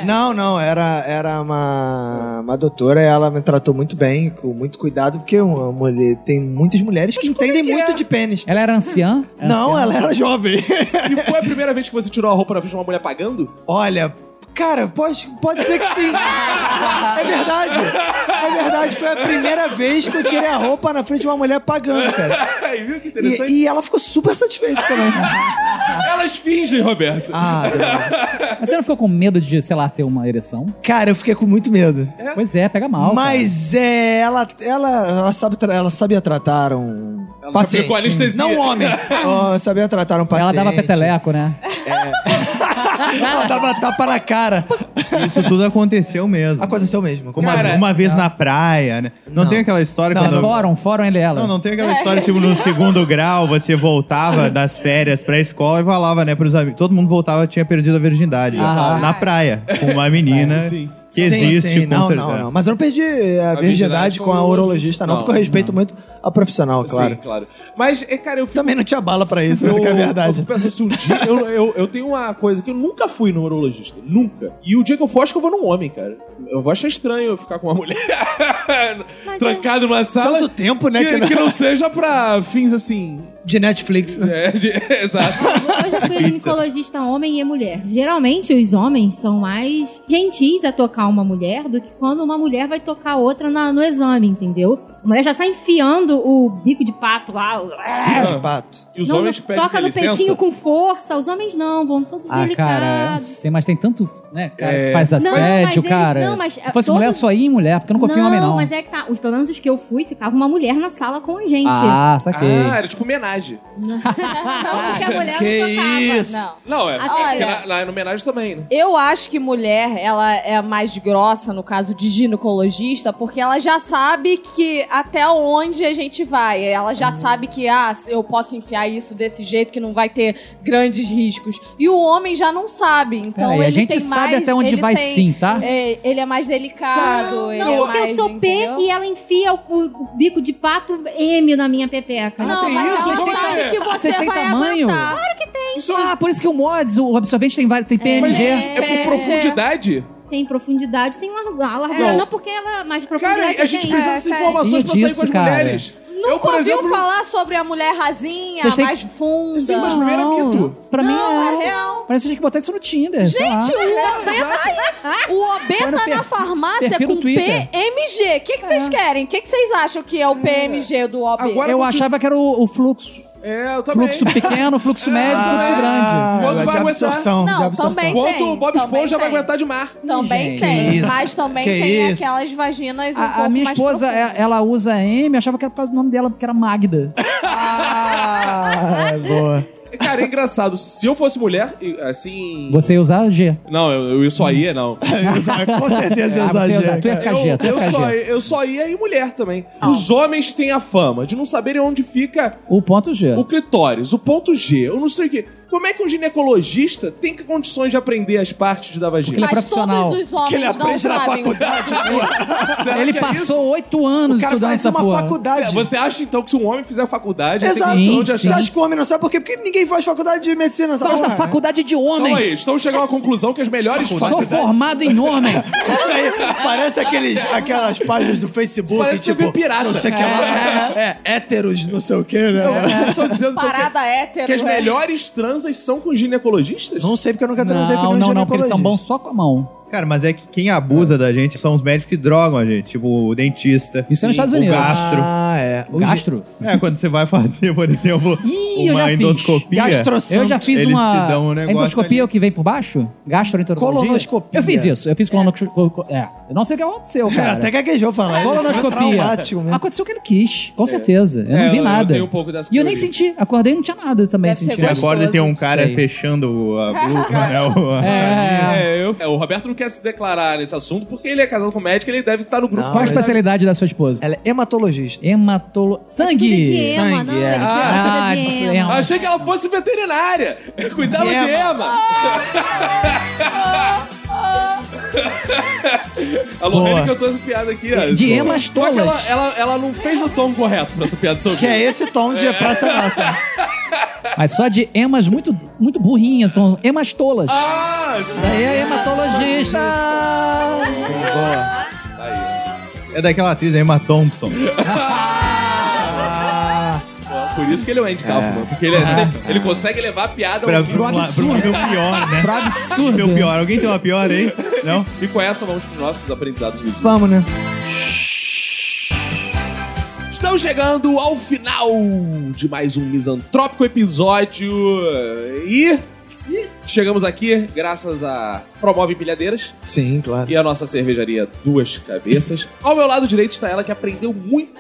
S2: não, não, era, era uma, uma doutora e ela me tratou muito bem, com muito cuidado, porque uma mulher, tem muitas mulheres que
S1: é
S2: entendem muito de pênis.
S5: Ela era anciã?
S2: Não,
S5: né?
S2: ela era jovem.
S1: E foi a primeira vez que você tirou a roupa na frente de uma mulher pagando?
S2: Olha, cara, pode, pode ser que sim. É verdade. É verdade, foi a primeira vez que eu tirei a roupa na frente de uma mulher pagando, cara.
S1: Aí, viu que interessante?
S2: E, e ela ficou super satisfeita também.
S1: Elas fingem, Roberto.
S2: Ah,
S5: Mas você não ficou com medo de, sei lá, ter uma ereção?
S2: Cara, eu fiquei com muito medo.
S5: Pois é, pega mal.
S2: Mas é, ela, ela, ela, sabe, tra- ela sabia tratar um
S5: Ela
S2: paciente.
S5: sabia com anestesia.
S2: Não um homem. Ó, sabia tratar um
S5: Ela
S2: paciente.
S5: dava peteleco, né?
S2: Ela dava tapa na cara.
S6: Isso tudo aconteceu mesmo.
S2: Aconteceu mesmo.
S6: Uma,
S5: Cara,
S6: uma vez
S5: não.
S6: na praia, né? Não, tem aquela história
S5: Não,
S6: quando...
S5: fórum, fórum ele e ela.
S6: Não, não tem aquela história, tipo, no segundo grau, você voltava das férias pra escola e falava, né, pros amigos. Todo mundo voltava tinha perdido a virgindade.
S2: Aham.
S6: Na praia, com uma menina que existe,
S2: sim,
S6: com
S2: não,
S6: certeza.
S2: não, não. Mas eu não perdi eh, a, virgindade com a urologista, não,
S1: Não,
S2: porque eu respeito muito a profissional, Ah, claro.
S1: Sim, claro. Mas, é, cara, eu fico...
S2: Também não tinha bala pra isso, essa que é a verdade.
S1: Eu fico pensando, se um dia... Eu, eu, eu tenho uma coisa que eu nunca fui no urologista. Nunca. E o dia que eu for, acho que eu vou num homem, cara. Eu vou achar estranho eu ficar com uma mulher trancada numa sala... Tanto
S2: tempo, né,
S1: Que,
S2: que não-
S1: que não seja pra fins, assim...
S2: De Netflix.
S1: É, de- exato.
S3: Eu já fui ginecologista homem e mulher. Geralmente, os homens são mais gentis a tocar uma mulher do que quando uma mulher vai tocar outra na- no exame, entendeu? A mulher já sai enfiando o bico de pato lá.
S2: de pato.
S1: E os
S3: Ah, Não,
S1: homens
S3: não,
S1: pedem
S3: Toca no
S1: licença.
S3: peitinho com força. Os homens não, vão todos
S5: Ah, cara, eu não
S3: delicados.
S5: sei, mas tem tanto, né, cara,
S10: É.
S5: que faz
S3: Não, mas
S5: assédio,
S3: ele-
S5: cara.
S3: não, mas,
S5: Se
S3: é,
S5: fosse
S3: todo-
S5: mulher, só ia em mulher, porque eu não confio em homem, não.
S3: mas é que tá. Os, pelo menos os que eu fui, ficava uma mulher na sala com a gente.
S5: Ah, saquei.
S1: Ah, era tipo homenagem.
S3: porque a mulher
S4: Que
S3: não tocava.
S4: isso?
S3: Não.
S1: Não, é.
S4: Assim,
S1: porque
S4: olha-
S1: na, na, na homenagem também, né?
S4: Eu acho que mulher, ela é mais grossa no caso de ginecologista, porque ela já sabe que até onde a gente vai. Ela já
S5: Uhum.
S4: sabe que, ah, eu posso enfiar isso desse jeito que não vai ter grandes riscos. E o homem já não sabe, então
S5: Peraí, É, a
S4: ele
S5: gente
S4: tem
S5: sabe
S4: mais-
S5: até onde
S4: ele
S5: vai
S4: tem-
S5: sim, tá?
S4: é, ele é mais delicado.
S3: Não,
S4: ele
S3: não,
S4: é
S3: porque eu
S4: mais,
S3: sou P
S4: entendeu?
S3: e ela enfia o, o bico de pato M na minha pepeca.
S4: Não, tem mas isso? ela Como sabe é? que você
S5: Vocês têm
S4: vai
S5: tamanho?
S4: aguentar.
S3: Claro que tem.
S5: Ah, por isso que o mods, o absorvente tem, vários- tem
S1: é um Mas
S5: PMG.
S1: é por profundidade.
S3: Tem profundidade, tem largura. A largura
S1: Não.
S3: não, porque ela... Mas
S1: Cara,
S3: profundidade
S1: a gente
S3: tem. é,
S1: precisa dessas informações pra
S5: Entendi
S1: sair com as
S5: isso, cara.
S1: mulheres. eu,
S4: Nunca
S1: por
S4: ouviu
S1: exemplo.
S4: falar sobre a mulher rasinha,
S5: Vocês têm-
S4: mais funda?
S1: Sim, mas primeiro é mito.
S5: Pra mim
S4: Não,
S5: é.
S4: é real.
S5: Parece que a gente tem que botar isso no Tinder. sei lá.
S4: Gente, o Obeta,
S5: Põe
S4: o
S5: no
S4: Obeta
S5: perfil-
S4: na farmácia
S5: perfil
S4: com
S5: do Twitter. É.
S4: PMG. O que que vocês querem? O que que vocês acham que é o PMG do Obeta?
S5: eu achava que era o, o fluxo.
S1: É, eu também.
S5: Fluxo pequeno, fluxo
S2: É
S5: médio, fluxo
S2: Ah,
S5: grande.
S2: de absorção, de absorção.
S1: Quanto o Bob Esponja vai aguentar de mar.
S4: Também
S5: Gente.
S4: tem,
S5: Que isso?
S4: mas também
S5: Que
S4: tem
S5: isso?
S4: aquelas vaginas um
S5: A, a
S4: pouco
S5: minha
S4: mais
S5: esposa,
S4: profundas.
S5: é- ela usa M, achava que era por causa do nome dela, porque era Magda.
S2: Ah, boa.
S1: Cara, é engraçado. Se eu fosse mulher, e, assim.
S5: Você Hum. ia usar G.
S1: Não, eu, eu só ia, não.
S5: com certeza ia Ah, usar você ia usar- G, tu ia cara. ficar G, tu ia
S1: Eu, eu,
S5: ficar
S1: só,
S5: G.
S1: eu só ia em mulher também.
S5: Ah.
S1: Os homens têm a fama de não saberem onde fica
S5: O ponto G.
S1: o clitóris, o ponto G, eu não sei o quê. Como é que um ginecologista tem que- condições de aprender as partes da vagina?
S5: Porque ele é Mas profissional. todos os homens
S1: Porque
S4: não sabem.
S1: Será
S5: Ele
S1: que é
S5: passou
S1: isso?
S5: oito anos estudando essa porra.
S1: Você- Você acha então que se um homem fizer a faculdade, ele tem
S2: Exato.
S1: condição de
S2: Você
S1: achar?
S2: acha que É, o homem não sabe por quê? Porque ninguém faz faculdade de medicina, essa
S5: Faz da
S2: porra.
S5: faculdade de homem.
S1: Calma aí, estamos chegando à conclusão que as melhores
S5: Sou
S6: né?
S5: formado em homem.
S2: Isso aí parece aqueles, aquelas páginas do Facebook,
S1: Parece TV
S2: tipo,
S1: é pirata.
S2: não sei o que lá. É, héteros, não sei o que, né?
S1: Não, mas eu estou dizendo então,
S4: Parada
S1: que,
S4: hétero.
S1: que as
S4: é.
S1: melhores transas são com ginecologistas?
S2: Não sei, porque eu nunca
S5: transei com Não, nenhum não, não, porque eles são ginecologista. só com a mão.
S6: Cara, mas é que quem abusa da gente são os médicos que drogam a gente. Tipo, o dentista.
S5: Isso é nos Estados Unidos.
S6: O gastro.
S2: Ah, é.
S6: O
S5: gastro?
S6: É, quando você vai fazer, por exemplo,
S5: Ih, eu já
S6: uma
S5: fiz.
S6: endoscopia.
S5: Eu já fiz
S6: eles
S5: uma.
S6: Te dão um
S5: a
S6: negócio
S5: endoscopia é o que vem por baixo? Gastroenterologia?
S2: Colonoscopia.
S5: Eu fiz isso. Eu fiz colonoscopia. É. Eu não sei o que aconteceu, cara.
S2: Até gaguejou falar. é
S5: Colonoscopia.
S2: Traumático né? mesmo.
S5: Aconteceu o que ele quis, com certeza. Eu
S6: né? É,
S5: não vi
S6: eu- eu
S5: nada.
S6: tenho um pouco dessa
S5: e eu nem
S6: teoria.
S5: senti. Acordei e não tinha nada também.
S6: Deve
S5: sentindo.
S6: ser gostoso. Você acorda e tem um cara
S5: Sei.
S6: fechando a boca, né? o- a-
S1: É, eu- é, o Roberto não quer se declarar nesse assunto porque ele é casado com médico ele deve estar no grupo.
S5: Qual a especialidade da sua esposa?
S2: Ela é hematologista.
S5: Tanatolo... Sangue!
S1: de ema,
S5: Sangue,
S1: não, ele
S5: Ah,
S1: cuida de
S5: de
S1: ema. Achei que ela fosse veterinária. Cuidava de
S5: De
S1: ema. A
S7: Boa.
S1: Lorena que eu tô essa piada aqui. ó.
S7: De emas
S1: Só que ela,
S7: tolas.
S1: ela, ela não fez no tom correto pra essa piada.
S7: Que é esse tom de Praça Nossa.
S5: Mas só de emas muito, muito burrinhas, são emas tolas.
S1: Ah, isso
S5: daí é hematologista.
S6: Boa. É daquela atriz, a Emma Thompson.
S1: Ah. Por isso que ele é o Andy Kaufman. Porque
S7: Ah.
S1: ele, é sempre- ele consegue levar a piada
S6: Pra-
S1: ao nível-
S6: pro la- pro nível pior, né? Pro absurdo. Nível pior. Alguém tem uma pior aí? Não?
S1: E com essa, vamos pros nossos aprendizados de vida.
S7: Vamos, né?
S1: Estamos chegando ao final de mais um misantrópico episódio. E. Chegamos aqui graças a Promove Empilhadeiras.
S7: Sim, claro.
S1: E a nossa cervejaria Duas Cabeças. Ao meu lado direito está ela que aprendeu muito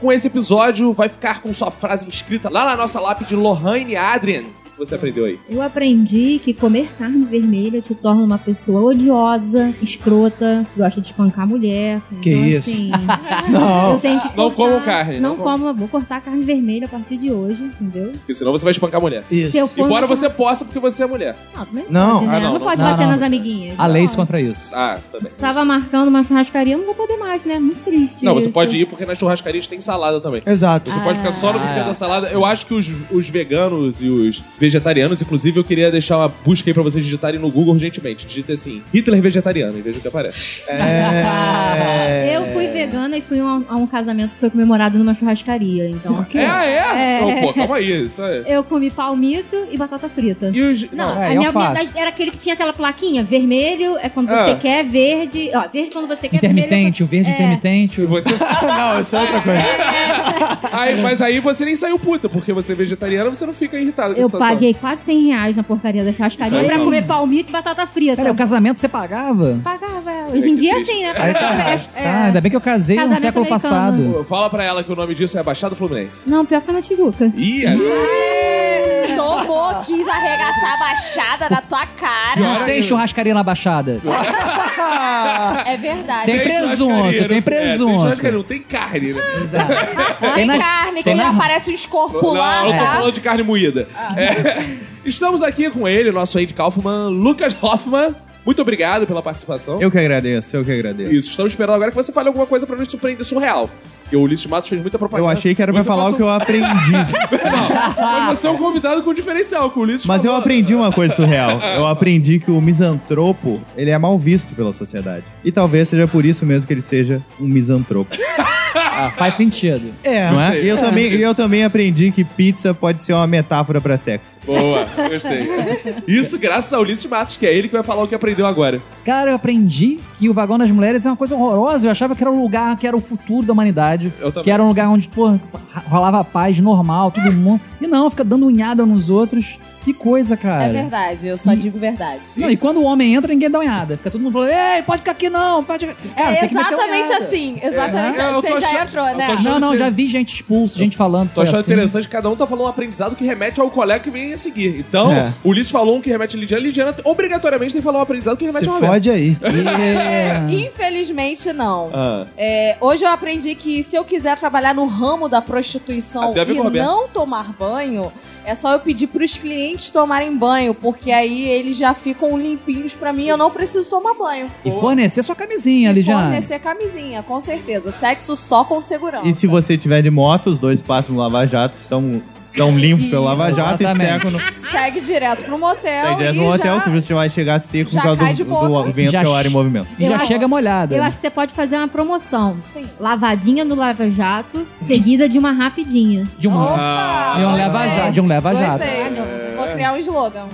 S1: com esse episódio. Vai ficar com sua frase escrita lá na nossa lápide Lohane Adrian. O que você aprendeu aí?
S3: Eu aprendi que comer carne vermelha te torna uma pessoa odiosa, escrota, que gosta de espancar a mulher.
S1: Que
S3: Então,
S1: isso?
S3: assim,
S1: Não.
S3: Eu tenho que
S1: Não
S3: cortar-
S1: como carne,
S3: ah, Não,
S1: não como.
S3: como, vou cortar carne vermelha a partir de hoje, entendeu?
S1: Porque senão você vai espancar a mulher.
S3: Isso. Se eu for-
S7: tá.
S1: Embora você possa, porque você é mulher.
S3: Não,
S1: Não.
S3: também pode, né?
S1: Ah, não,
S3: não,
S1: não.
S3: pode
S1: Não,
S3: bater
S1: não.
S3: nas amiguinhas.
S5: Há leis é contra isso.
S1: Ah, também.
S3: Tava marcando uma churrascaria, não vou poder mais, né? Muito triste.
S1: Não, você
S3: isso.
S1: pode ir porque nas churrascarias tem salada também.
S7: Exato.
S1: Você pode ficar só no
S7: Ah,
S1: buffet
S7: é.
S1: da salada. Eu acho que os, os veganos e os vegetarianos, inclusive, eu queria deixar uma busca aí pra vocês digitarem no Google urgentemente. Digita assim, Hitler vegetariano e veja o que aparece.
S3: Eu
S1: É.
S3: fui vegana e fui a um, a um casamento que foi comemorado numa churrascaria, então. Por
S1: quê? É, é? Não, pô, calma aí. Isso é...
S3: Eu comi palmito e batata frita.
S1: E os...
S3: Não,
S1: não. É,
S3: a minha
S1: alface.
S3: habilidade era aquele que tinha aquela plaquinha. Vermelho é quando
S5: Ah.
S3: você quer, verde. Ó, verde quando você quer.
S5: Intermitente, o verde
S3: vermelho é quando-
S5: intermitente.
S1: Você...
S6: não, isso é outra coisa.
S1: Aí, mas aí você nem saiu puta, porque você é vegetariana, você não fica irritado com
S3: É, eu
S1: a situação.
S3: paguei quase 100 reais na porcaria da churrascaria
S1: Isso aí
S3: pra
S1: não.
S3: comer palmito e batata frita.
S5: Cara, o casamento você pagava?
S3: Pagava, é. Hoje em dia é assim, né?
S5: Ah, ainda bem que eu casei no
S3: é. Casamento
S5: século
S3: americano.
S5: passado.
S1: Pô, Fala pra ela que o nome disso é Baixada Fluminense.
S3: Não, pior que é na Tijuca.
S1: Ih, agora...
S4: Tomou, quis arregaçar a baixada na tua cara.
S5: Não tem churrascaria na Baixada. Ah.
S4: É verdade.
S5: Tem presunto, tem
S1: É, tem
S5: presunto.
S1: churrascaria, não tem carne, né?
S4: Tem carne,
S1: tem
S3: é
S4: quando
S1: na-
S4: aparece um escorpo lá,
S1: Não, não tô
S4: tá?
S1: falando de carne moída. É. Estamos aqui com ele, nosso Andy Kaufman, Lucas Hoffman. Muito obrigado pela participação. É
S6: Eu que agradeço, eu que agradeço.
S1: Isso, estamos esperando agora que você fale alguma coisa pra nos surpreender surreal. Porque o Ulisses Matos fez muita propaganda.
S6: Eu achei que era pra
S1: Você
S6: falar
S1: passa
S6: o que eu aprendi.
S1: Mas você é um convidado com diferencial, que o Ulisses
S6: Mas eu
S1: falou.
S6: aprendi uma coisa surreal. Eu aprendi que o misantropo, ele é mal visto pela sociedade. E talvez seja por isso mesmo que ele seja um misantropo.
S5: Ah, faz sentido.
S7: É.
S6: Não é? E eu,
S7: É.
S6: também, e eu também aprendi que pizza pode ser uma metáfora pra sexo.
S1: Boa, gostei. Isso graças ao Ulisses Matos, que é ele que vai falar o que aprendeu agora.
S5: Cara, eu aprendi que o vagão das mulheres é uma coisa horrorosa. Eu achava que era um lugar que era o futuro da humanidade.
S1: Eu também.
S5: Que era um lugar onde, pô, rolava paz normal,
S3: Ah.
S5: todo mundo. E não, fica dando unhada nos outros. Que coisa, cara.
S4: É verdade, eu só digo verdade.
S5: Não, e quando o homem entra, ninguém dá unhada. Fica todo mundo falando, ei, pode ficar aqui não, pode ficar aqui. Cara,
S4: É
S5: tem que meter
S4: exatamente
S5: unhada.
S4: assim,
S1: É.
S4: exatamente assim. Você já entrou, né?
S5: Não, não, já vi gente expulso, gente falando.
S1: Tô
S5: foi
S1: achando
S5: assim.
S1: interessante que cada um tá falando um aprendizado que remete ao colega que vem a seguir. Então,
S5: É.
S1: o Ulisses falou um que remete a Lidiana, Lidiana obrigatoriamente tem que falar um aprendizado que remete
S7: Se
S1: a Roberto.
S7: fode aí.
S4: É,
S5: É,
S4: Infelizmente, não.
S1: Ah.
S4: É, hoje eu aprendi que se eu quiser trabalhar no ramo da prostituição
S1: Até a ver com o
S4: e
S1: Roberto.
S4: não tomar banho, é só eu pedir pros clientes tomarem banho, porque aí eles já ficam limpinhos pra mim e eu não preciso tomar banho.
S5: E fornecer sua camisinha, Lidiane.
S4: Fornecer camisinha, com certeza. Sexo só com segurança.
S6: E se você tiver de moto, os dois passam no Lava Jato, são, são limpos pelo Lava Jato e secam no.
S4: Segue direto pro motel.
S6: Sai direto
S4: e
S6: no hotel,
S4: já...
S6: que você vai chegar seco por
S4: já
S2: tá
S6: causa
S4: cai
S6: do,
S4: de boca.
S6: do vento
S5: Já
S6: que é o ar em
S5: che-
S6: movimento.
S5: E já
S3: Eu acho-
S5: chega molhada.
S3: Eu acho que você pode fazer uma promoção. Lavadinha no Lava Jato, seguida de uma rapidinha.
S5: De um,
S1: Opa!
S5: de um leva-jato. De um leva-jato.
S4: Vou criar um slogan.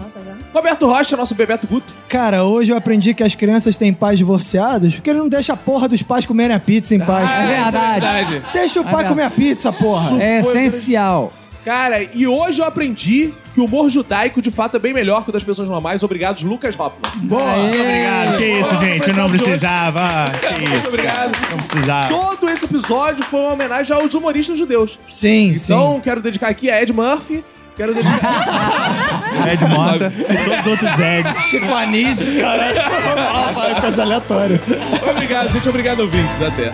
S1: Roberto Rocha, nosso Bebeto Guto.
S7: Cara, hoje eu aprendi que as crianças têm pais divorciados porque ele não deixa a porra dos pais comerem a pizza em paz.
S1: Ah,
S7: cara.
S1: é verdade.
S7: Deixa o
S1: É
S7: pai
S1: verdade.
S7: comer a pizza, porra.
S1: É
S5: essencial.
S1: Cara, e hoje eu aprendi que o humor judaico de fato é bem melhor que o das pessoas normais. Obrigado, Lucas Hoffman.
S6: Boa! Muito obrigado. Que isso, gente? Eu não precisava. Que
S1: Muito obrigado.
S6: Não precisava.
S1: Todo esse episódio foi uma homenagem aos humoristas judeus.
S7: Sim,
S1: Então, quero dedicar aqui a Ed Murphy. Quero dedicar.
S6: Ed Mota e todos os outros Ed.
S7: Chico Anísio,
S1: caralho.
S6: Fala coisa aleatória.
S1: obrigado, gente. Obrigado, ouvintes. Até.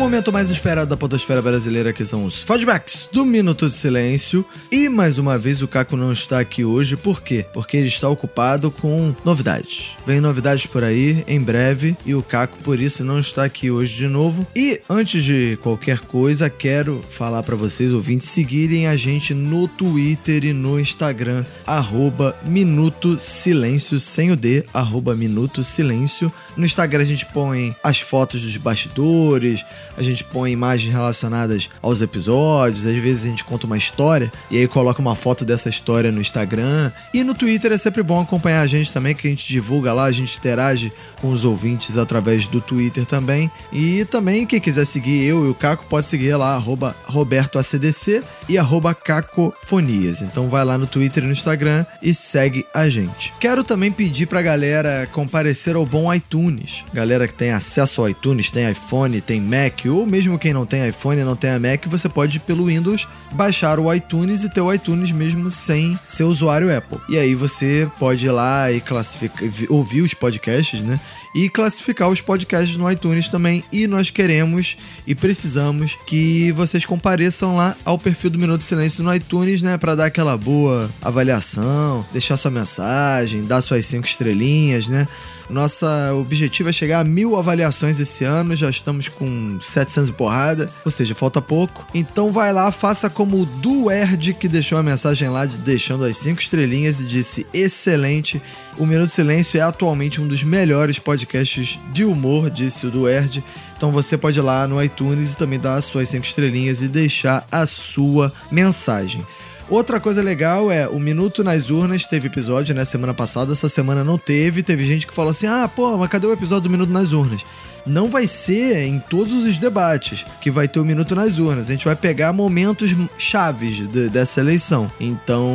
S2: momento mais esperado da podosfera brasileira, que são os fodbacks do Minuto de Silêncio. E, mais uma vez, o Caco não está aqui hoje. Por quê? Porque ele está ocupado com novidades. Vem novidades por aí, em breve. E o Caco, por isso, não está aqui hoje de novo. E, antes de qualquer coisa, quero falar para vocês, ouvintes, seguirem a gente no Twitter e no Instagram. Arroba Minuto Silêncio, sem o D. Arroba Minuto Silêncio. No Instagram a gente põe as fotos dos bastidores, a gente põe imagens relacionadas aos episódios, às vezes a gente conta uma história e aí coloca uma foto dessa história no Instagram. E no Twitter é sempre bom acompanhar a gente também, que a gente divulga lá, a gente interage com os ouvintes através do Twitter também. E também quem quiser seguir eu e o Caco pode seguir lá, arroba RobertoACDC e arroba Cacofonias. Então vai lá no Twitter e no Instagram e segue a gente. Quero também pedir pra galera comparecer ao bom iTunes. Galera que tem acesso ao iTunes, tem iPhone, tem Mac, ou mesmo quem não tem iPhone e não tem a Mac, você pode ir pelo Windows baixar o iTunes e ter o iTunes mesmo sem ser usuário Apple. E aí você pode ir lá e classificar, ouvir os podcasts, né? E classificar os podcasts no iTunes também. E nós queremos e precisamos que vocês compareçam lá ao perfil do Minuto Silêncio no iTunes, né? Pra dar aquela boa avaliação, deixar sua mensagem, dar suas cinco estrelinhas, né? Nosso objetivo é chegar a mil avaliações esse ano, já estamos com 700 e porrada, ou seja, falta pouco. Então vai lá, faça como o Duerd que deixou a mensagem lá, de, deixando as cinco estrelinhas e disse: excelente. O Minuto de Silêncio é atualmente um dos melhores podcasts de humor, disse o Duerd. Então você pode ir lá no iTunes e também dar as suas cinco estrelinhas e deixar a sua mensagem. Outra coisa legal é o Minuto nas Urnas teve episódio, né? Semana passada, essa semana não teve. Teve gente que falou assim: ah, pô, mas cadê o episódio do Minuto nas Urnas? Não vai ser em todos os debates que vai ter o Minuto nas Urnas. A gente vai pegar momentos chaves de- dessa eleição. Então,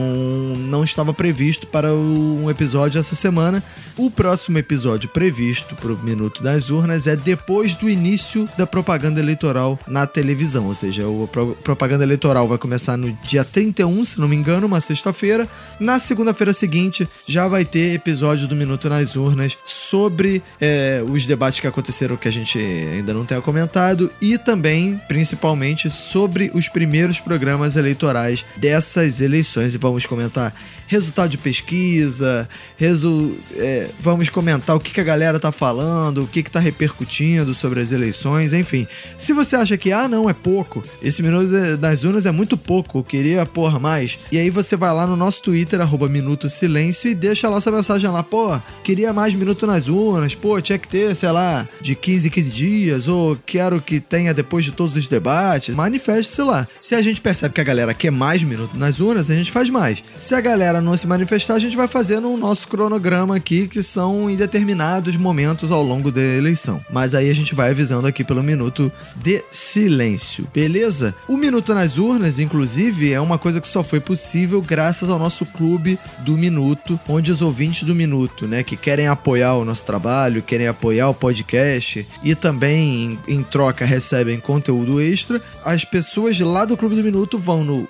S2: não estava previsto para o- um episódio essa semana. O próximo episódio previsto para o Minuto das Urnas é depois do início da propaganda eleitoral na televisão. Ou seja, o- a pro- propaganda eleitoral vai começar no dia 31, se não me engano, uma sexta-feira. Na segunda-feira seguinte, já vai ter episódio do Minuto nas Urnas sobre eh, os debates que aconteceram que a gente ainda não tenha comentado e também, principalmente, sobre os primeiros programas eleitorais dessas eleições. E vamos comentar resultado de pesquisa, resu- eh, vamos comentar o que, que a galera tá falando, o que, que tá repercutindo sobre as eleições, enfim. Se você acha que, ah, não, é pouco, esse Minuto das Urnas é muito pouco, eu queria, porra, mais. E aí você vai lá no nosso Twitter, arroba Minuto Silêncio, e deixa lá sua mensagem lá, pô, queria mais Minuto nas Urnas, pô, tinha que ter, sei lá, de 15 em 15 dias, ou quero que tenha depois de todos os debates, manifeste-se lá. Se a gente percebe que a galera quer mais Minuto nas Urnas, a gente faz mais. Se a galera não se manifestar, a gente vai fazer no nosso cronograma aqui, que são em determinados momentos ao longo da eleição. Mas aí a gente vai avisando aqui pelo minuto de silêncio, beleza? O minuto nas urnas, inclusive, é uma coisa que só foi possível graças ao nosso clube do minuto, onde os ouvintes do minuto, né, que querem apoiar o nosso trabalho, querem apoiar o podcast e também em, em troca recebem conteúdo extra, as pessoas lá do clube do minuto vão no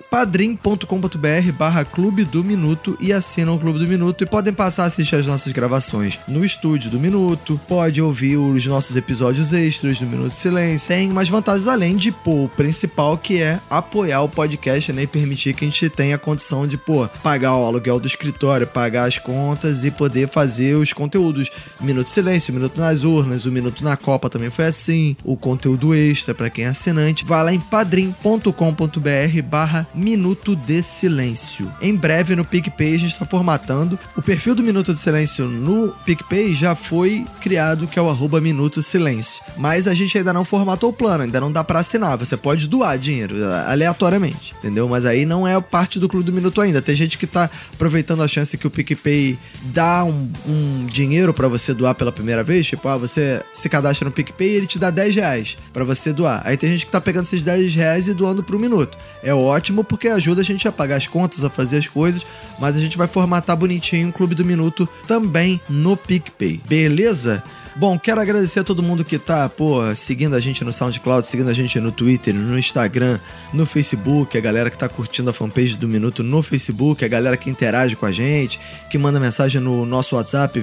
S2: padrim.com.br barra clube do minuto e assinam o clube do minuto e podem passar a assistir as nossas gravações no estúdio do minuto, pode ouvir os nossos episódios extras do minuto de silêncio, tem umas vantagens além de pô, o principal que é apoiar o podcast né, e permitir que a gente tenha a condição de pô, pagar o aluguel do escritório, pagar as contas e poder fazer os conteúdos minuto de silêncio, minuto nas urnas, o minuto na Copa também foi assim, o conteúdo extra pra quem é assinante, vai lá em padrim.com.br barra Minuto de Silêncio. Em breve no PicPay a gente tá formatando. O perfil do Minuto de Silêncio no PicPay já foi criado, que é o arroba Minuto Silêncio. Mas a gente ainda não formatou o plano, ainda não dá pra assinar. Você pode doar dinheiro a- aleatoriamente, entendeu? Mas aí não é parte do Clube do Minuto ainda. Tem gente que tá aproveitando a chance que o PicPay dá um, um dinheiro pra você doar pela primeira vez. Tipo, ah, você se cadastra no PicPay e ele te dá 10 reais pra você doar. Aí tem gente que tá pegando esses 10 reais e doando pro minuto. É ótimo porque ajuda a gente a pagar as contas, a fazer as coisas, mas a gente vai formatar bonitinho o Clube do Minuto também no PicPay. Beleza? Bom, quero agradecer a todo mundo que tá, pô, seguindo a gente no SoundCloud, seguindo a gente no Twitter, no Instagram, no Facebook, a galera que tá curtindo a fanpage do Minuto no Facebook, a galera que interage com a gente, que manda mensagem no nosso WhatsApp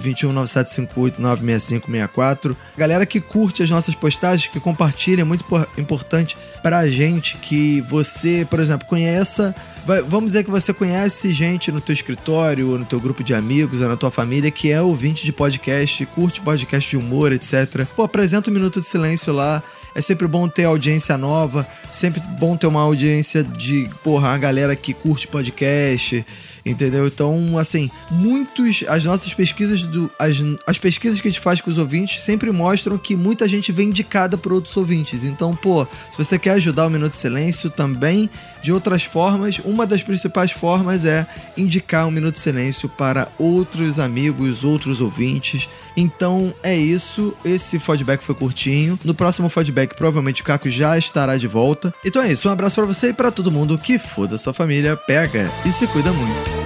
S2: 21975896564. Galera que curte as nossas postagens, que compartilha, é muito por- importante pra gente que você, por exemplo, conheça Vai- vamos dizer que você conhece gente no teu escritório, ou no teu grupo de amigos, ou na tua família que é ouvinte de podcast, curte podcast de humor, etc. Pô, apresenta um minuto de silêncio lá. É sempre bom ter audiência nova, sempre bom ter uma audiência de, porra, a galera que curte podcast, entendeu? Então, assim, muitos as nossas pesquisas do as, as pesquisas que a gente faz com os ouvintes sempre mostram que muita gente vem indicada por outros ouvintes. Então, pô, se você quer ajudar o Minuto de Silêncio também de outras formas, uma das principais formas é indicar o Minuto de Silêncio para outros amigos, outros ouvintes. Então é isso. Esse feedback foi curtinho. No próximo feedback, provavelmente o Caco já estará de volta. Então é isso. Um abraço pra você e pra todo mundo que foda sua família, pega e se cuida muito.